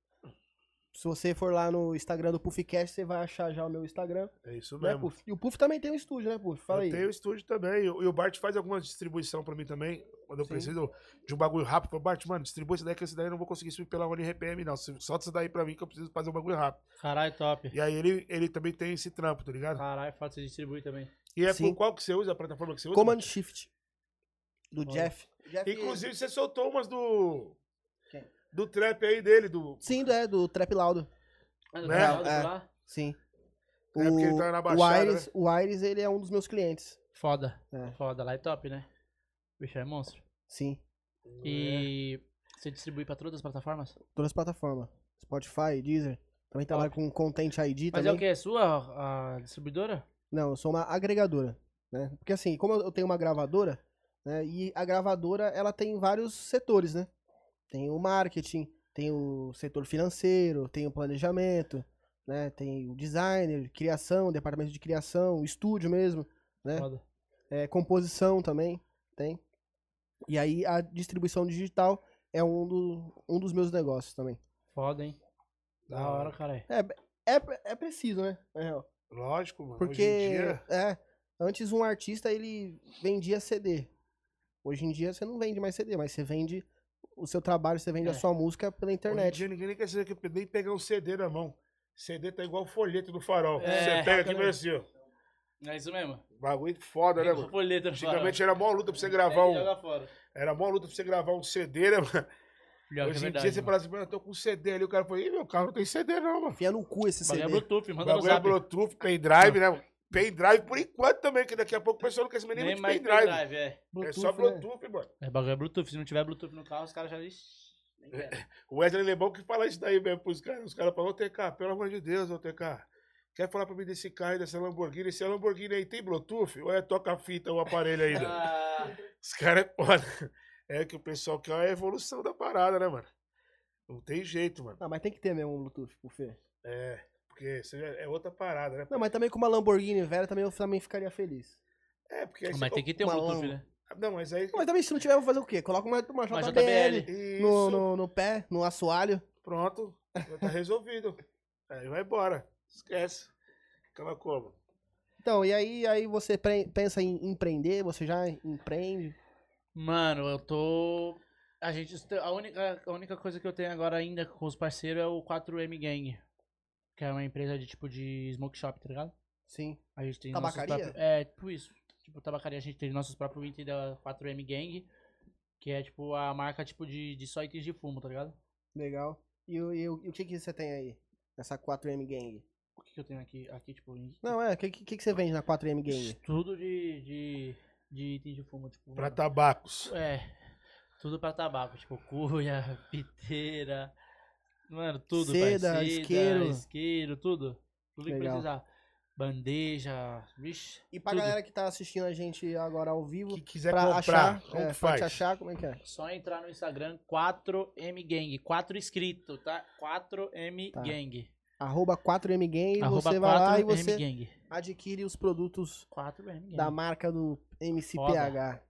Se você for lá no Instagram do Puffcast, você vai achar já o meu Instagram. É isso Né, mesmo. Puff? E o Puff também tem um estúdio, né, Puff? Fala aí. Eu tenho o estúdio também. E o e o Bart faz alguma distribuição pra mim também. Quando eu Sim. preciso de um bagulho rápido. Eu falo, Bart, mano, distribui isso daí, que esse daí eu não vou conseguir subir pela ONRPM, não. Solta isso daí pra mim que eu preciso fazer um bagulho rápido. Caralho, top. E aí ele, ele também tem esse trampo, tá ligado? Caralho, foda se distribuir também. E é Sim. por qual que você usa, a plataforma que você usa? Command Shift. Do Olha. Jeff. Jeff- Inclusive, você soltou umas do. Quem? Do trap aí dele, do. Sim, é, do Trap Laudo. Ah, Né? tá lá, É. tá lá? Sim. É, porque ele tá na Baixada, o Aires, o Aires, ele é um dos meus clientes. Foda. É. Foda, lá é top, né? O bicho é monstro. Sim. É. E você distribui pra todas as plataformas? Todas as plataformas. Spotify, Deezer. Também trabalho com Content ID Mas também. é o que? É sua a distribuidora? Não, eu sou uma agregadora. Né? Porque assim, como eu tenho uma gravadora, né? E a gravadora, ela tem vários setores, né? Tem o marketing, tem o setor financeiro, tem o planejamento, né? Tem o designer, criação, departamento de criação, estúdio mesmo. É. Foda. É, composição também tem. E aí a distribuição digital é um, do- um dos meus negócios também. Foda, hein? Da Da hora, caralho. É, é preciso, né? na real? Lógico, mano. Porque Hoje em dia. é, antes um artista ele vendia CD. Hoje em dia você não vende mais CD, mas você vende o seu trabalho, você vende É. a sua música pela Hoje em internet. dia ninguém nem quer saber que nem pegar um CD na mão. CD tá igual folheto do farol. É, você pega aqui e também. faz assim, ó. É isso mesmo. Bagulho foda, É, né, mano? Folheta no Antigamente era mó luta pra você gravar farol. um. Joga fora. Era mó luta pra você gravar um CD, né, mano? É, Pior que é Hoje em verdade, dia você mano. fala assim, mano, eu tô com um CD ali. O cara falou, ih, meu carro não tem CD, não, mano. Enfia no cu esse Bagulho CD. é Bluetooth, manda no Bagulho é zap. Ah. Bluetooth, pendrive, né? mano? Pendrive por enquanto também, que daqui a pouco o pessoal não quer saber nem, Nem de mais pendrive. pendrive, é. É só né? Bluetooth, mano. É bagulho é Bluetooth. Se não tiver Bluetooth no carro, os caras já. Ixi, É, nem quero. O Wesley Lebão que fala isso daí mesmo pros caras. Os caras falam, ô TK, pelo amor de Deus, ô TK. Quer falar pra mim desse carro aí, dessa Lamborghini? Esse Lamborghini aí tem Bluetooth? Ou é toca-fita o aparelho ainda? Ah, Os caras é foda. É que o pessoal quer a evolução da parada, né, mano? Não tem jeito, mano. Não, mas tem que ter mesmo um Bluetooth, por fê. É, porque isso é é outra parada, né? Não, mas também com uma Lamborghini velha também eu também ficaria feliz. É, porque aí mas você- Ah, tem que ter um Uma- Bluetooth, né? Não, mas aí. Não, Mas também se não tiver, eu vou fazer o quê? Coloca uma, uma Uma JBL. Isso, no, no, no pé, no assoalho. pronto. Já tá resolvido. Aí vai embora. Esquece. Acaba como? Então, e aí, aí você pre- pensa em empreender, você já empreende. Mano, eu tô. A gente. A única, a única coisa que eu tenho agora ainda com os parceiros é o 4M Gang. Que é uma empresa de tipo de smoke shop, tá ligado? Sim. A gente tem Tabacaria? nossos próprios- É, tipo isso. Tipo, tabacaria, a gente tem nossos próprios itens da 4M Gang. Que é tipo a marca tipo de, de só itens de fumo, tá ligado? Legal. E, o- e o- e o que, que você tem aí? Nessa 4M Gang? O que, que eu tenho aqui? Aqui, tipo, em- Não, é, o que, que, que você vende na 4M Gang? tudo de, de, de itens de fumo, tipo. Hum. Pra tabacos. É. Tudo pra tabaco, tipo cuia, piteira. Mano, tudo. Seda, pai, isqueiro. isqueiro, tudo. Tudo que Legal. precisar. Bandeja, vixe. E pra tudo. galera que tá assistindo a gente agora ao vivo, Que quiser pra comprar, achar, como é, que pra faz? te achar, como é que é? Só entrar no Instagram 4M Gang. 4 escrito, tá? 4M Tá. Gang. Arroba 4M Gang, Arroba você vai lá e 4M você Gang. adquire os produtos 4M Gang. da marca do MCPH.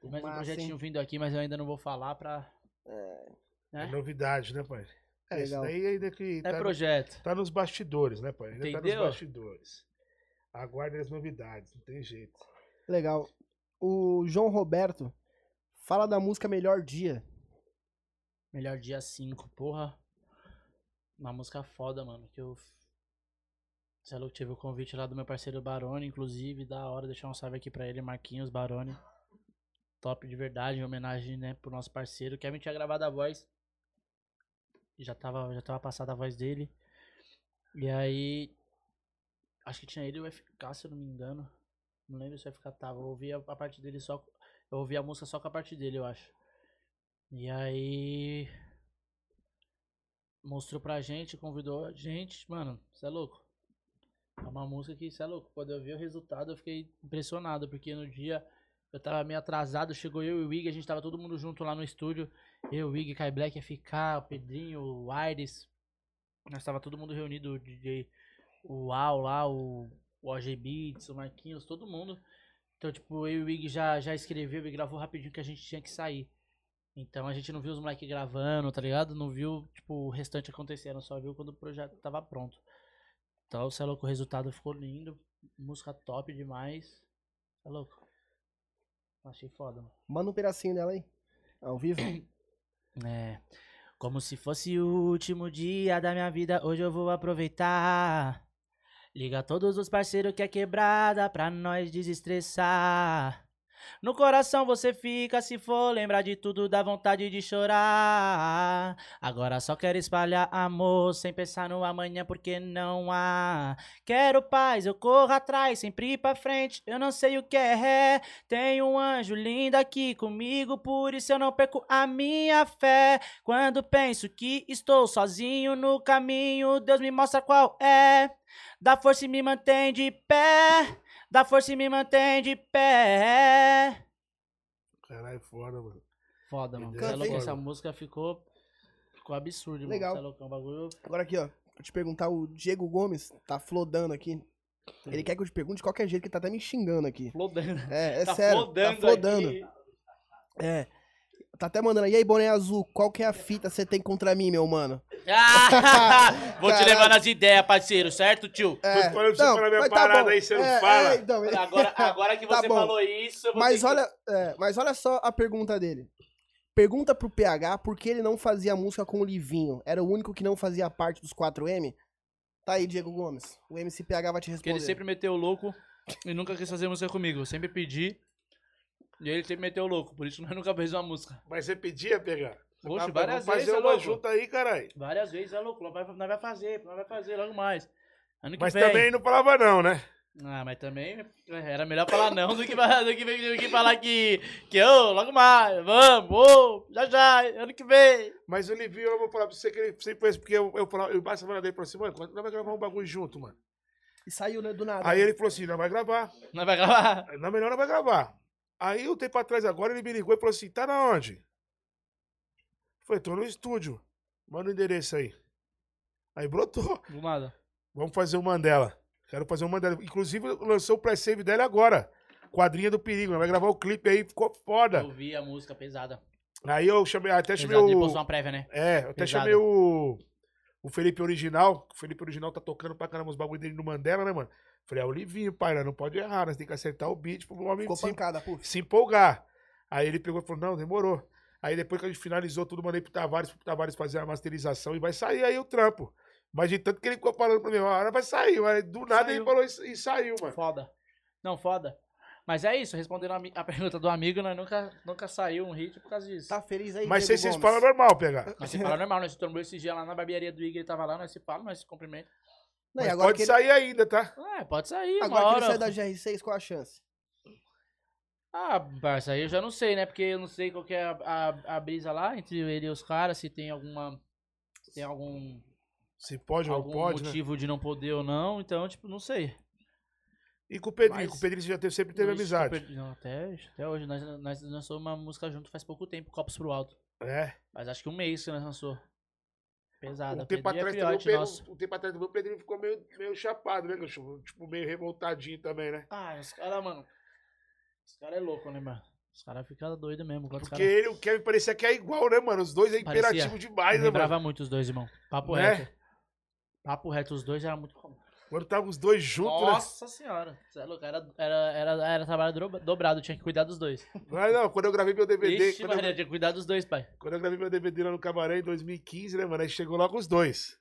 Tem mais um Massa, projetinho hein? vindo aqui, mas eu ainda não vou falar pra É É. novidade, né, pai? É, isso Legal. daí ainda que É tá, projeto. tá nos bastidores, né, pai? Ainda tá Entendeu? nos bastidores. Aguardem as novidades, não tem jeito. Legal. O João Roberto fala da música Melhor Dia. Melhor dia 5, porra. Uma música foda, mano. Que eu. Sei lá, eu tive o convite lá do meu parceiro Barone, inclusive, da hora, deixar um salve aqui pra ele, Marquinhos Barone. Top de verdade, em homenagem, né, pro nosso parceiro. Kevin tinha gravado a voz. Já tava, já tava passada a voz dele. E aí. Acho que tinha ele e o FK, se eu não me engano. Não lembro se o FK tava. Eu ouvi a, a parte dele só. Eu ouvi a música só com a parte dele, eu acho. E aí. Mostrou pra gente, convidou a gente. Mano, cê é louco. É uma música que, cê é louco. Quando eu vi o resultado, eu fiquei impressionado, porque no dia eu tava meio atrasado. Chegou eu e o Ig, a gente tava todo mundo junto lá no estúdio. Eu, o Ig, Kai Black, FK, o Pedrinho, o Aires. Nós tava todo mundo reunido, o DJ, o Al lá, o, o OG Beats, o Marquinhos, todo mundo. Então, tipo, eu e o Ig já, já escreveu e gravou rapidinho que a gente tinha que sair. Então a gente não viu os moleques gravando, tá ligado? Não viu, tipo, o restante acontecendo, só viu quando o projeto tava pronto. Então, você é louco, o resultado ficou lindo. Música top demais. Cê é louco. Achei foda, mano. Manda um pedacinho dela aí. Ao vivo. É. Como se fosse o último dia da minha vida, hoje eu vou aproveitar. Liga todos os parceiros que é quebrada pra nós desestressar. No coração você fica, se for lembrar de tudo, dá vontade de chorar. Agora só quero espalhar amor, sem pensar no amanhã, porque não há. Quero paz, eu corro atrás, sempre pra frente, eu não sei o que é. Tem um anjo lindo aqui comigo, por isso eu não perco a minha fé. Quando penso que estou sozinho no caminho, Deus me mostra qual é. Dá força e me mantém de pé. Dá força e me mantém de pé. Caralho, foda, mano. Foda, mano. Canta, Cê é louco, hein? essa música ficou. Ficou absurdo, mano. Legal. Cê é louco, é um bagulho. Agora aqui, ó. Vou te perguntar, o Diego Gomes tá flodando aqui. Hum. Ele quer que eu te pergunte de qualquer jeito, que ele tá até me xingando aqui. Flodando. É, é sério. tá flodando. É. Tá até mandando. E aí, boné azul, qual que é a fita que você tem contra mim, meu mano? Ah, vou te Caralho. levar nas ideias, parceiro, certo, tio? É, falando pra você falar minha mas parada bom. aí, você não fala. então, Agora, agora que Tá você bom. falou isso, eu vou ter mas, que- olha, é, mas olha só a pergunta dele. Pergunta pro PH por que ele não fazia música com o Livinho. Era o único que não fazia parte dos 4M? Tá aí, Diego Gomes. O MCPH vai te Porque responder. ele sempre meteu o louco e nunca quis fazer música comigo. Eu sempre pedi e ele sempre meteu o louco. Por isso nós nunca fez uma música. Mas você pedia pegar. Você Oxe, tava- várias vamos vezes, fazer é uma louco. junta aí, caralho. Várias vezes, é louco. Nós vai, nós vai fazer, nós vai fazer logo mais. Ano que Mas vem. também não falava não, né? Ah, mas também é, era melhor falar não do que, fa- do que, do que falar que, que ô, logo mais, vamos, ô, já já, ano que vem. Mas o Livinho, eu vou falar pra você que ele sempre fez, porque eu, eu, falava, eu basta falar dele pra você, mano, quando nós vamos gravar um bagulho junto, mano. E saiu, né, do Ah, nada. Aí ele falou assim, nós vai gravar. Nós vai gravar. Na melhor não vai gravar. Aí um tempo atrás agora ele me ligou e falou assim: tá na onde? Falei, tô no estúdio. Manda o endereço aí. Aí brotou. Do nada. Vamos fazer o Mandela. Quero fazer o Mandela. Inclusive, lançou o pré-save dela agora. Quadrinha do Perigo. Vai gravar o clipe aí, ficou Eu foda. vi a música pesada. Aí eu chamei, até chamei Pesada, ele o. postou uma prévia, né? É, eu até Pesado. chamei o, o Felipe Original. O Felipe Original tá tocando pra caramba os bagulho dele no Mandela, né, mano? Falei, é o Livinho, pai, nós não pode errar, nós tem que acertar o beat pro homem Ficou se, pancada, puf. se empolgar. Aí ele pegou e falou, não, demorou. Aí depois que a gente finalizou tudo, mandei pro Tavares, pro Tavares fazer a masterização e vai sair aí o trampo. Mas de tanto que ele ficou falando pra mim, uma hora vai sair, mas do nada ele Saiu. falou isso- e saiu, mano. Foda. Não, foda. Mas é isso, respondendo a, mi- a pergunta do amigo, nós nunca, nunca saiu um hit por causa disso. Tá feliz aí, Mas vocês Diego vocês Gomes? falam normal, pegar. Nós se fala normal, nós se trombou esse dia lá na barbearia do Igor, ele tava lá, nós se fala, né? nós se cumprimenta. Não, e Mas agora pode que ele- sair ainda, tá? É, pode sair, uma Agora que ele hora. sai da GR6, qual a chance? Ah, parça, aí eu já não sei, né? Porque eu não sei qual que é a, a, a brisa lá entre ele e os caras, se tem alguma. Se tem algum, Se pode ou não algum pode, né? motivo de não poder ou não, então, tipo, não sei. E com o Pedrinho, Mas- com o Pedrinho você já teve, sempre teve Isso, amizade. super- Não, até, até hoje, nós, nós lançamos uma música junto faz pouco tempo, Copos pro Alto. É. Mas acho que um mês que nós lançou. Pesada. Um tempo, Pedrinho é atrás também, o fiote Pedro- nosso. um tempo atrás também o Pedrinho ficou meio, meio chapado, né, cachorro? Tipo, meio revoltadinho também, né? Ah, os caras, mano. Os caras é louco, né, mano? Os caras ficam doidos mesmo. quando os Porque caras- ele e o Kevin parecia que é igual, né, mano? Os dois é imperativo Parecia. demais, né, mano? Lembrava muito os dois, irmão. Papo Né? reto. Papo reto, os dois eram muito comum. Quando estavam os dois juntos, né? Nossa senhora. Você é louco, era, era, era, era trabalho dro- dobrado, tinha que cuidar dos dois. né? Mas não, quando eu gravei meu DVD. Ixi, quando, eu, Maria, tinha que cuidar dos dois, pai. quando eu gravei meu DVD lá no Cabaré em 2015, né, mano? Aí chegou logo os dois.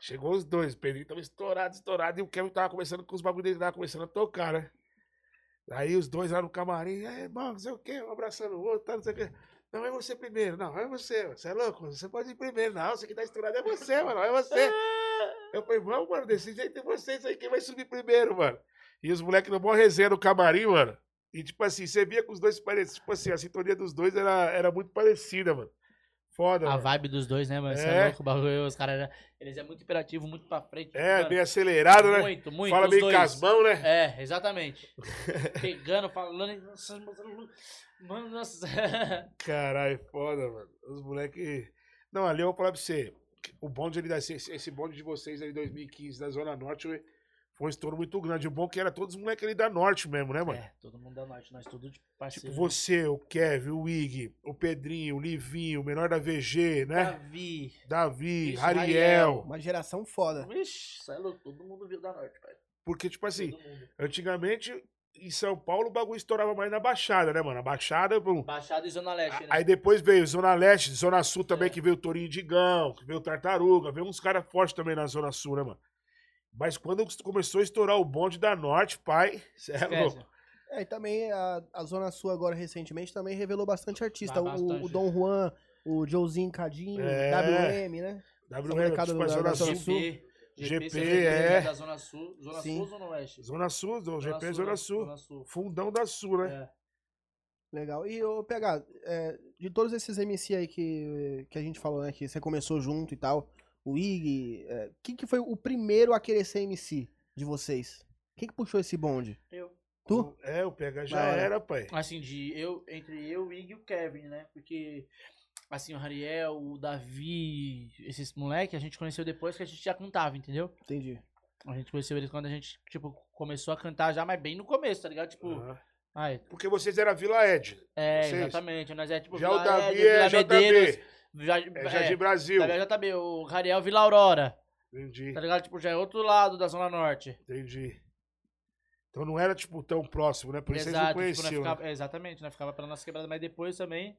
Chegou os dois, o Pedrinho tava estourado, estourado, e o Kevin tava começando com os bagulho dele, tava começando a tocar, né? Aí os dois lá no camarim, é, bom, não sei o quê, um abraçando o outro, tá, não sei o quê. Não, é você primeiro, não, é você, você é louco, você pode ir primeiro, não, você que tá estourado é você, mano, é você. Eu falei, vamos, mano, desse jeito é vocês aí, quem vai subir primeiro, mano? E os moleques no maior resenha no camarim, mano. E tipo assim, você via que os dois pareciam, tipo assim, a sintonia dos dois era, era muito parecida, mano. Foda, A mano. vibe dos dois, né, mano? Você É. é louco, o bagulho. Os caras, era- eles é muito imperativo, muito pra frente. É, mano. bem acelerado, né? Muito, muito. Fala os meio dois. casmão, né? É, exatamente. Pegando, falando. e- Nossa, mano, mano, nossa. Caralho, foda, mano. Os moleques. Não, ali eu vou falar pra você. O bonde ali, da- esse, esse bonde de vocês ali em 2015, da Zona Norte, foi um estouro muito grande. O bom que era todos os moleques ali da Norte mesmo, né, mano? É, todo mundo da norte, nós tudo de tipo, parceiro. você, o Kevin, o Ig, o Pedrinho, o Livinho, o menor da VG, né? Davi. Davi, Ah, Isso, Ariel. Uma geração foda. Vixe, sai é louco, todo mundo viu da norte, pai. Porque, tipo assim, Todo mundo. antigamente em São Paulo o bagulho estourava mais na Baixada, né, mano? A Baixada, pum, Baixada e Zona A- Leste, né? Aí depois veio Zona Leste, Zona Sul também, É. que veio o Torinho Digão, que veio o Tartaruga, veio uns caras fortes também na Zona Sul, né, mano? Mas quando começou a estourar o bonde da Norte, pai, cê é Esquece. né? louco. É, e também a, a Zona Sul agora recentemente também revelou bastante artista. Tá, O- bastante. O, Dom Juan, o Joãozinho Cadinho, É. WM, né? WM, molecada tipo, a da- Zona da Sul. Zona Sul. GP, GP, você vê que é. né, Da Zona Sul, Zona Sim. Sul ou Zona Oeste? Zona Sul, Zona GP, é Zona né? Sul. Zona Sul. Fundão da Sul, né? É. Legal. E, ô, PH, é, de todos esses MC aí que, que a gente falou, né, que você começou junto e tal, o Ig, é, quem que foi o primeiro a querer ser MC de vocês? Quem que puxou esse bonde? Eu. Tu? É, o PH já Da hora. era, pai. Assim, de eu, entre eu, o Ig e o Kevin, né? Porque, assim, o Ariel, o Davi, esses moleque, a gente conheceu depois que a gente já cantava, entendeu? Entendi. A gente conheceu eles quando a gente, tipo, começou a cantar já, mas bem no começo, tá ligado? Tipo, Aham. ai, Porque vocês eram Vila Ed. é, Vocês? exatamente. Nós é, tipo, já o Vila Davi Ed, é Vila Medeiros, JB. Vila- É Jardim é, Brasil. Davi é JB, o Ariel Vila Aurora, Entendi, tá ligado? Tipo, já é outro lado da Zona Norte. entendi. Então não era, tipo, tão próximo, né? Por isso vocês não Exato, tipo, nós conheciam. né? ficava- exatamente, nós ficava pela nossa quebrada, mas depois também,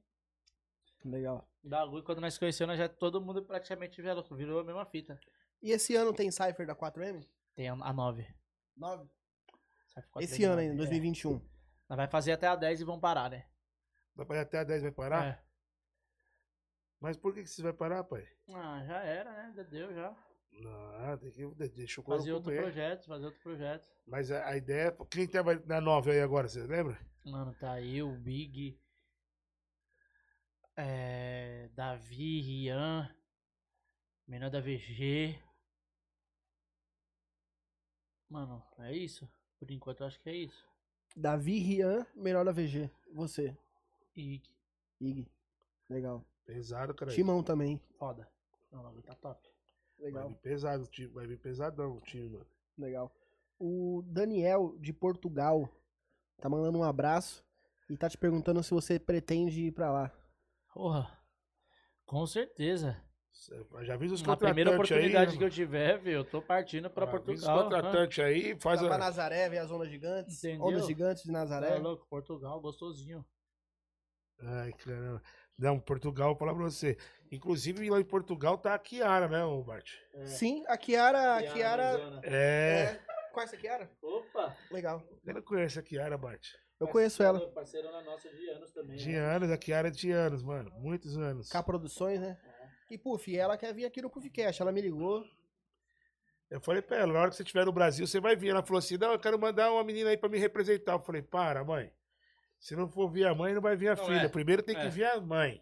Legal. da Rui, quando nós conhecemos, nós já todo mundo praticamente virou, virou a mesma fita. E esse ano tem Cypher da 4M? Tem a, a 9. Nove. Sai com a Esse 3, ano nove, ainda, é. 2021. Nós vai fazer até a 10 e vão parar, né? Vai parar até a 10, vai parar? É. Mas por que que vocês vão parar, pai? Ah, já era, né? Já deu, já. Não, tem que de- deixa o couro Fazer outro comer. projeto, fazer outro projeto. Mas a, a ideia. é- Quem tava na 9 aí agora, vocês lembram? Mano, tá eu, Big, é, Davi, Rian, menor da VG. Mano, é isso. Por enquanto, eu acho que é isso. Davi Rian, melhor da VG. Você, E que Ig. Legal. Pesado, cara. Timão também. foda. Não, o bagulho tá top. Vai Legal, vir pesado, o time, vai vir pesadão o time, mano. legal. O Daniel, de Portugal, tá mandando um abraço e tá te perguntando se você pretende ir pra lá. Porra. Com certeza. Cê- Já avisa os Na contratantes primeira aí. oportunidade que né, eu tiver, viu, eu tô partindo pra mano? Avisa os Portugal. contratantes aí, faz Tá pra a. Nazaré, ver as ondas gigantes. Entendeu? Ondas gigantes de Ah, Nazaré. é louco, Portugal, gostosinho. Ai, caramba. Não, Portugal, vou falar pra você. Inclusive, lá em Portugal tá a Kiara, né, ô Bart? Sim, a Kiara. A Kiara. É. é, Conhece a Kiara? Opa! Legal. Ela conhece a Kiara, Bart. Eu conheço ela. Parceirona nossa de anos também. né? De anos, a Kiara é de anos, mano. Muitos anos. K Produções, né? E puf, ela quer vir aqui no Pufcast. Ela me ligou. Eu falei pra ela, na hora que você estiver no Brasil, você vai vir. Ela falou assim, não, eu quero mandar uma menina aí pra me representar. Eu falei, para, mãe. Se não for vir a mãe, não vai vir a Não, filha. é. Primeiro tem que É. vir a mãe.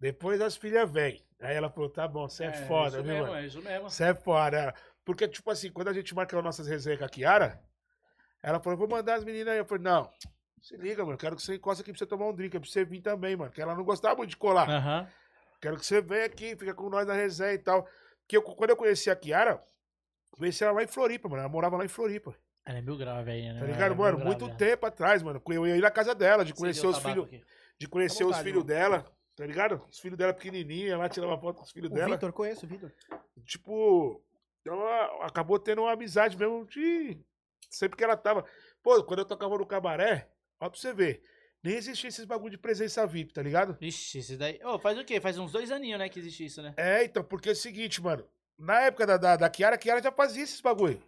Depois as filhas vêm. Aí ela falou, tá bom, você é, foda, isso viu, mesmo, mano? É isso mesmo. Você é foda. Ela- Porque, tipo assim, quando a gente marca as nossas resenhas com a Kiara, ela falou, vou mandar as meninas aí. Eu falei, não, se liga, mano. Quero que você encosta aqui pra você tomar um drink. É pra você vir também, mano. Porque ela não gostava muito de colar. Aham. Quero que você venha aqui, fica com nós na resenha e tal. Porque eu- quando eu conheci a Kiara, eu conheci ela lá em Floripa, mano. Ela morava lá em Floripa. Ela é mil grau, a velhinha, né? Ah, Tá Ela ligado, é mano? mil grau, Muito né? tempo atrás, mano. Eu ia ir na casa dela, de Acendeu conhecer o os filhos. tabaco aqui. De conhecer Fica à os vontade, né? filhos mano. dela, tá ligado? Os filhos dela pequenininha, lá tirava foto com os filhos O dela. Vitor, conheço o Vitor. Tipo, ela acabou tendo uma amizade mesmo de. Sempre que ela tava. Pô, quando eu tocava no cabaré, ó pra você ver. Nem existia esses bagulho de presença VIP, tá ligado? Ixi, esse daí. Ô, faz o quê? Faz uns dois aninhos, né, que existe isso, né? É, então, porque é o seguinte, mano. Na época da, da, da Kiara, a Kiara já fazia esses bagulho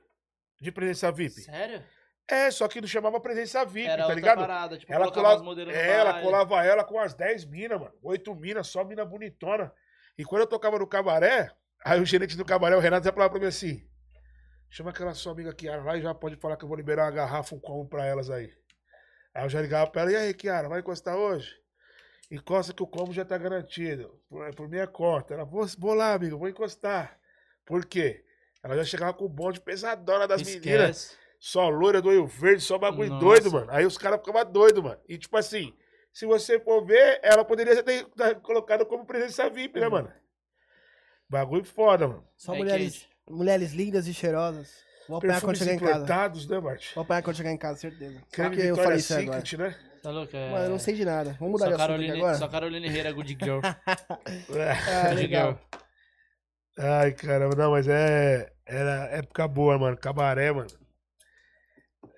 de presença VIP. Sério? É, só que não chamava presença VIP, Era tá outra ligado? parada, tipo, Ela colocava colava, os modelos no é, ela baile. colava ela com as 10 minas, mano. 8 minas, só mina bonitona. E quando eu tocava no cabaré, aí o gerente do cabaré, o Renato, já falava pra mim assim: chama aquela sua amiga Kiara lá e já pode falar que eu vou liberar uma garrafa, um combo pra elas aí. Aí eu já ligava pra ela: e aí, Kiara, vai encostar hoje? Encosta que o combo já tá garantido. Por, por minha conta. Ela, vou, vou lá, amigo, vou encostar. Por quê? Ela já chegava com o bonde pesadona das meninas. Esquece. Só loira do olho verde, só bagulho Nossa. doido, mano. Aí os caras ficavam doidos, mano. E tipo assim, se você for ver, ela poderia ter ter colocado como presença VIP, Uhum. né, mano? Bagulho foda, mano. Só É, mulheres, mulheres lindas e cheirosas. Vou apanhar Perfumes quando chegar em casa. importados, né, Marte? Vou apanhar quando chegar em casa, certeza. Creme Porque eu Victoria's falei isso agora. Secret, né? Tá louco? É... Mano, eu não sei de nada. Vamos mudar de só assunto aqui Caroline, agora? Só Caroline Herrera, good girl. É. Ah, good legal. girl. Ai, caramba, não, mas é. Era época boa, mano. Cabaré, mano.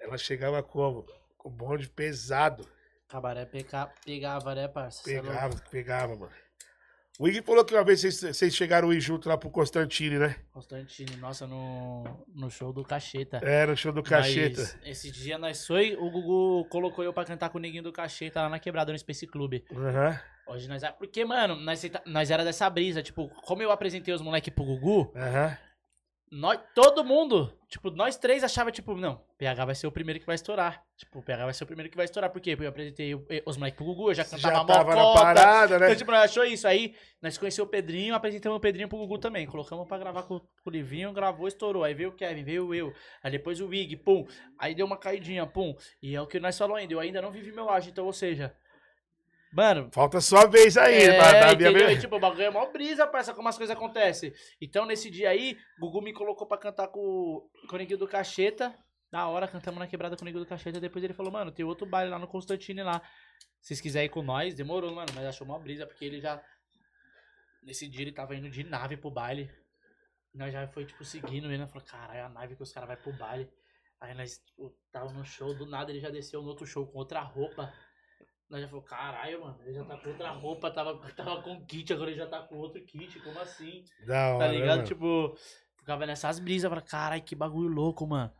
Ela chegava como? Com bonde pesado. Cabaré peca... pegava, né, parça? Cê é louco. Pegava, pegava, mano. O Ig falou que uma vez vocês, vocês chegaram aí junto lá pro Constantine, né? Constantino, nossa, no, no show do Cacheta. É, no show do Cacheta. Mas esse dia nós foi, o Gugu colocou eu pra cantar com o Neguinho do Cacheta lá na quebrada no Space Club. Aham. Hoje nós é. Porque, mano, nós, senta- nós era dessa brisa. Tipo, como eu apresentei os moleques pro Gugu, Aham. nós, todo mundo, tipo, nós três achava, tipo, não, PH vai ser o primeiro que vai estourar. Tipo, o PH vai ser o primeiro que vai estourar. Por quê? Porque eu apresentei o- os moleques pro Gugu, eu já Você cantava Já já tava na parada, né? Então, tipo, nós achou isso. Aí nós conhecemos o Pedrinho, apresentamos o Pedrinho pro Gugu também. Colocamos pra gravar com, com o Livinho, gravou, estourou. Aí veio o Kevin, veio eu. Aí depois o Wig, pum. Aí deu uma caidinha, pum. E é o que nós falamos ainda. Eu ainda não vivi meu ágio, então, ou seja. Mano, Falta sua vez aí, é, pra dar a minha entendeu? vez. E, tipo, o bagulho é mó brisa, parça, como as coisas acontecem. Então, nesse dia aí, Gugu me colocou pra cantar com o com o Neguinho do Cacheta. Da hora, cantamos na quebrada com o Neguinho do Cacheta. Depois ele falou, mano, tem outro baile lá no Constantine lá. Se vocês quiserem ir com nós, demorou, mano. Mas achou mó brisa, porque ele já... Nesse dia ele tava indo de nave pro baile. Nós já foi, tipo, seguindo ele. Nós falou, caralho, é a nave que os caras vão pro baile. Aí nós tipo, tava no show, do nada ele já desceu no outro show com outra roupa. Nós já falou, caralho, mano, ele já tá com outra roupa, tava, tava com um kit, agora ele já tá com outro kit, como assim? Da hora, Tá ligado? mano? Tipo, ficava nessas brisas, falava, caralho, que bagulho louco, mano.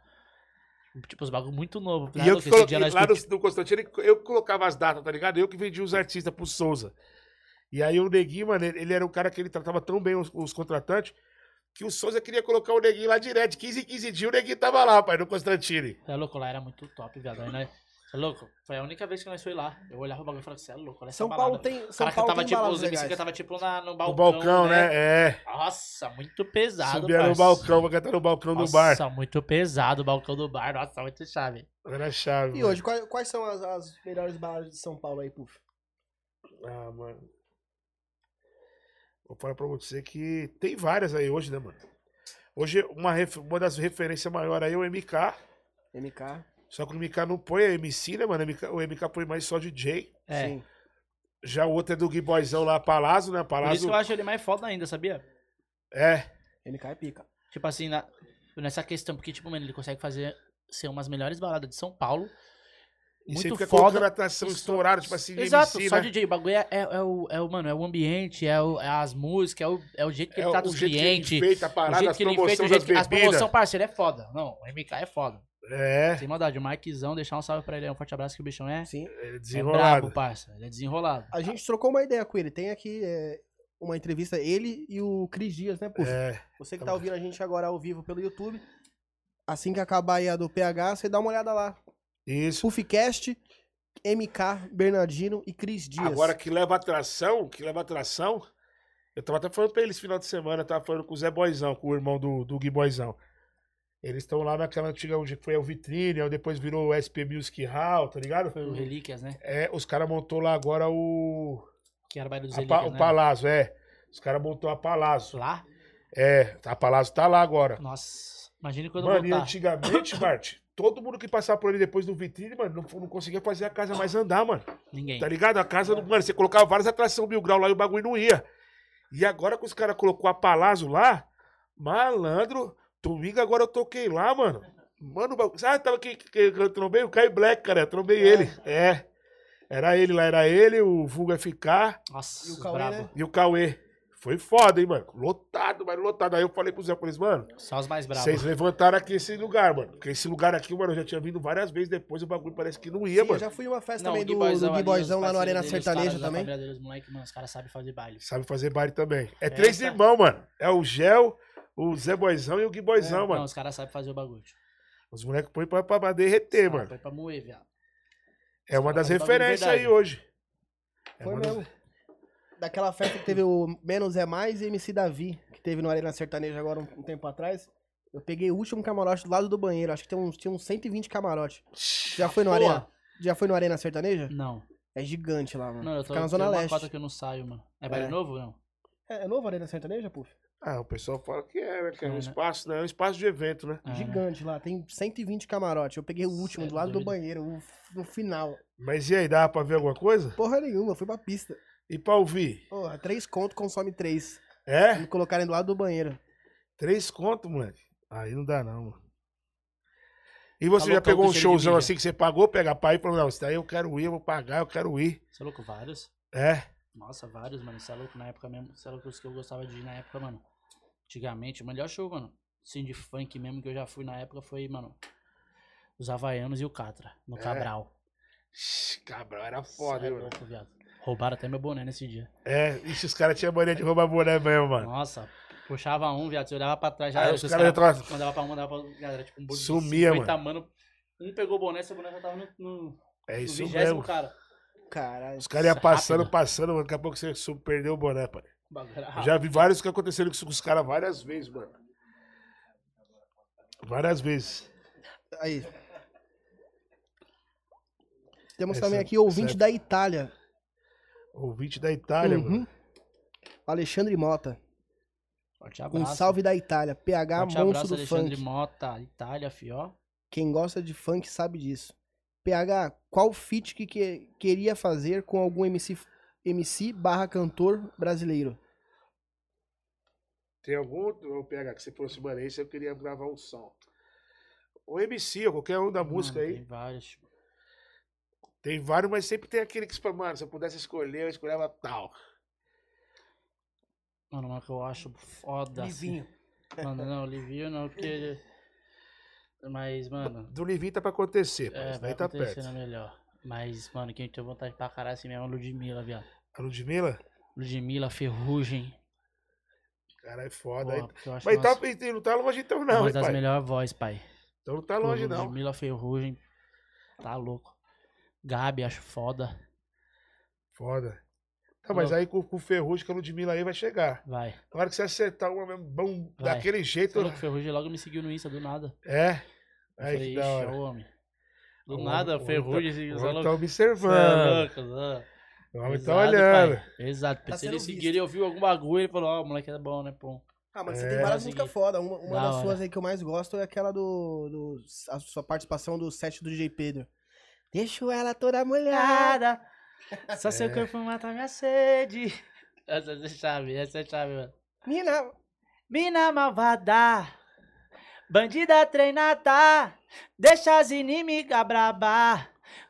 Tipo, os bagulho muito novo. e eu que coloquei, lá curti- no, no Constantino, eu que colocava as datas, tá ligado? Eu que vendia os artistas pro Souza. E aí o Neguinho, mano, ele, ele era um cara que ele tratava tão bem os, os contratantes, que o Souza queria colocar o Neguinho lá direto. De 15 em 15 dias o Neguinho tava lá, pai, no Constantine. Cê é louco, lá era muito top, viado. Aí nós- cê é louco? Foi a única vez que nós foi lá. Eu olhava o bagulho e falava, você é louco, olha essa São balada. Paulo tem. O São cara Paulo cantava, tem tipo, baladas os MC legais. que tava, tipo, na, no No balcão, balcão, né? É. Nossa, muito pesado, Subia no parça. balcão, pra cantar no balcão do bar. Nossa, muito pesado o balcão do bar. Nossa, muito chave. Era chave. E mano. hoje, quais, quais são as, as melhores baladas de São Paulo aí, Puf? Ah, mano. Vou falar pra você que tem várias aí hoje, né, mano? Hoje, uma, ref- uma das referências maiores aí é o MK. MK? Só que o MK não põe a MC, né, mano? MK O MK põe mais só DJ. É. Sim. Já o outro é do Gui Boyzão lá, Palazzo, né? Por isso Palazzo. que eu acho ele mais foda ainda, sabia? É. MK é pica. Tipo assim, na- nessa questão, porque, tipo, mano, ele consegue fazer ser umas melhores baladas de São Paulo. E Muito você fica foda. colocando atração Isso- estourada, tipo assim, de Exato, MC, só né? DJ. O bagulho é, é, é o, é o, mano, é o ambiente, é, o- é as músicas, é o, é o jeito que ele o- trata o os jeito que clientes. ele feita a O parada, jeito as que ele fez, promoção o das jeito que. As bebidas. promoções, parceiro, é foda. Não, o MK é foda. É, Sem maldade, o Marquizão, deixar um salve pra ele. é Um forte abraço que o bichão é. Sim. é É desenrolado. brabo, parça. Ele é desenrolado. A gente trocou uma ideia com ele. Tem aqui é, uma entrevista, ele e o Cris Dias, né, Puf? É, Você que tá ouvindo a gente agora ao vivo pelo YouTube, assim que acabar aí a do PH, você dá uma olhada lá. isso. Pufcast, MK, Bernardino e Cris Dias. Agora que leva atração, que leva atração. Eu tava até falando pra eles final de semana, eu tava falando com o Zé Boizão, com o irmão do, do Gui Boizão. Eles estão lá naquela antiga onde foi o Vitrine, aí depois virou o SP Music Hall, tá ligado? Foi o Relíquias, né? É, os caras montou lá agora o. Que era o baile dos a pa- Relíquias. o né? Uhum. Palazzo, é. Os caras montou a Palazzo. Lá? É, a Palazzo tá lá agora. Nossa. Imagina quando Mano, e voltar. antigamente, Bart, Todo mundo que passava por ali depois do vitrine, mano, não, não conseguia fazer a casa mais andar, mano. Ninguém. Tá ligado? A casa, do- mano, você colocava várias atrações mil grau lá e o bagulho não ia. E agora que os caras colocou a Palazzo lá, malandro, domingo agora eu toquei lá, mano. Mano, o bagulho. Sabe, tava que, que, que eu trombei o Kai Black, cara. Eu trombei ele. É. Era ele lá, era ele, o Vulga FK Nossa, E o Cauê, brabo. né? e o Cauê. Foi foda, hein, mano. Lotado, mas lotado. Aí eu falei pro Zé, eu falei, mano, Só os mais bravos. vocês levantaram aqui esse lugar, mano. Porque esse lugar aqui, mano, eu já tinha vindo várias vezes depois, o bagulho parece que não ia, Sim, eu mano. já fui em uma festa Não, também o do, Gui do Boyzão Gui ali, Boyzão os lá no Arena parceiros deles, os Sertaneja caras da também. família deles, moleque, mano, os caras sabem fazer baile. Sabe fazer baile também. É É, três tá. irmãos, mano. É o Gel, o Zé Boizão e o Gui Boizão, Não, mano. os caras sabem fazer o bagulho. Os moleques põem pra, pra derreter, Ah, mano. Põe pra moer, viado. É uma das Tá falando referências aí verdade. hoje. É Foi uma das- mesmo. Daquela festa que teve o Menos é Mais e MC Davi, que teve no Arena Sertaneja agora um, um tempo atrás. Eu peguei o último camarote do lado do banheiro. Acho que tem uns, tinha uns 120 camarotes. Já foi no Porra. Arena? Já foi no Arena Sertaneja? Não. É gigante lá, mano. Não, eu tô Fica na Zona tem uma Leste. cota que eu não saio, mano. É baile É. novo ou não? É, é novo Arena Sertaneja, puf? Ah, o pessoal fala que é, né? Que é É, um né? espaço, né? É um espaço de evento, né? É, né? Gigante lá. Tem 120 camarotes. Eu peguei o último Cê é do lado do doido. banheiro, o- no final. Mas e aí, dá pra ver alguma coisa? Porra nenhuma, eu fui pra pista. E pra ouvir? Porra, três conto consome três. É? Me colocarem do lado do banheiro. Três conto, moleque. Aí não dá, não, mano. E você Tá já loucão pagou com um cheiro de showzão mídia. assim que você pagou, pega pai e falou, não, isso daí eu quero ir, eu vou pagar, eu quero ir. Você é louco? Vários? É. Nossa, vários, mano. Você é louco na época mesmo. Você é louco os que eu gostava de ir na época, mano. Antigamente, o melhor show, mano. Sim, de funk mesmo que eu já fui na época foi, mano. Os Havaianos e o Catra, no É. Cabral. Ixi, Cabral, era Cê foda, é hein, mano. louco, viado. Roubaram até meu boné nesse dia. É, ixi, os caras tinham mania de roubar boné mesmo, mano. Nossa, puxava um, viado. Você olhava pra trás já. Aí era, os que caras cara já tava- Mandava pra um, mandava pra outro. Galera, tipo um bolo de Sumia, 50 mano. Um pegou o boné, seu boné já tava no, no, no É isso 20º, mesmo. cara. né? Caralho. Os caras iam passando, Rápido. passando, mano. Daqui a pouco você sub- perdeu o boné, pai. O bagulho era Eu rápido. já vi vários que aconteceram com isso com os caras várias vezes, mano. Várias vezes. Aí. Temos Essa- é- também aqui ouvinte essa- da Itália. Ouvinte da Itália, Uhum. mano. Alexandre Mota. Forte Um abraço. salve da Itália. PH Forte monstro abraço, do Alexandre funk. Mota, Itália, fió. Quem gosta de funk sabe disso. PH, qual feat que, que- queria fazer com algum MC, f- MC barra cantor brasileiro? Tem algum outro, ô, PH, que você fosse, mano, esse eu queria gravar um som. Ou MC, ou qualquer um da música Mano, aí. Tem vários. Tem vários, mas sempre tem aquele que, você fala, mano, se eu pudesse escolher, eu escolhava tal. Mano, uma que eu acho foda. assim. Livinho. Mano, não, Livinho não, porque. ele- Mas, mano. Do Livinho tá pra acontecer, pai. Isso É, vai daí tá acontecer perto. na melhor. Mas, mano, quem eu tenho vontade pra caralho assim mesmo é Ludmilla, viado. A Ludmilla? Ludmilla, Ferrugem. Caralho, é foda. Porra, aí. porque eu acho Mas uma- tá, e não tá longe então, não, uma hein, das pai? melhores vozes, pai. Então não tá longe, Pô, não. Ludmilla, Ferrugem. Tá louco. Gabi, acho foda. Foda. Tá, mas Louco. aí com, com o Ferrugem, que a Ludmilla aí vai chegar. Vai. Na hora que você acertar uma mesmo, bom, Vai. daquele Tá jeito. louco, Ferrugem logo me seguiu no Insta do nada. É. Eu Aí falei, que da "Ixi, hora. é o homem. Do O homem- o nada, homem tá- Ferrugem O seguiu o homem tá louco. observando. Cê é louco, né? O homem tá Exato, olhando. pai. Exato. Tá Se sendo ele visto. seguir, ele ouviu algum bagulho, ele falou, ó, o moleque é bom, né, pô? Ah, mas você É. tem várias Consegui. músicas foda. Uma, uma Da das hora. suas aí que eu mais gosto é aquela do. do- a sua participação do set do DJ Pedro. Deixo ela toda molhada. Nada. Só seu É. corpo mata minha sede. Essa é chave, essa é chave, mano. Ah. Mina, Mina malvada, bandida treinada, deixa as inimigas braba.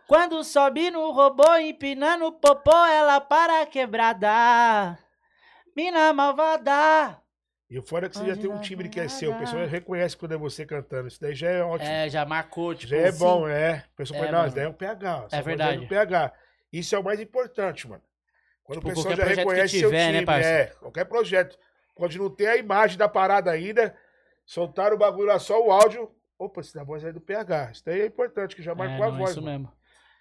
Quando sobe no robô, empinando o popô, ela para a quebrada. Mina malvada. E o fora é que você já tem um timbre que é seu. O pessoal reconhece quando é você cantando. Isso daí já é ótimo. É, já marcou, tipo. já é sim. bom, é. O pessoal É, fala, não, isso mano. daí é um PH. essa É voz aí verdade. um PH. Isso é o mais importante, mano. Quando Tipo, o pessoal qualquer já projeto que reconhece tiver, seu né, time, parça? é. Qualquer projeto. Pode não ter a imagem da parada ainda, soltaram o bagulho lá, só o áudio. Opa, essa voz é do PH. Isso daí é importante, que já marcou é, a não, voz. Isso mano. mesmo.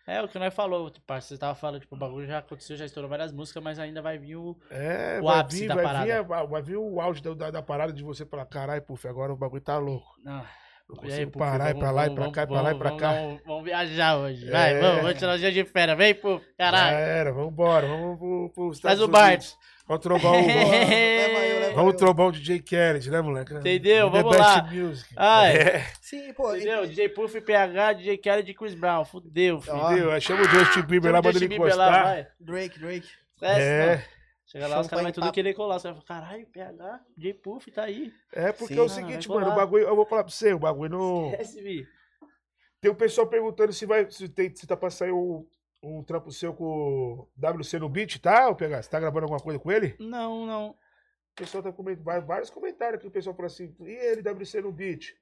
É o que nós falou, tipo, parça, você tava falando, tipo, o bagulho já aconteceu, já estourou várias músicas, mas ainda vai vir o. É, O vai ápice vir, da vai parada. vir, a- vai vir o áudio da, da- da parada de você falar, caralho, puf, agora o bagulho tá louco. Ah, Não e aí, consigo Puff, parar, é vamos- pra lá, e vamos- pra cá, é pra lá, e pra vamos- um cá. Vamos, vamos viajar hoje. Vai, É. vamos, vamos tirar um dia de férias. Vem, pô, Já caralho. era, vambora, vamos pro, pro Faz Estados o baile. Unidos. Vamos trombar o. Leva eu, leva É. Vamos eu. trombar o DJ Kelly, né, moleque? Entendeu? The Vamos Best lá. Music. É, Ai, Sim, pô. entendeu? e- DJ Puff, PH, DJ Kelly e Chris Brown. Fudeu, filho. Ó, Entendeu? Aí Chama o Justin Bieber lá, manda ele Justin Bieber lá, encostar. vai. Drake, Drake. É. É. senão- Chega lá, Champanhe os caras vão tudo papo. querer colar. Você vai falar, caralho, PH, DJ Puff tá aí. É porque Sim. é o seguinte, Ah, vai mano, o colar. bagulho, eu vou falar pra você, o bagulho não. Esquece, vi. Tem o pessoal perguntando se vai, se, tem, se tá pra sair um, um trampo seu com o WC no beat, tá, ô PH? Você tá gravando alguma coisa com ele? Não, não. O pessoal tá comentando vai- vários comentários que o pessoal fala assim, e ele, WC no beat?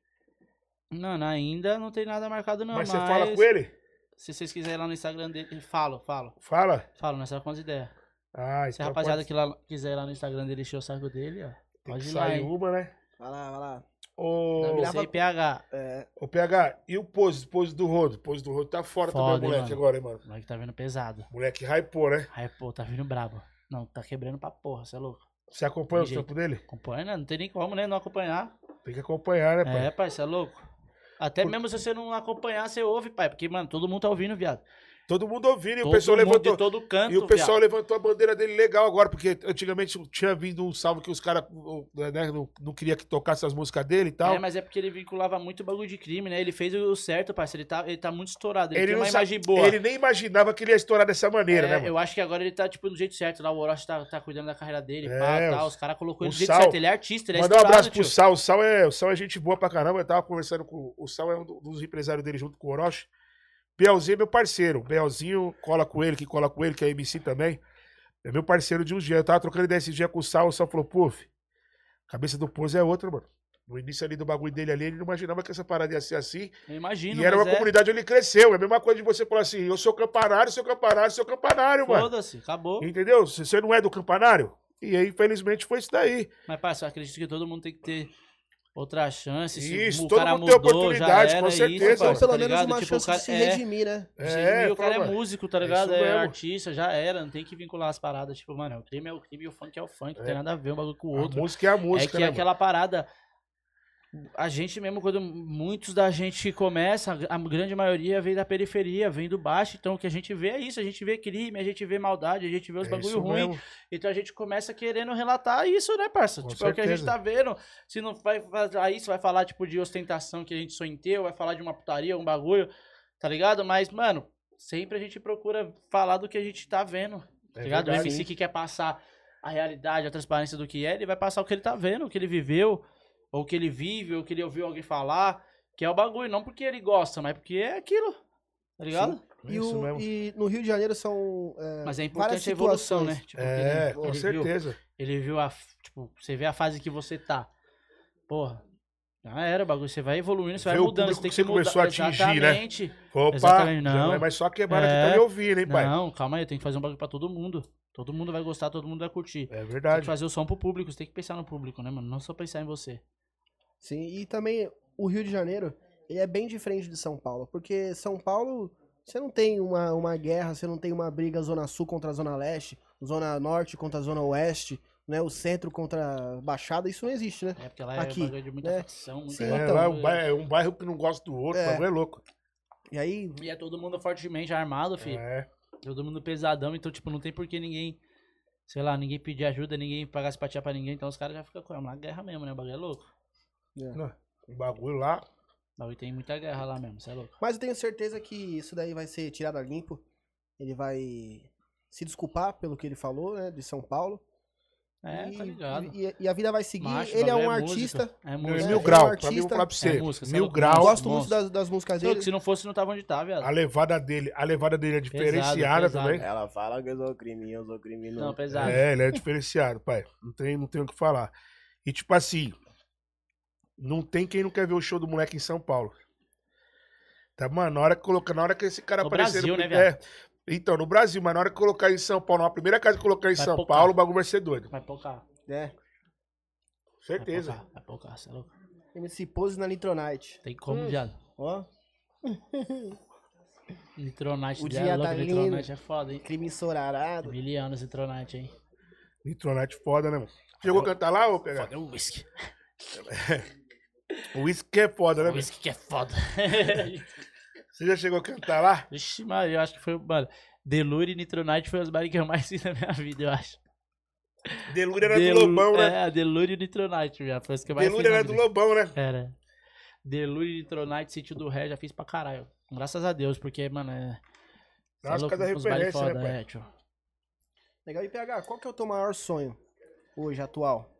Não, não, ainda não tem nada marcado, não. mas Mas, você fala com ele? Se vocês quiserem ir lá no Instagram dele, falo, falo. Fala. Falo, nós estamos com as ideias. Ah, Se então a rapaziada pode- que lá, quiser ir lá no Instagram dele encher o saco dele, ó. tem que Pode ir lá. sair hein? uma, né? Vai lá, vai lá. Ô, Grava- WC e PH. É, ô PH, e o pose, pose do rodo? Pose do rodo tá fora Foda, também, o hein, moleque, mano? agora, hein, mano? O moleque tá vindo pesado. Moleque hypou, né? Aí, pô, tá vindo brabo. Não, tá quebrando pra porra, você é louco. Você acompanha o Tem jeito. trampo dele? Acompanha, né? Não tem nem como, né? Não acompanhar. Tem que acompanhar, né, pai? É, pai, você é louco. Até Por- mesmo se você não acompanhar, você ouve, pai. Porque, mano, todo mundo tá ouvindo, viado. Todo mundo ouvindo e Todo o pessoal mundo levantou. de todo canto, E o pessoal viado. levantou a bandeira dele legal agora, porque antigamente tinha vindo um salvo que os caras né, não, não queria que tocasse as músicas dele e tal. É, mas é porque ele vinculava muito bagulho de crime, né? Ele fez o certo, parceiro. Ele tá, ele tá muito estourado. Ele, tem uma sa- imagem boa. ele nem imaginava que ele ia estourar dessa maneira, É, né, mano? Eu acho que agora ele tá, tipo, do jeito certo. Lá o Orochi tá, tá cuidando da carreira dele, É, pá, tal. os- Os caras o colocou ele do jeito Sal. certo. Ele é artista, ele é Mandar um abraço pro tio. Sal. O Sal, é, o Sal é gente boa pra caramba. Eu tava conversando com. O Sal é um do- dos empresários dele junto com o Orochi. Bielzinho é meu parceiro. Bielzinho cola com ele, que cola com ele, que é MC também. É meu parceiro de um dia. Eu tava trocando ideia esse dia com o Sal. O Sal falou: Puf, cabeça do Pouso é outra, mano. No início ali do bagulho dele ali, ele não imaginava que essa parada ia ser assim. Eu imagino, E era mas uma é. comunidade onde ele cresceu. É a mesma coisa de você falar assim: eu sou campanário, sou campanário, sou campanário, mano. Foda-se, acabou. Entendeu? Se você não é do campanário. E aí, infelizmente, foi isso daí. Mas, parceiro, eu acredito que todo mundo tem que ter outra chance. Se Isso, o todo cara mundo tem mudou, oportunidade, já era, é com certeza, Isso, mano. Ou parça, pelo tá menos ligado? uma Tipo, chance o cara, de se é, redimir, né? se redimir, fala, o cara é mano. músico, tá É ligado? isso É, mesmo. artista, já era. Não tem que vincular as paradas. Tipo, mano, o crime é o crime e o funk é o funk. Não tem nada a ver um bagulho com o outro. A música é a É música, que né, mano? aquela parada. A gente mesmo, quando muitos da gente começa, a gr- a grande maioria vem da periferia, vem do baixo. Então o que a gente vê é isso: a gente vê crime, a gente vê maldade, a gente vê os É bagulho isso ruim. mesmo. Então a gente começa querendo relatar isso, né, parça? Com Tipo, é o que a gente certeza. tá vendo. Se não vai falar isso, vai falar, tipo, de ostentação que a gente sonhou, vai falar de uma putaria, um bagulho, tá ligado? Mas, mano, sempre a gente procura falar do que a gente tá vendo. Tá É ligado? verdade, o MC que quer passar a realidade, a transparência do que é, ele vai passar o que ele tá vendo, o que ele viveu, ou o que ele vive, ou o que ele ouviu alguém falar, que é o bagulho, não porque ele gosta, mas porque é aquilo. Tá ligado? E, É Isso o- mesmo. e no Rio de Janeiro são. é, Mas é Várias importante a evolução, né? situações. Tipo, É, que ele- com ele viu. certeza. Ele viu a. f- Tipo, você vê a fase que você tá. Porra. Já era o bagulho. Você vai evoluindo, você vai Vê o mudando. público Você tem que que, você mudar. começou a atingir, né? Exatamente. Opa, Exatamente, já não. não é mais só quebrar aqui, É. tá me ouvindo, hein, pai? Não, calma aí. Eu tenho que fazer um bagulho pra todo mundo. Todo mundo vai gostar, todo mundo vai curtir. É Tem que verdade. fazer o som pro público. Você tem que pensar no público, né, mano? Não só pensar em você. Sim, e também o Rio de Janeiro ele é bem diferente de São Paulo, porque São Paulo você não tem uma, uma guerra, você não tem uma briga Zona Sul contra a Zona Leste, Zona Norte contra a Zona Oeste, né? O centro contra a Baixada, isso não existe, né? É porque lá é Aqui, um bagulho de muita né? facção. Muita Sim, é, então, lá é um bairro, é um bairro que não gosta do outro, É. o bagulho é louco. E aí, E é todo mundo fortemente armado, filho. É, Todo mundo pesadão. Então, tipo, não tem por que ninguém. Sei lá, ninguém pedir ajuda, ninguém pagar simpatia pra ninguém. Então os caras já ficam com. É uma guerra mesmo, né? O bagulho é louco. o um bagulho lá. Não, e tem muita guerra lá mesmo, você é louco. mas eu tenho certeza que isso daí vai ser tirado a limpo. Ele vai se desculpar pelo que ele falou, né? De São Paulo. É, e, tá ligado. E, e a vida vai seguir. Macho, ele é bagulho um música, artista. É Mil, música. mil um grau, pra mim, artista. vou falar pra você. É música, você é mil louco. grau, Gosto muito monstro. das, das músicas Você é dele. louco, se não fosse, não tava onde tá, viado. a levada dele, a levada dele é Pesado, diferenciada pesado. também. Ela fala que eu sou crime, eu sou crime. Não, pesado. É, ele é diferenciado, pai. Não tem, não tem o que falar. E tipo assim, não tem quem não quer ver o show do moleque em São Paulo. Tá, mano, na hora que colocar, na hora que esse cara No aparecer Brasil, no- né, viado? é. então, no Brasil, mas na hora que colocar em São Paulo, na primeira casa que colocar em Vai São pocar. Paulo, o bagulho vai ser doido. Vai poucar. É. Certeza. Vai poucar, vai poucar, você é louco. MC Pose na Nitronite. Tem como, viado. Ó, Nitronite, O o dia é louco, tá lindo. Nitronite é foda, hein? crime ensorarado. Mil anos Nitronite, hein? Nitronite foda, né, mano? Chegou a cantar lá, ô pegar? Foda é o whisky. O uísque é foda, né, O mano? whisky que é foda. Você já chegou a cantar lá? Vixe, Maria, eu acho que foi, mano. Delure e Nitronite foi os bares que eu mais fiz na minha vida, eu acho. Delúrio era do Lobão, né? É, Delúrio e Nitronite já. Foi isso que eu mais Delúrio fiz era na do vida. Lobão, né? Era. Delúrio e Nitronite, sítio do Ré, já fiz pra caralho. Graças a Deus, porque, mano, é. cê é Nossa, por louco, causa da uns baile referência, né, foda, pai? é, tio. Legal. E PH, qual que é o teu maior sonho hoje, atual?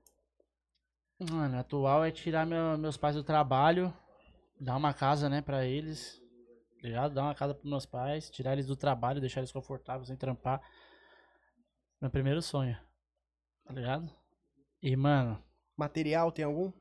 Mano, atual é tirar meu- meus pais do trabalho, dar uma casa, né, pra eles. tá Ligado? Dar uma casa pros meus pais, tirar eles do trabalho, deixar eles confortáveis sem trampar. Meu primeiro sonho. Tá ligado? E, mano, Material, tem algum?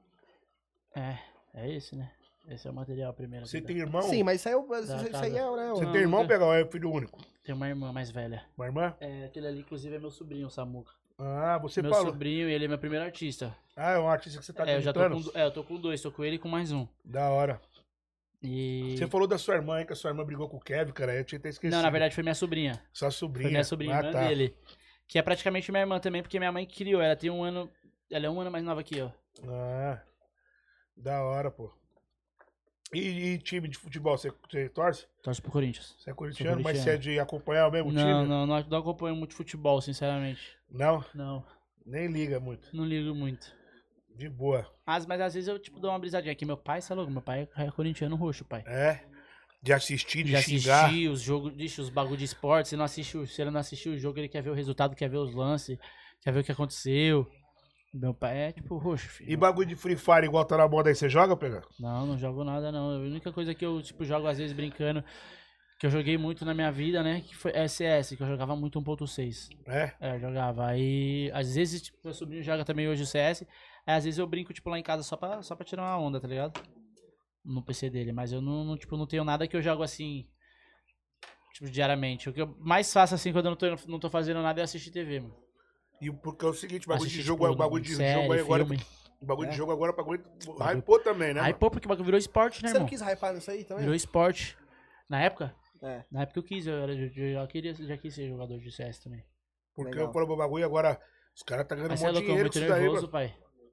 é. É esse, né? Esse é o material primeiro. Você que dá. tem irmão? Sim, mas isso aí, é o- isso, Da isso aí é, né? Você Não, tem irmão, nunca. Pega? Ou é filho único? Tem uma irmã mais velha. Uma irmã? É, aquele ali, inclusive, é meu sobrinho, o Samuca. Ah, você meu falou. sobrinho, ele é meu primeiro artista. Ah, é um artista que você tá é, eu já tô acreditando? com, do- é, eu tô com dois, tô com ele e com mais um. Da hora. E. Você falou da sua irmã, hein? Que a sua irmã brigou com o Kevin, cara. Eu tinha até esquecido. Não, na verdade foi minha sobrinha. Sua Foi sobrinha. minha sobrinha Ah, irmã tá. dele. Que é praticamente minha irmã também, porque minha mãe criou. Ela tem um ano. Ela é um ano mais nova que eu. Ah, da hora, pô. E, e time de futebol, você, você torce? Torce pro Corinthians. Você é corintiano, mas você é corintiano. de acompanhar o mesmo Não, time? não, não, não acompanho muito futebol, sinceramente. Não, Não, nem liga muito. não ligo muito. De boa. As, mas às vezes eu, tipo, dou uma brisadinha aqui. Meu pai, sabe, meu pai é corintiano roxo, pai. É? De assistir, de Já xingar. assisti os jogos, ixi, os bagulho de esporte. Se, não assiste, o- se ele não assistiu o jogo, ele quer ver o resultado, quer ver os lances, quer ver o que aconteceu. Meu pai é, tipo, roxo, filho. E bagulho de Free Fire igual tá na moda aí, você joga, pega? Não, não jogo nada, não. A única coisa que eu, tipo, jogo às vezes brincando, que eu joguei muito na minha vida, né? Que foi SS, que eu jogava muito 1.6. É? É, eu jogava. Aí, às vezes, tipo, meu sobrinho joga também hoje o CS. Aí, às vezes eu brinco, tipo, lá em casa só pra, só pra tirar uma onda, tá ligado? No PC dele. Mas eu não, não, tipo, não tenho nada que eu jogo assim, tipo, diariamente. O que eu mais faço, assim, quando eu não tô, não tô fazendo nada é assistir TV, mano. E porque é o seguinte, bagulho Assistir, de jogo, é tipo, bagulho de série, jogo aí agora. filme. Bagulho de É. jogo agora, é bagulho. Hypou também, né? Aí, mano? pô, porque o bagulho virou esporte, né, Você não irmão? quis hypar nisso aí também? Virou esporte. Na época, É. Na época eu quis, eu, era, eu, eu já queria, já quis ser jogador de CS também. Porque Legal. eu falo pro bagulho agora, os caras tá ganhando Mas um você é monte de louco, eu dinheiro com muito isso daí, nervoso, mano. pai.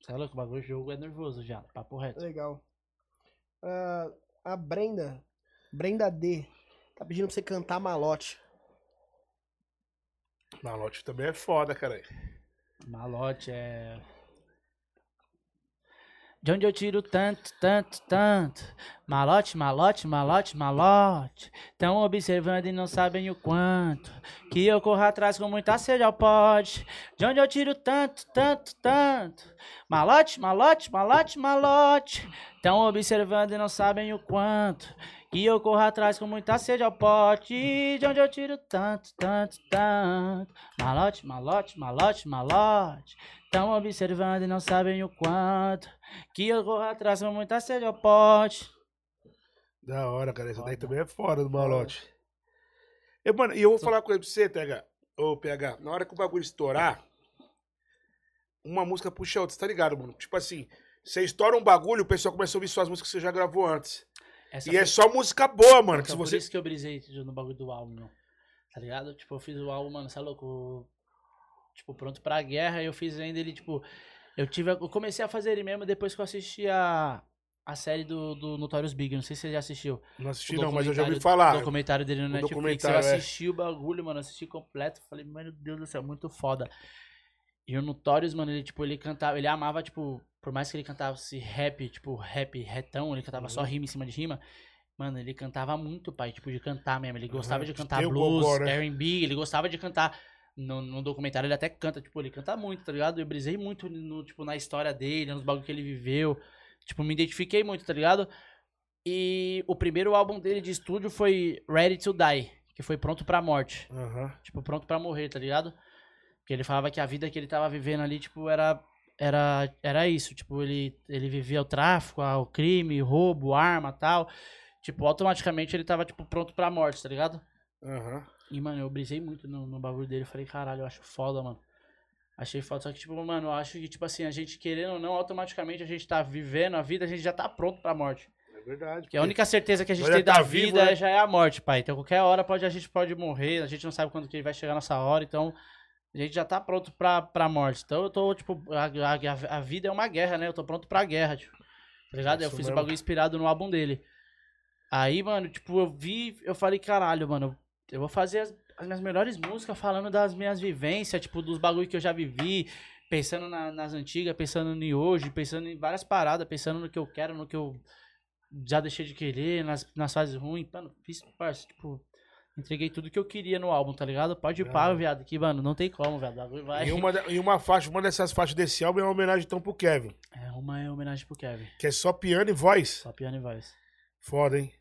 Você é louco, o bagulho de jogo é nervoso já, papo reto. Legal. Ah, a Brenda, Brenda D, tá pedindo pra você cantar malote. Malote também é foda, cara. Malote é. De onde eu tiro tanto, tanto, tanto? Malote, malote, malote, malote. Tão observando e não sabem o quanto. Que eu corro atrás com muita sede ao pote. De onde eu tiro tanto, tanto, tanto? Malote, malote, malote, malote. Tão observando e não sabem o quanto. Que eu corro atrás com muita sede ao pote. De onde eu tiro tanto, tanto, tanto. Malote, malote, malote, malote. Tão observando e não sabem o quanto. Que eu corro atrás com muita sede ao pote. Da hora, cara. Isso daí Foda. também é foda do malote. E, mano, e eu vou falar uma coisa pra você, TH. Ô, PH, na hora que o bagulho estourar, uma música puxa a outra, você tá ligado, mano? Tipo assim, você estoura um bagulho, o pessoal começa a ouvir suas músicas que você já gravou antes. Essa E é só música boa, mano. Que se Então, Por você. isso que eu brisei tio, no bagulho do álbum, meu. Tá ligado? Tipo, eu fiz o álbum, mano, você é louco? Tipo, pronto pra guerra, eu fiz ainda ele, tipo. Eu tive. a- Eu comecei a fazer ele mesmo depois que eu assisti a, a série do, do Notorious Big. Não sei se você já assistiu. Não assisti, O não, mas eu já ouvi documentário- O falar. documentário dele no o Netflix. Eu documentário, é. assisti o bagulho, mano. Assisti completo. Falei, meu Deus do céu, muito foda. E o Notorious, mano, ele, tipo, ele cantava, ele amava, tipo, por mais que ele cantasse rap, tipo, rap retão, ele cantava Uhum. só rima em cima de rima. Mano, ele cantava muito, pai, tipo, de cantar mesmo. Ele gostava Aham, de de cantar ter Ah, tipo, o blues, gogó, né? R&B, ele gostava de cantar. No, no documentário ele até canta, tipo, ele canta muito, tá ligado? Eu brisei muito no, tipo, na história dele, nos bagulho que ele viveu. Tipo, me identifiquei muito, tá ligado? E o primeiro álbum dele de estúdio foi Ready to Die, que foi Pronto pra Morte. Aham. Tipo, pronto pra morrer, tá ligado? Porque ele falava que a vida que ele tava vivendo ali, tipo, era. Era, era isso. Tipo, ele, ele vivia o tráfico, ah, o crime, roubo, arma tal. Tipo, automaticamente ele tava, tipo, pronto pra morte, tá ligado? Aham. E, mano, eu brisei muito no, no bagulho dele. Falei, caralho, eu acho foda, mano. Achei foda. Só que, tipo, mano, eu acho que, tipo assim, a gente querendo ou não, automaticamente a gente tá vivendo a vida, a gente já tá pronto pra morte. É verdade. Porque a única certeza que a gente Mas já tem da tá vida vivo, né? é- já é a morte, pai. Então qualquer hora pode, a gente pode morrer, a gente não sabe quando que vai chegar a nossa hora, então a gente já tá pronto pra, pra morte. Então eu tô, tipo, a, a, a vida é uma guerra, né? Eu tô pronto pra guerra, tipo. Tá ligado? eu Isso fiz mesmo. o bagulho inspirado no álbum dele. Aí, mano, tipo, eu vi, eu falei, caralho, mano, eu vou fazer as, as minhas melhores músicas falando das minhas vivências, tipo, dos bagulho que eu já vivi, pensando na- nas antigas, pensando em hoje, pensando em várias paradas, pensando no que eu quero, no que eu já deixei de querer, nas, nas fases ruins. Mano, fiz, parça, tipo, entreguei tudo que eu queria no álbum, tá ligado? Pode ir para, viado, que, mano, não tem como, viado. o bagulho Vai. E uma, da- e uma faixa, uma dessas faixas desse álbum é uma homenagem então pro Kevin, É, uma é homenagem pro Kevin, que é só piano e voz. só piano e voz. Foda, hein?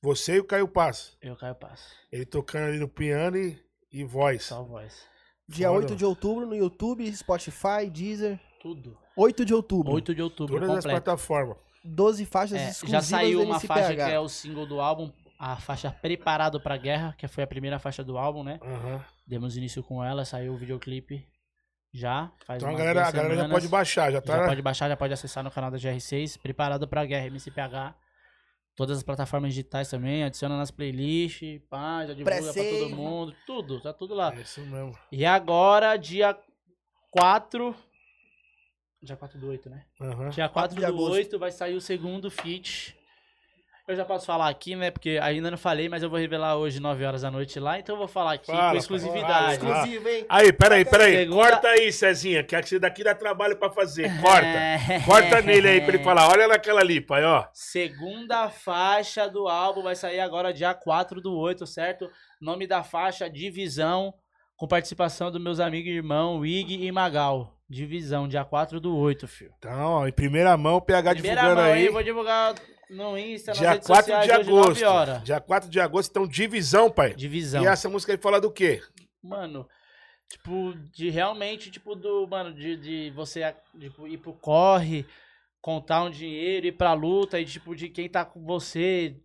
Você e o Caio Paz. Eu caio passo, Ele tocando ali no piano e, e voz. só voz. Dia Foda, 8 de outubro no YouTube, Spotify, Deezer. Tudo. 8 de outubro. 8 de outubro, Todas as completo. plataformas. 12 faixas É, já exclusivas saiu do uma NCPH. faixa que é o single do álbum, a faixa Preparado pra Guerra, que foi a primeira faixa do álbum, né? Aham. Demos início com ela, saiu o videoclipe já. Faz Então a umas galera, duas a galera já semanas. pode baixar, já tá Já na- pode baixar, já pode acessar no canal da GR6. Preparado pra Guerra, MCPH. Todas as plataformas digitais também, adiciona nas playlists, pá, já divulga pra Pré-save. todo mundo, tudo, tá tudo lá. É isso mesmo. E agora, dia 4. Dia 4 do 8, né? Aham. Dia 4 de de agosto. 8 vai sair o segundo feat. Eu já posso falar aqui, né? Porque ainda não falei, mas eu vou revelar hoje, 9 horas da noite lá. Então eu vou falar aqui Fala, com pai. exclusividade. Fala, fala. Exclusivo, hein? Aí, peraí, peraí. Segunda- Corta aí, Cezinha, que esse daqui dá trabalho pra fazer. Corta. É. Corta nele aí pra ele falar. Olha naquela ali, pai, ó. Segunda faixa do álbum vai sair agora, dia 4 do 8, certo? Nome da faixa, Divisão, com participação dos meus amigos e irmão, Wig e Magal. Divisão, dia 4 do 8, filho. Então, ó, em primeira mão, o PH Tá divulgando mão aí. vou divulgar no Insta, nas Dia redes 4 sociais, de hoje, 9 agosto. horas. Dia 4 de agosto, então divisão, pai. Divisão. E essa música aí fala do quê? mano, tipo, de realmente, tipo, do, mano, de, de você a- tipo, ir pro corre, contar um dinheiro, ir pra luta, e tipo, de quem tá com você,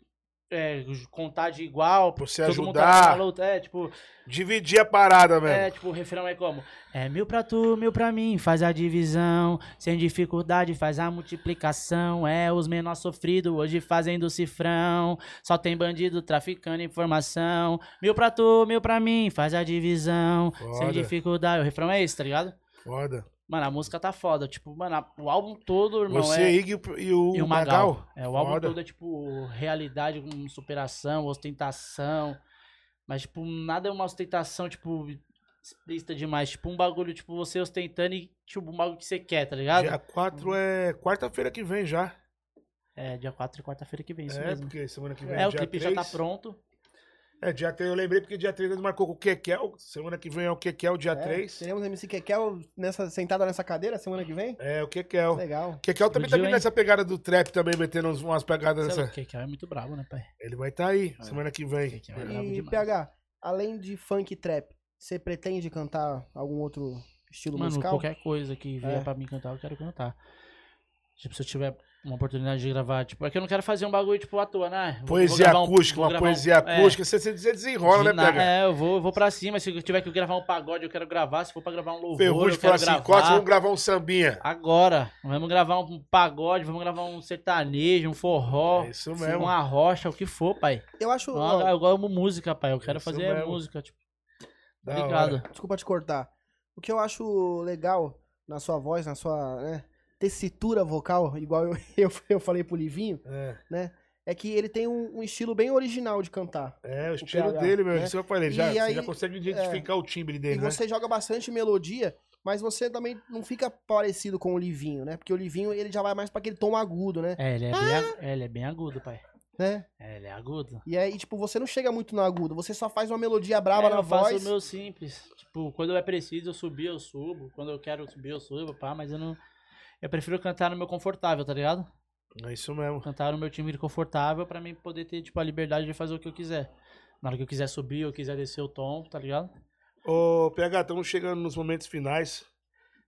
é, contar de igual, Você tá ajudar. na luta, é, tipo, Dividir a parada mesmo. é, tipo, o refrão é como, é mil pra tu, mil pra mim, faz a divisão, sem dificuldade faz a multiplicação, é os menor sofrido hoje fazendo cifrão, só tem bandido traficando informação, mil pra tu, mil pra mim, faz a divisão, Foda. sem dificuldade, o refrão é esse, tá ligado? Foda. Mano, a música tá foda, tipo, mano, a- o álbum todo, irmão, Você, é... Ig e Tipo o, E o Magal. Magal. É, o álbum Foda. todo é tipo realidade com superação, ostentação. Mas, tipo, nada é uma ostentação, tipo, explícita demais. Tipo, um bagulho, tipo, você ostentando e, tipo, um bagulho que você quer, tá ligado? Dia 4 é quarta-feira que vem já. É, dia 4 e quarta-feira que vem, isso é, mesmo. porque semana que vem É, o dia clipe já tá três. pronto. É, dia 3, eu lembrei porque dia 3 nós marcou com o Kekel. Semana que vem é o Kekel, dia É, 3. um- Teremos MC Kekel nessa, sentada nessa cadeira semana que vem? É, o Kekel. Legal. O Kekel também tá Explodiu, vindo hein? nessa pegada do trap também, metendo uns- umas pegadas Sabe nessa. o que que é? É muito brabo, né, pai? Ele vai estar tá aí, semana que vem. Que que é? brabo E demais. PH, além de funk e trap, você pretende cantar algum outro estilo Mano, um- musical? qualquer coisa que vier É. pra mim cantar, eu quero cantar. Tipo, se eu tiver uma oportunidade de gravar, tipo, é que eu não quero fazer um bagulho, tipo, à toa, né? Vou- vou Poesia gravar um- acústica, vou uma gravar um- poesia é. acústica. Você, você você desenrola, De né, na- pega? É, eu vou, eu vou pra cima. Se eu tiver que gravar um pagode, eu quero gravar. Se for pra gravar um louvor, Ferrugem eu quero fala assim, gravar. Cotes, vamos gravar um sambinha. Agora, vamos gravar um pagode, vamos gravar um sertanejo, um forró, É isso mesmo. uma rocha, o que for, pai. Eu acho. ó, Ah, Eu, eu amo música, pai. Eu quero Isso fazer mesmo. música. Tipo, Da hora. obrigado. desculpa te cortar. O que eu acho legal na sua voz, na sua né, tessitura vocal, igual eu, eu, eu falei pro Livinho, É, é que ele tem um, um estilo bem original de cantar. é, o estilo PH, dele, meu. né? Isso eu falei, já, E você aí- já consegue é. identificar o timbre E dele, né? você joga bastante melodia, mas você também não fica parecido com o Livinho, né? Porque o Livinho ele já vai mais pra aquele tom agudo, né? É, ele Ah! é, bem, ag- é, ele é bem agudo, pai. né? É, ele é agudo. E aí, tipo, você não chega muito no agudo, você só faz uma melodia braba É, na eu faço voz. o meu simples. Tipo, quando é preciso eu subir, eu subo. Quando eu quero subir, eu subo, pá. Mas eu não... Eu prefiro cantar no meu confortável, tá ligado? É isso mesmo. cantar no meu timbre confortável pra mim poder ter, tipo, a liberdade de fazer o que eu quiser. Na hora que eu quiser subir, eu quiser descer o tom, tá ligado? Ô, PH, estamos chegando nos momentos finais,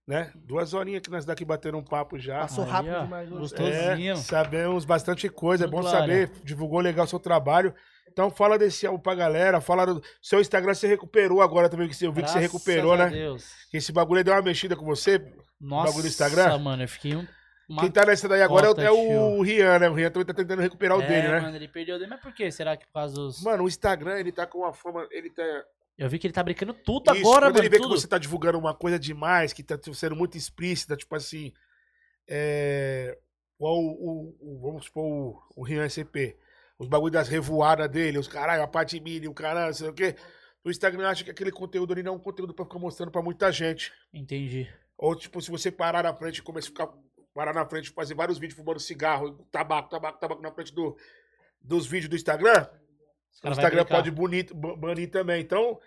né? Duas horinhas que nós daqui bateram um papo já. Passou Aí, rápido ó, demais hoje. Gostosinho. né? É, sabemos bastante coisa, é bom Glória. saber, divulgou legal seu trabalho. Então fala desse álbum pra galera, fala do seu Instagram, você recuperou agora também, que você- eu vi que você Graças recuperou, a né? Deus. Que esse bagulho aí deu uma mexida com você. Nossa, Bagulho do Instagram? mano, eu fiquei um... uma- Quem tá nessa daí agora é o- cota, é, o, Rian, né? O Rian também tá tentando recuperar o É, dele, né? mano, ele perdeu o dele. Mas por quê? Será que por causa dos... Mano, o Instagram, ele tá com uma forma. Ele tá. Eu vi que ele tá brincando tudo Isso, agora, quando mano, ele vê tudo. que você tá divulgando uma coisa demais, que tá tipo, sendo muito explícita, tipo assim. É. Qual o, o- o- Vamos supor, o, o Rian SCP. Os bagulho das revoadas dele, os caralho, a parte mini, o caralho, não sei o quê. O Instagram acha que aquele conteúdo ali não é um conteúdo pra ficar mostrando pra muita gente. Entendi. Ou, tipo, se você parar na frente e começar a ficar parar na frente, fazer vários vídeos fumando cigarro, tabaco, tabaco, tabaco na frente do, dos vídeos do Instagram, Os o cara vai Instagram clicar. pode bonito, ba- banir também. Então,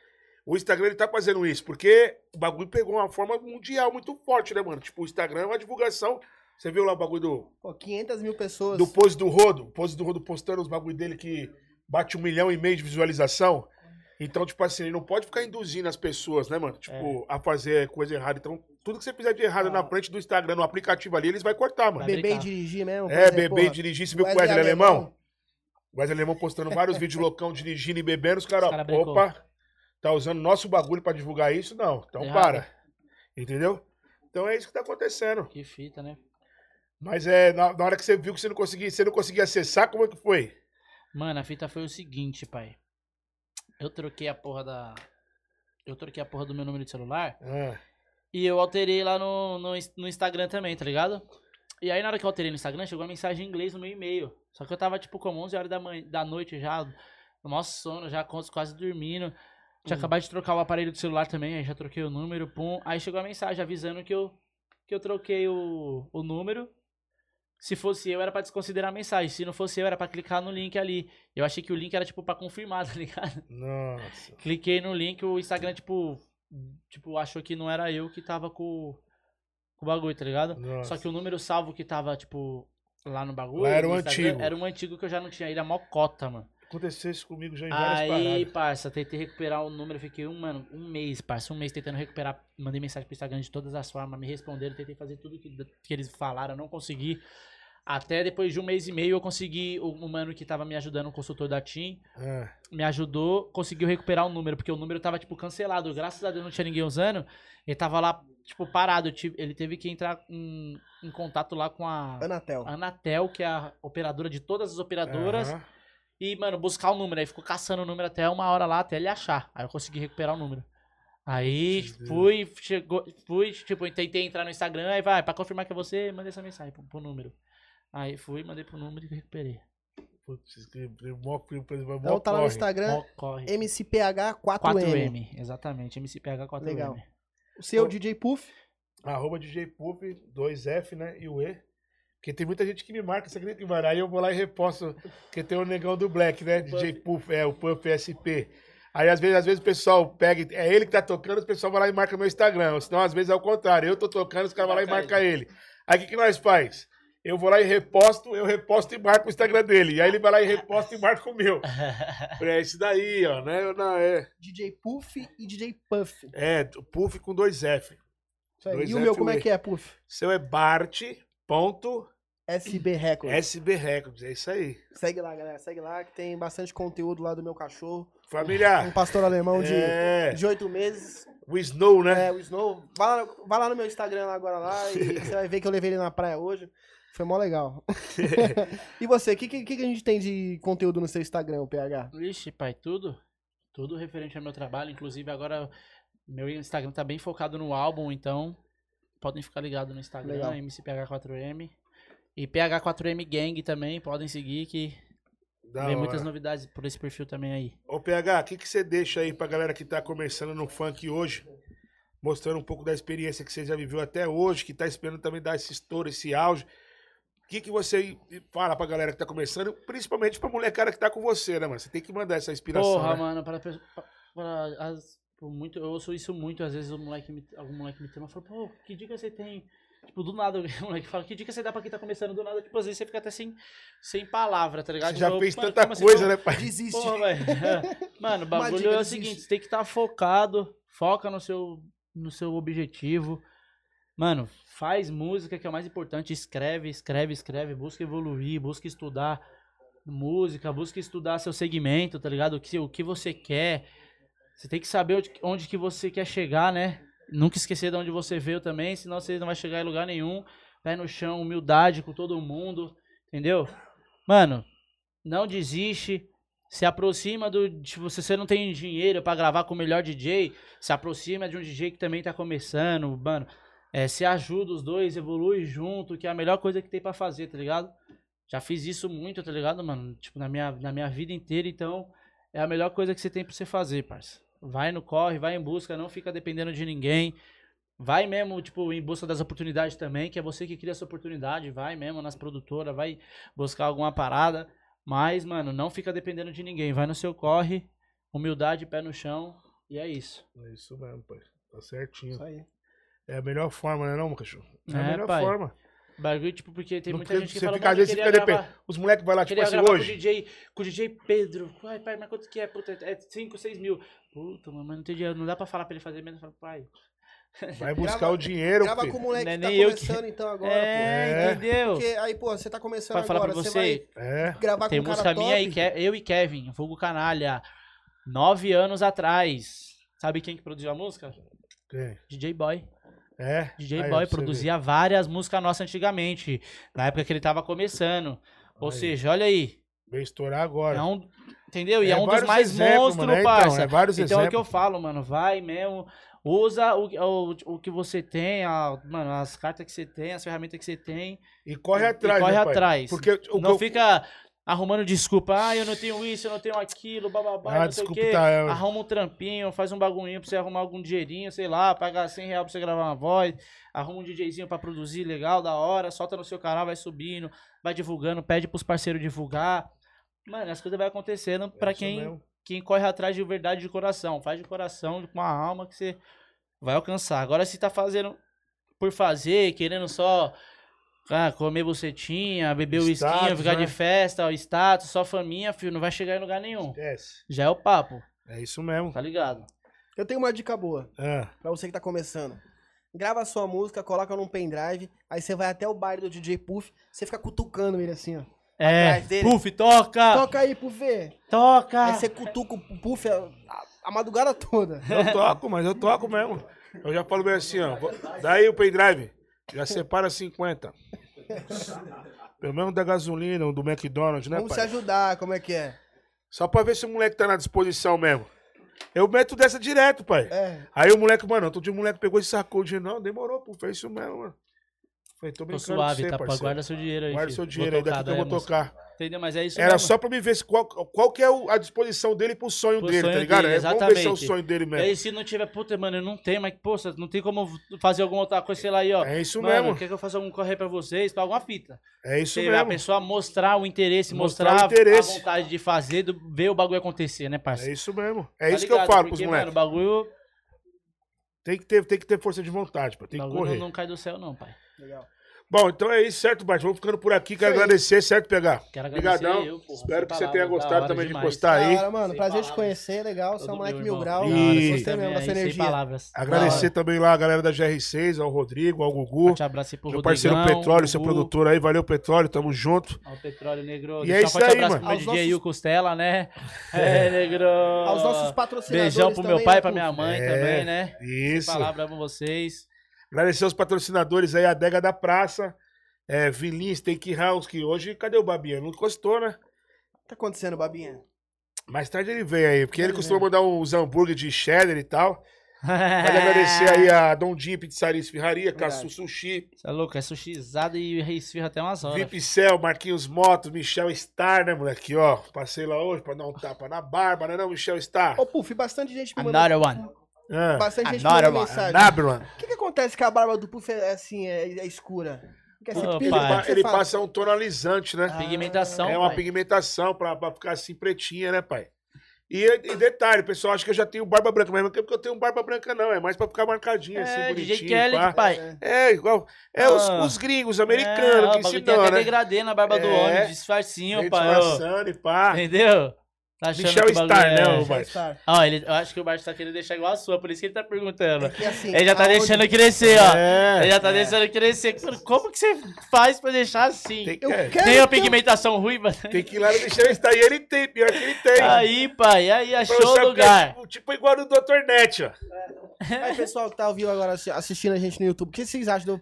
o Instagram ele tá fazendo isso, porque o bagulho pegou uma forma mundial muito forte, né, mano? Tipo, o Instagram é uma divulgação. Você viu lá o bagulho do, Pô, 500 mil pessoas. do pose do Rodo? O pose do Rodo postando os bagulho dele que bate um milhão e meio de visualização. Então, tipo assim, ele não pode ficar induzindo as pessoas, né, mano? Tipo, a fazer coisa errada. Então, tudo que você fizer de errado É. Ah. na frente do Instagram, no aplicativo ali, eles vão cortar, mano. Beber e brincar. dirigir mesmo. por É, exemplo, beber e porra. dirigir. Você viu que o Wesley Wesley Alemão? Alemão. O Wesley Alemão postando vários vídeos loucão dirigindo e bebendo. Os caras, Os cara brincou. opa, tá usando nosso bagulho pra divulgar isso? Não, então Errado. para. Entendeu? Então é isso que tá acontecendo. Que fita, né? Mas é, na, na hora que você viu que você não conseguia, você não conseguia acessar, como é que foi? Mano, a fita foi o seguinte, pai. Eu troquei a porra da. Eu troquei a porra do meu número de celular. Ah, E eu alterei lá no, no, ins- no Instagram também, tá ligado? E aí na hora que eu alterei no Instagram, chegou uma mensagem em inglês no meu e-mail. Só que eu tava tipo como 11 horas da, manhã, da noite já, no maior sono, já cons- quase dormindo. Tinha acabado de trocar o aparelho do celular também, aí já troquei o número, pum. Aí chegou a mensagem avisando que eu, que eu troquei o, o número. Se fosse eu, era pra desconsiderar a mensagem. Se não fosse eu, era pra clicar no link ali. Eu achei que o link era tipo pra confirmar, tá ligado? nossa. Cliquei no link, o Instagram, tipo, tipo, achou que não era eu que tava com, com o bagulho, tá ligado? nossa. Só que o número salvo que tava, tipo, lá no bagulho. Lá era no o Instagram, antigo. Era um antigo que eu já não tinha, ele era mó cota, mano. Aconteceu isso comigo já em várias Aí, paradas. parça, tentei recuperar o número, fiquei um, mano, um mês, parça, um mês tentando recuperar. Mandei mensagem pro Instagram de todas as formas, me responderam, tentei fazer tudo que, que eles falaram, não consegui. Até depois de um mês e meio eu consegui, o, o mano que tava me ajudando, o consultor da TIM, Ah, me ajudou, conseguiu recuperar o número, porque o número tava, tipo, cancelado. Graças a Deus não tinha ninguém usando. Ele tava lá, tipo, parado. Eu tive- Ele teve que entrar em, em contato lá com a Ah, Anatel. Anatel, que é a operadora de todas as operadoras. aham. E, mano, buscar o número. Aí ficou caçando o número até uma hora lá, até ele achar. Aí eu consegui recuperar o número. Aí Entendi. fui, chegou, fui, tipo, tentei entrar no Instagram, aí vai, pra confirmar que é você, mandei essa mensagem pro, pro número. Aí fui, mandei pro número e recuperei. Putz, que que mó que- mó Então tá lá no corre. Instagram, Mó corre. é MCPH4M. 4M, exatamente, MCPH4M. Legal. O seu Pô. DJ Puff. Arroba DJ Pup, 2F, né? E o E. Porque tem muita gente que me marca, você acredita que mano? Aí eu vou lá e reposto. Porque tem o negão do Black, né? DJ Puff, é, o Puff SP. Aí às vezes, às vezes o pessoal pega, é ele que tá tocando, o pessoal vai lá e marca meu Instagram. Ou Senão, às vezes é o contrário. Eu tô tocando, os caras vão lá e Marca marcam ele. Aí o que, que nós faz? Eu vou lá e reposto, eu reposto e marco o Instagram dele. E aí ele vai lá e reposta e marca o meu. É esse daí, ó, né? Eu não, é. DJ Puff e DJ Puff. É, Puff com dois F. Isso aí. Dois E o meu, F, como é ué. que é, Puff? Seu é Bart. Ponto SB Records. SB Records, é isso aí. Segue lá, galera. Segue lá, que tem bastante conteúdo lá do meu cachorro. Um Familiar. pastor alemão Então, de, Ah. É, de 8 meses. o Snow, né? É, o Snow. Vai lá, no- vai lá no meu Instagram lá agora lá e você vai ver que eu levei ele na praia hoje. Foi mó legal. e você, o que, que, que a gente tem de conteúdo no seu Instagram, o PH? Ixi, pai, tudo. Tudo referente ao meu trabalho. Inclusive, agora meu Instagram tá bem focado no álbum, então podem ficar ligados no Instagram, Legal. MCPH4M. E PH4M Gang também, podem seguir que Da vem hora. muitas novidades por esse perfil também aí. Ô, PH, o que, que você deixa aí pra galera que tá começando no funk hoje? Mostrando um pouco da experiência que você já viveu até hoje, que tá esperando também dar esse estouro, esse auge. O que, que você fala pra galera que tá começando, principalmente pra molecada que tá com você, né, mano? Você tem que mandar essa inspiração. Porra, né? mano, para, pe- pa- para as- por muito, eu ouço isso muito, às vezes o moleque me, algum moleque me tema e fala, pô, que dica você tem? Tipo, do nada o moleque fala, que dica você dá pra quem tá começando? Do nada, tipo, às vezes você fica até sem, sem palavra, tá ligado? Você já Tipo, fez mano, tanta como assim? coisa, né, pai? Desiste. Porra, velho. Mano, o Uma bagulho dica é o desse seguinte, bicho. você tem que estar focado, foca no seu, no seu objetivo. Mano, faz música que é o mais importante, escreve, escreve, escreve, busca evoluir, busca estudar música, busca estudar seu segmento, tá ligado? O que, o que você quer. Você tem que saber onde, onde que você quer chegar, né? Nunca esquecer de onde você veio também, senão você não vai chegar em lugar nenhum. Pé no chão, humildade com todo mundo, entendeu? Mano, não desiste. Se aproxima do. Tipo, se você não tem dinheiro pra gravar com o melhor DJ, se aproxima de um DJ que também tá começando, mano. É, se ajuda os dois, evolui junto, que é a melhor coisa que tem pra fazer, tá ligado? Já fiz isso muito, tá ligado, mano? Tipo, na minha, na minha vida inteira, então é a melhor coisa que você tem pra você fazer, parça. Vai no corre, vai em busca, não fica dependendo de ninguém. Vai mesmo, tipo, em busca das oportunidades também, que é você que cria essa oportunidade, vai mesmo nas produtoras, vai buscar alguma parada. Mas, mano, não fica dependendo de ninguém. Vai no seu corre, humildade, pé no chão, e é isso. É isso mesmo, pai. Tá certinho. Isso aí. É a melhor forma, né, não, cachorro? É, a É, melhor pai. forma. Bagulho, tipo, porque tem Não muita precisa- gente que você fala, fica, às "Mano, eu vezes, queria fica depend- gravar, Os moleques vão lá, tipo queria assim, gravar com o hoje. DJ, com o DJ Pedro. Ai, pai, mas quanto que é? Puta, é 5, 6 mil. Puta, mano, mas não tem dinheiro, não dá pra falar pra ele fazer menos. Eu falo, pai, Vai Grava- buscar o dinheiro, Grava filho. com o moleque Não é que tá nem eu começando então agora, é, É. pô. entendeu? Porque aí, pô, você tá começando Pra falar agora, pra você, vai É. gravar tem com um música cara top. minha é. e Ke- eu e Kevin, vulgo canalha, nove anos atrás. Sabe quem que produziu a música? tem. DJ Boy. É. DJ Aí, ó, Boy pra você produzia várias músicas nossas antigamente, na época que ele tava começando. Ou Aí. seja, olha aí, ver. Vem estourar agora. é um, entendeu? E é, um dos vários mais exemplos, monstros, mano, é, então, parça. é vários Então é o que eu exemplos. falo, mano. Vai mesmo. Usa o, o, o que você tem, a- mano, as cartas que você tem, as ferramentas que você tem. E corre e- e atrás, corre né, pai? atrás. Porque o não que eu- fica arrumando desculpa. Ah, eu não tenho isso, eu não tenho aquilo, bababá, Ah, não sei o desculpa, quê. tá. é, Arruma um trampinho, faz um bagulhinho pra você arrumar algum dinheirinho, sei lá, paga 100 reais pra você gravar uma voz, arruma um DJzinho pra produzir legal, da hora, solta no seu canal, vai subindo, vai divulgando, pede pros parceiros divulgar. Mano, as coisas vai acontecendo é pra isso quem mesmo. quem corre atrás de verdade de coração. Faz de coração, com a alma que você vai alcançar. Agora, se tá fazendo por fazer, querendo só ah, comer bucetinha, beber Status, uísquinha, ficar né? de festa, o status, só faminha, filho, não vai chegar em lugar nenhum. Esquece. Já é o papo, É isso mesmo. tá ligado? Eu tenho uma dica boa Ah, pra você que tá começando. Grava a sua música, coloca num pendrive, aí você vai até o baile do DJ Puff, você fica cutucando ele assim, ó. É, Atrás dele. puff, toca, Toca aí, Puff! vê. toca. Aí você cutuca o Puff a, a- a madrugada toda. eu toco, mas eu toco mesmo. Eu já falo bem assim, ó. vou- Daí o pendrive. Já separa 50. Pelo menos da gasolina, ou do McDonald's, né, Vamos se pai? ajudar, como é que é? Só pra ver se o moleque tá na disposição mesmo. Eu meto dessa direto, pai. É. Aí o moleque, mano, outro dia o moleque pegou e sacou o dinheiro. Não, demorou, pô, fez isso mesmo, mano. Falei, tô Tô brincando com suave, você, tá? pô, parceiro. Guarda seu dinheiro aí, Guarda filho. seu Vou dinheiro aí, tocar, daqui que eu daí vou a música. tocar. Entendeu? Mas é isso Era mesmo. só pra me ver se qual, qual que é o- a disposição dele pro sonho Pro dele, sonho tá ligado? dele, É, Vamos ver se é o exatamente. sonho dele E mesmo. aí, se não tiver, puta, mano, eu não tenho, mas, poxa, não tem como fazer alguma outra coisa, sei lá, aí, ó. É isso Mano, mesmo. quer que eu faça algum correio pra vocês? Pra alguma fita. É isso Sei lá, a mesmo. pessoa mostrar o interesse, Mostrar mostrar, o interesse. a vontade de fazer, do- ver o bagulho acontecer, né, É parceiro? isso mesmo. É Tá isso que eu ligado? falo pros Porque, moleques. Mano, o bagulho, Tem, que ter, tem que ter força de vontade, pô. Tem que bagulho correr. Não, não cai do céu, não, pai. Legal. Bom, então é isso, certo, Bart? Vamos ficando por aqui. Quero Isso aí. agradecer, certo, PH? Quero agradecer Obrigadão. eu, porra, Espero que sem você palavras, tenha da gostado hora também de demais. postar aí. Da hora, mano. Sem prazer te palavras. conhecer, legal. Você é um Todo moleque meu mil irmão. grau. Da E- hora, vocês Gostei mesmo da aí, sua sem energia. palavras. Agradecer Da também lá a galera da GR6, ao Rodrigo, ao hora. Gugu. Forte abraço aí pro Meu Rodrigão, parceiro Petróleo, seu Gugu, produtor aí. Valeu, Petróleo. Tamo junto. Ao Petróleo Negro. E Deixar é um isso forte aí, abraço mano. pro meu Aos DJ nossos- o Costela, né? É, Negro. Aos nossos patrocinadores. Beijão pro meu também, pai, né, pra minha Puff? mãe É, também, né? Isso. Palavra pra vocês. Agradecer aos patrocinadores aí, a Adega da Praça, é, Vilins, Steak House, que hoje, cadê o Babinha? Não encostou, né? O que tá acontecendo, Babinha? Mais tarde ele vem aí, porque ele Ele costuma vem. mandar uns hambúrguer de cheddar e tal. Pode agradecer aí a Dom Dinho, Pizzaria e Esfirraria, Verdade. Caçu Sushi, Você é louco, é sushizada e esfirra até umas horas. VIP Cell, Marquinhos Moto, Michel Star, né, moleque? Ó, passei lá hoje pra dar um tapa na barba, né não, Michel Star? Ô, Puff, bastante gente me mandou. Another one. Ah, Bastante gente me Another mandou one. mensagem. Nabron. O que, que acontece que a barba do Puff é assim, é, é escura? Porque esse Ô, pilho, pai. mano, Ele, que ele você fala? passa um tonalizante, né? Pigmentação, é uma pai. pigmentação pra, pra ficar assim pretinha, né, pai? E, e detalhe, pessoal, acho que eu já tenho barba branca, mas não é porque eu tenho barba branca, não. É mais pra ficar marcadinha, assim, É, bonitinho. DJ Kelly, pá. pai. É, igual. É os, Ah. os gringos americanos que ó, o bagulho tem ensinam, até né? degradê na barba do É. homem, Vem disfarcinho, pai. ó. disfarçando e pá. Entendeu? Tá achando Michel que o bagulho Star, é- né, o Deixa pai? eu estar. Ó, ele, eu acho que o Bart tá querendo deixar igual a sua, por isso que ele tá perguntando. Porque assim, Ele já tá aonde- deixando crescer, ó. É. Ele já tá É. deixando crescer. Mano, Como que você faz pra deixar assim? Tem, Tem, que- Eu é, quero a que eu- pigmentação ruiva? tem que ir lá no Michel Star. E ele tem, pior que ele tem. Aí, pai, aí Pra achou você o ver, lugar. tipo, tipo igual do Dr. Net, ó. Aí, pessoal que tá ouvindo agora, assi- assistindo a gente no YouTube, o que vocês acham de eu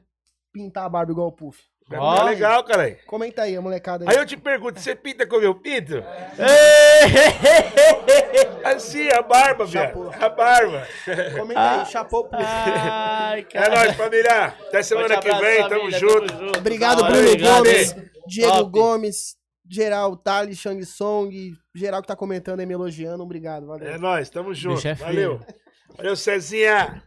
pintar a barba igual o Puff? Não É Ó. legal, cara. Aí Comenta aí, a molecada Aí aí. eu te pergunto, você pinta como eu pinto? É Assim, a barba, velho. Chapou. A barba. Comenta Ah. aí, chapou Puff. Ai, É cara. nóis, família. Até semana Forte que vem. abraço, Tamo família. junto. Tamo junto. Obrigado, Da hora, Bruno obrigado. Gomes, Diego Top. Gomes, geral, Thales, Shang Song, geral que tá comentando aí, me elogiando, obrigado, valeu. É nóis, tamo junto. é frio. Valeu. Valeu, Cezinha.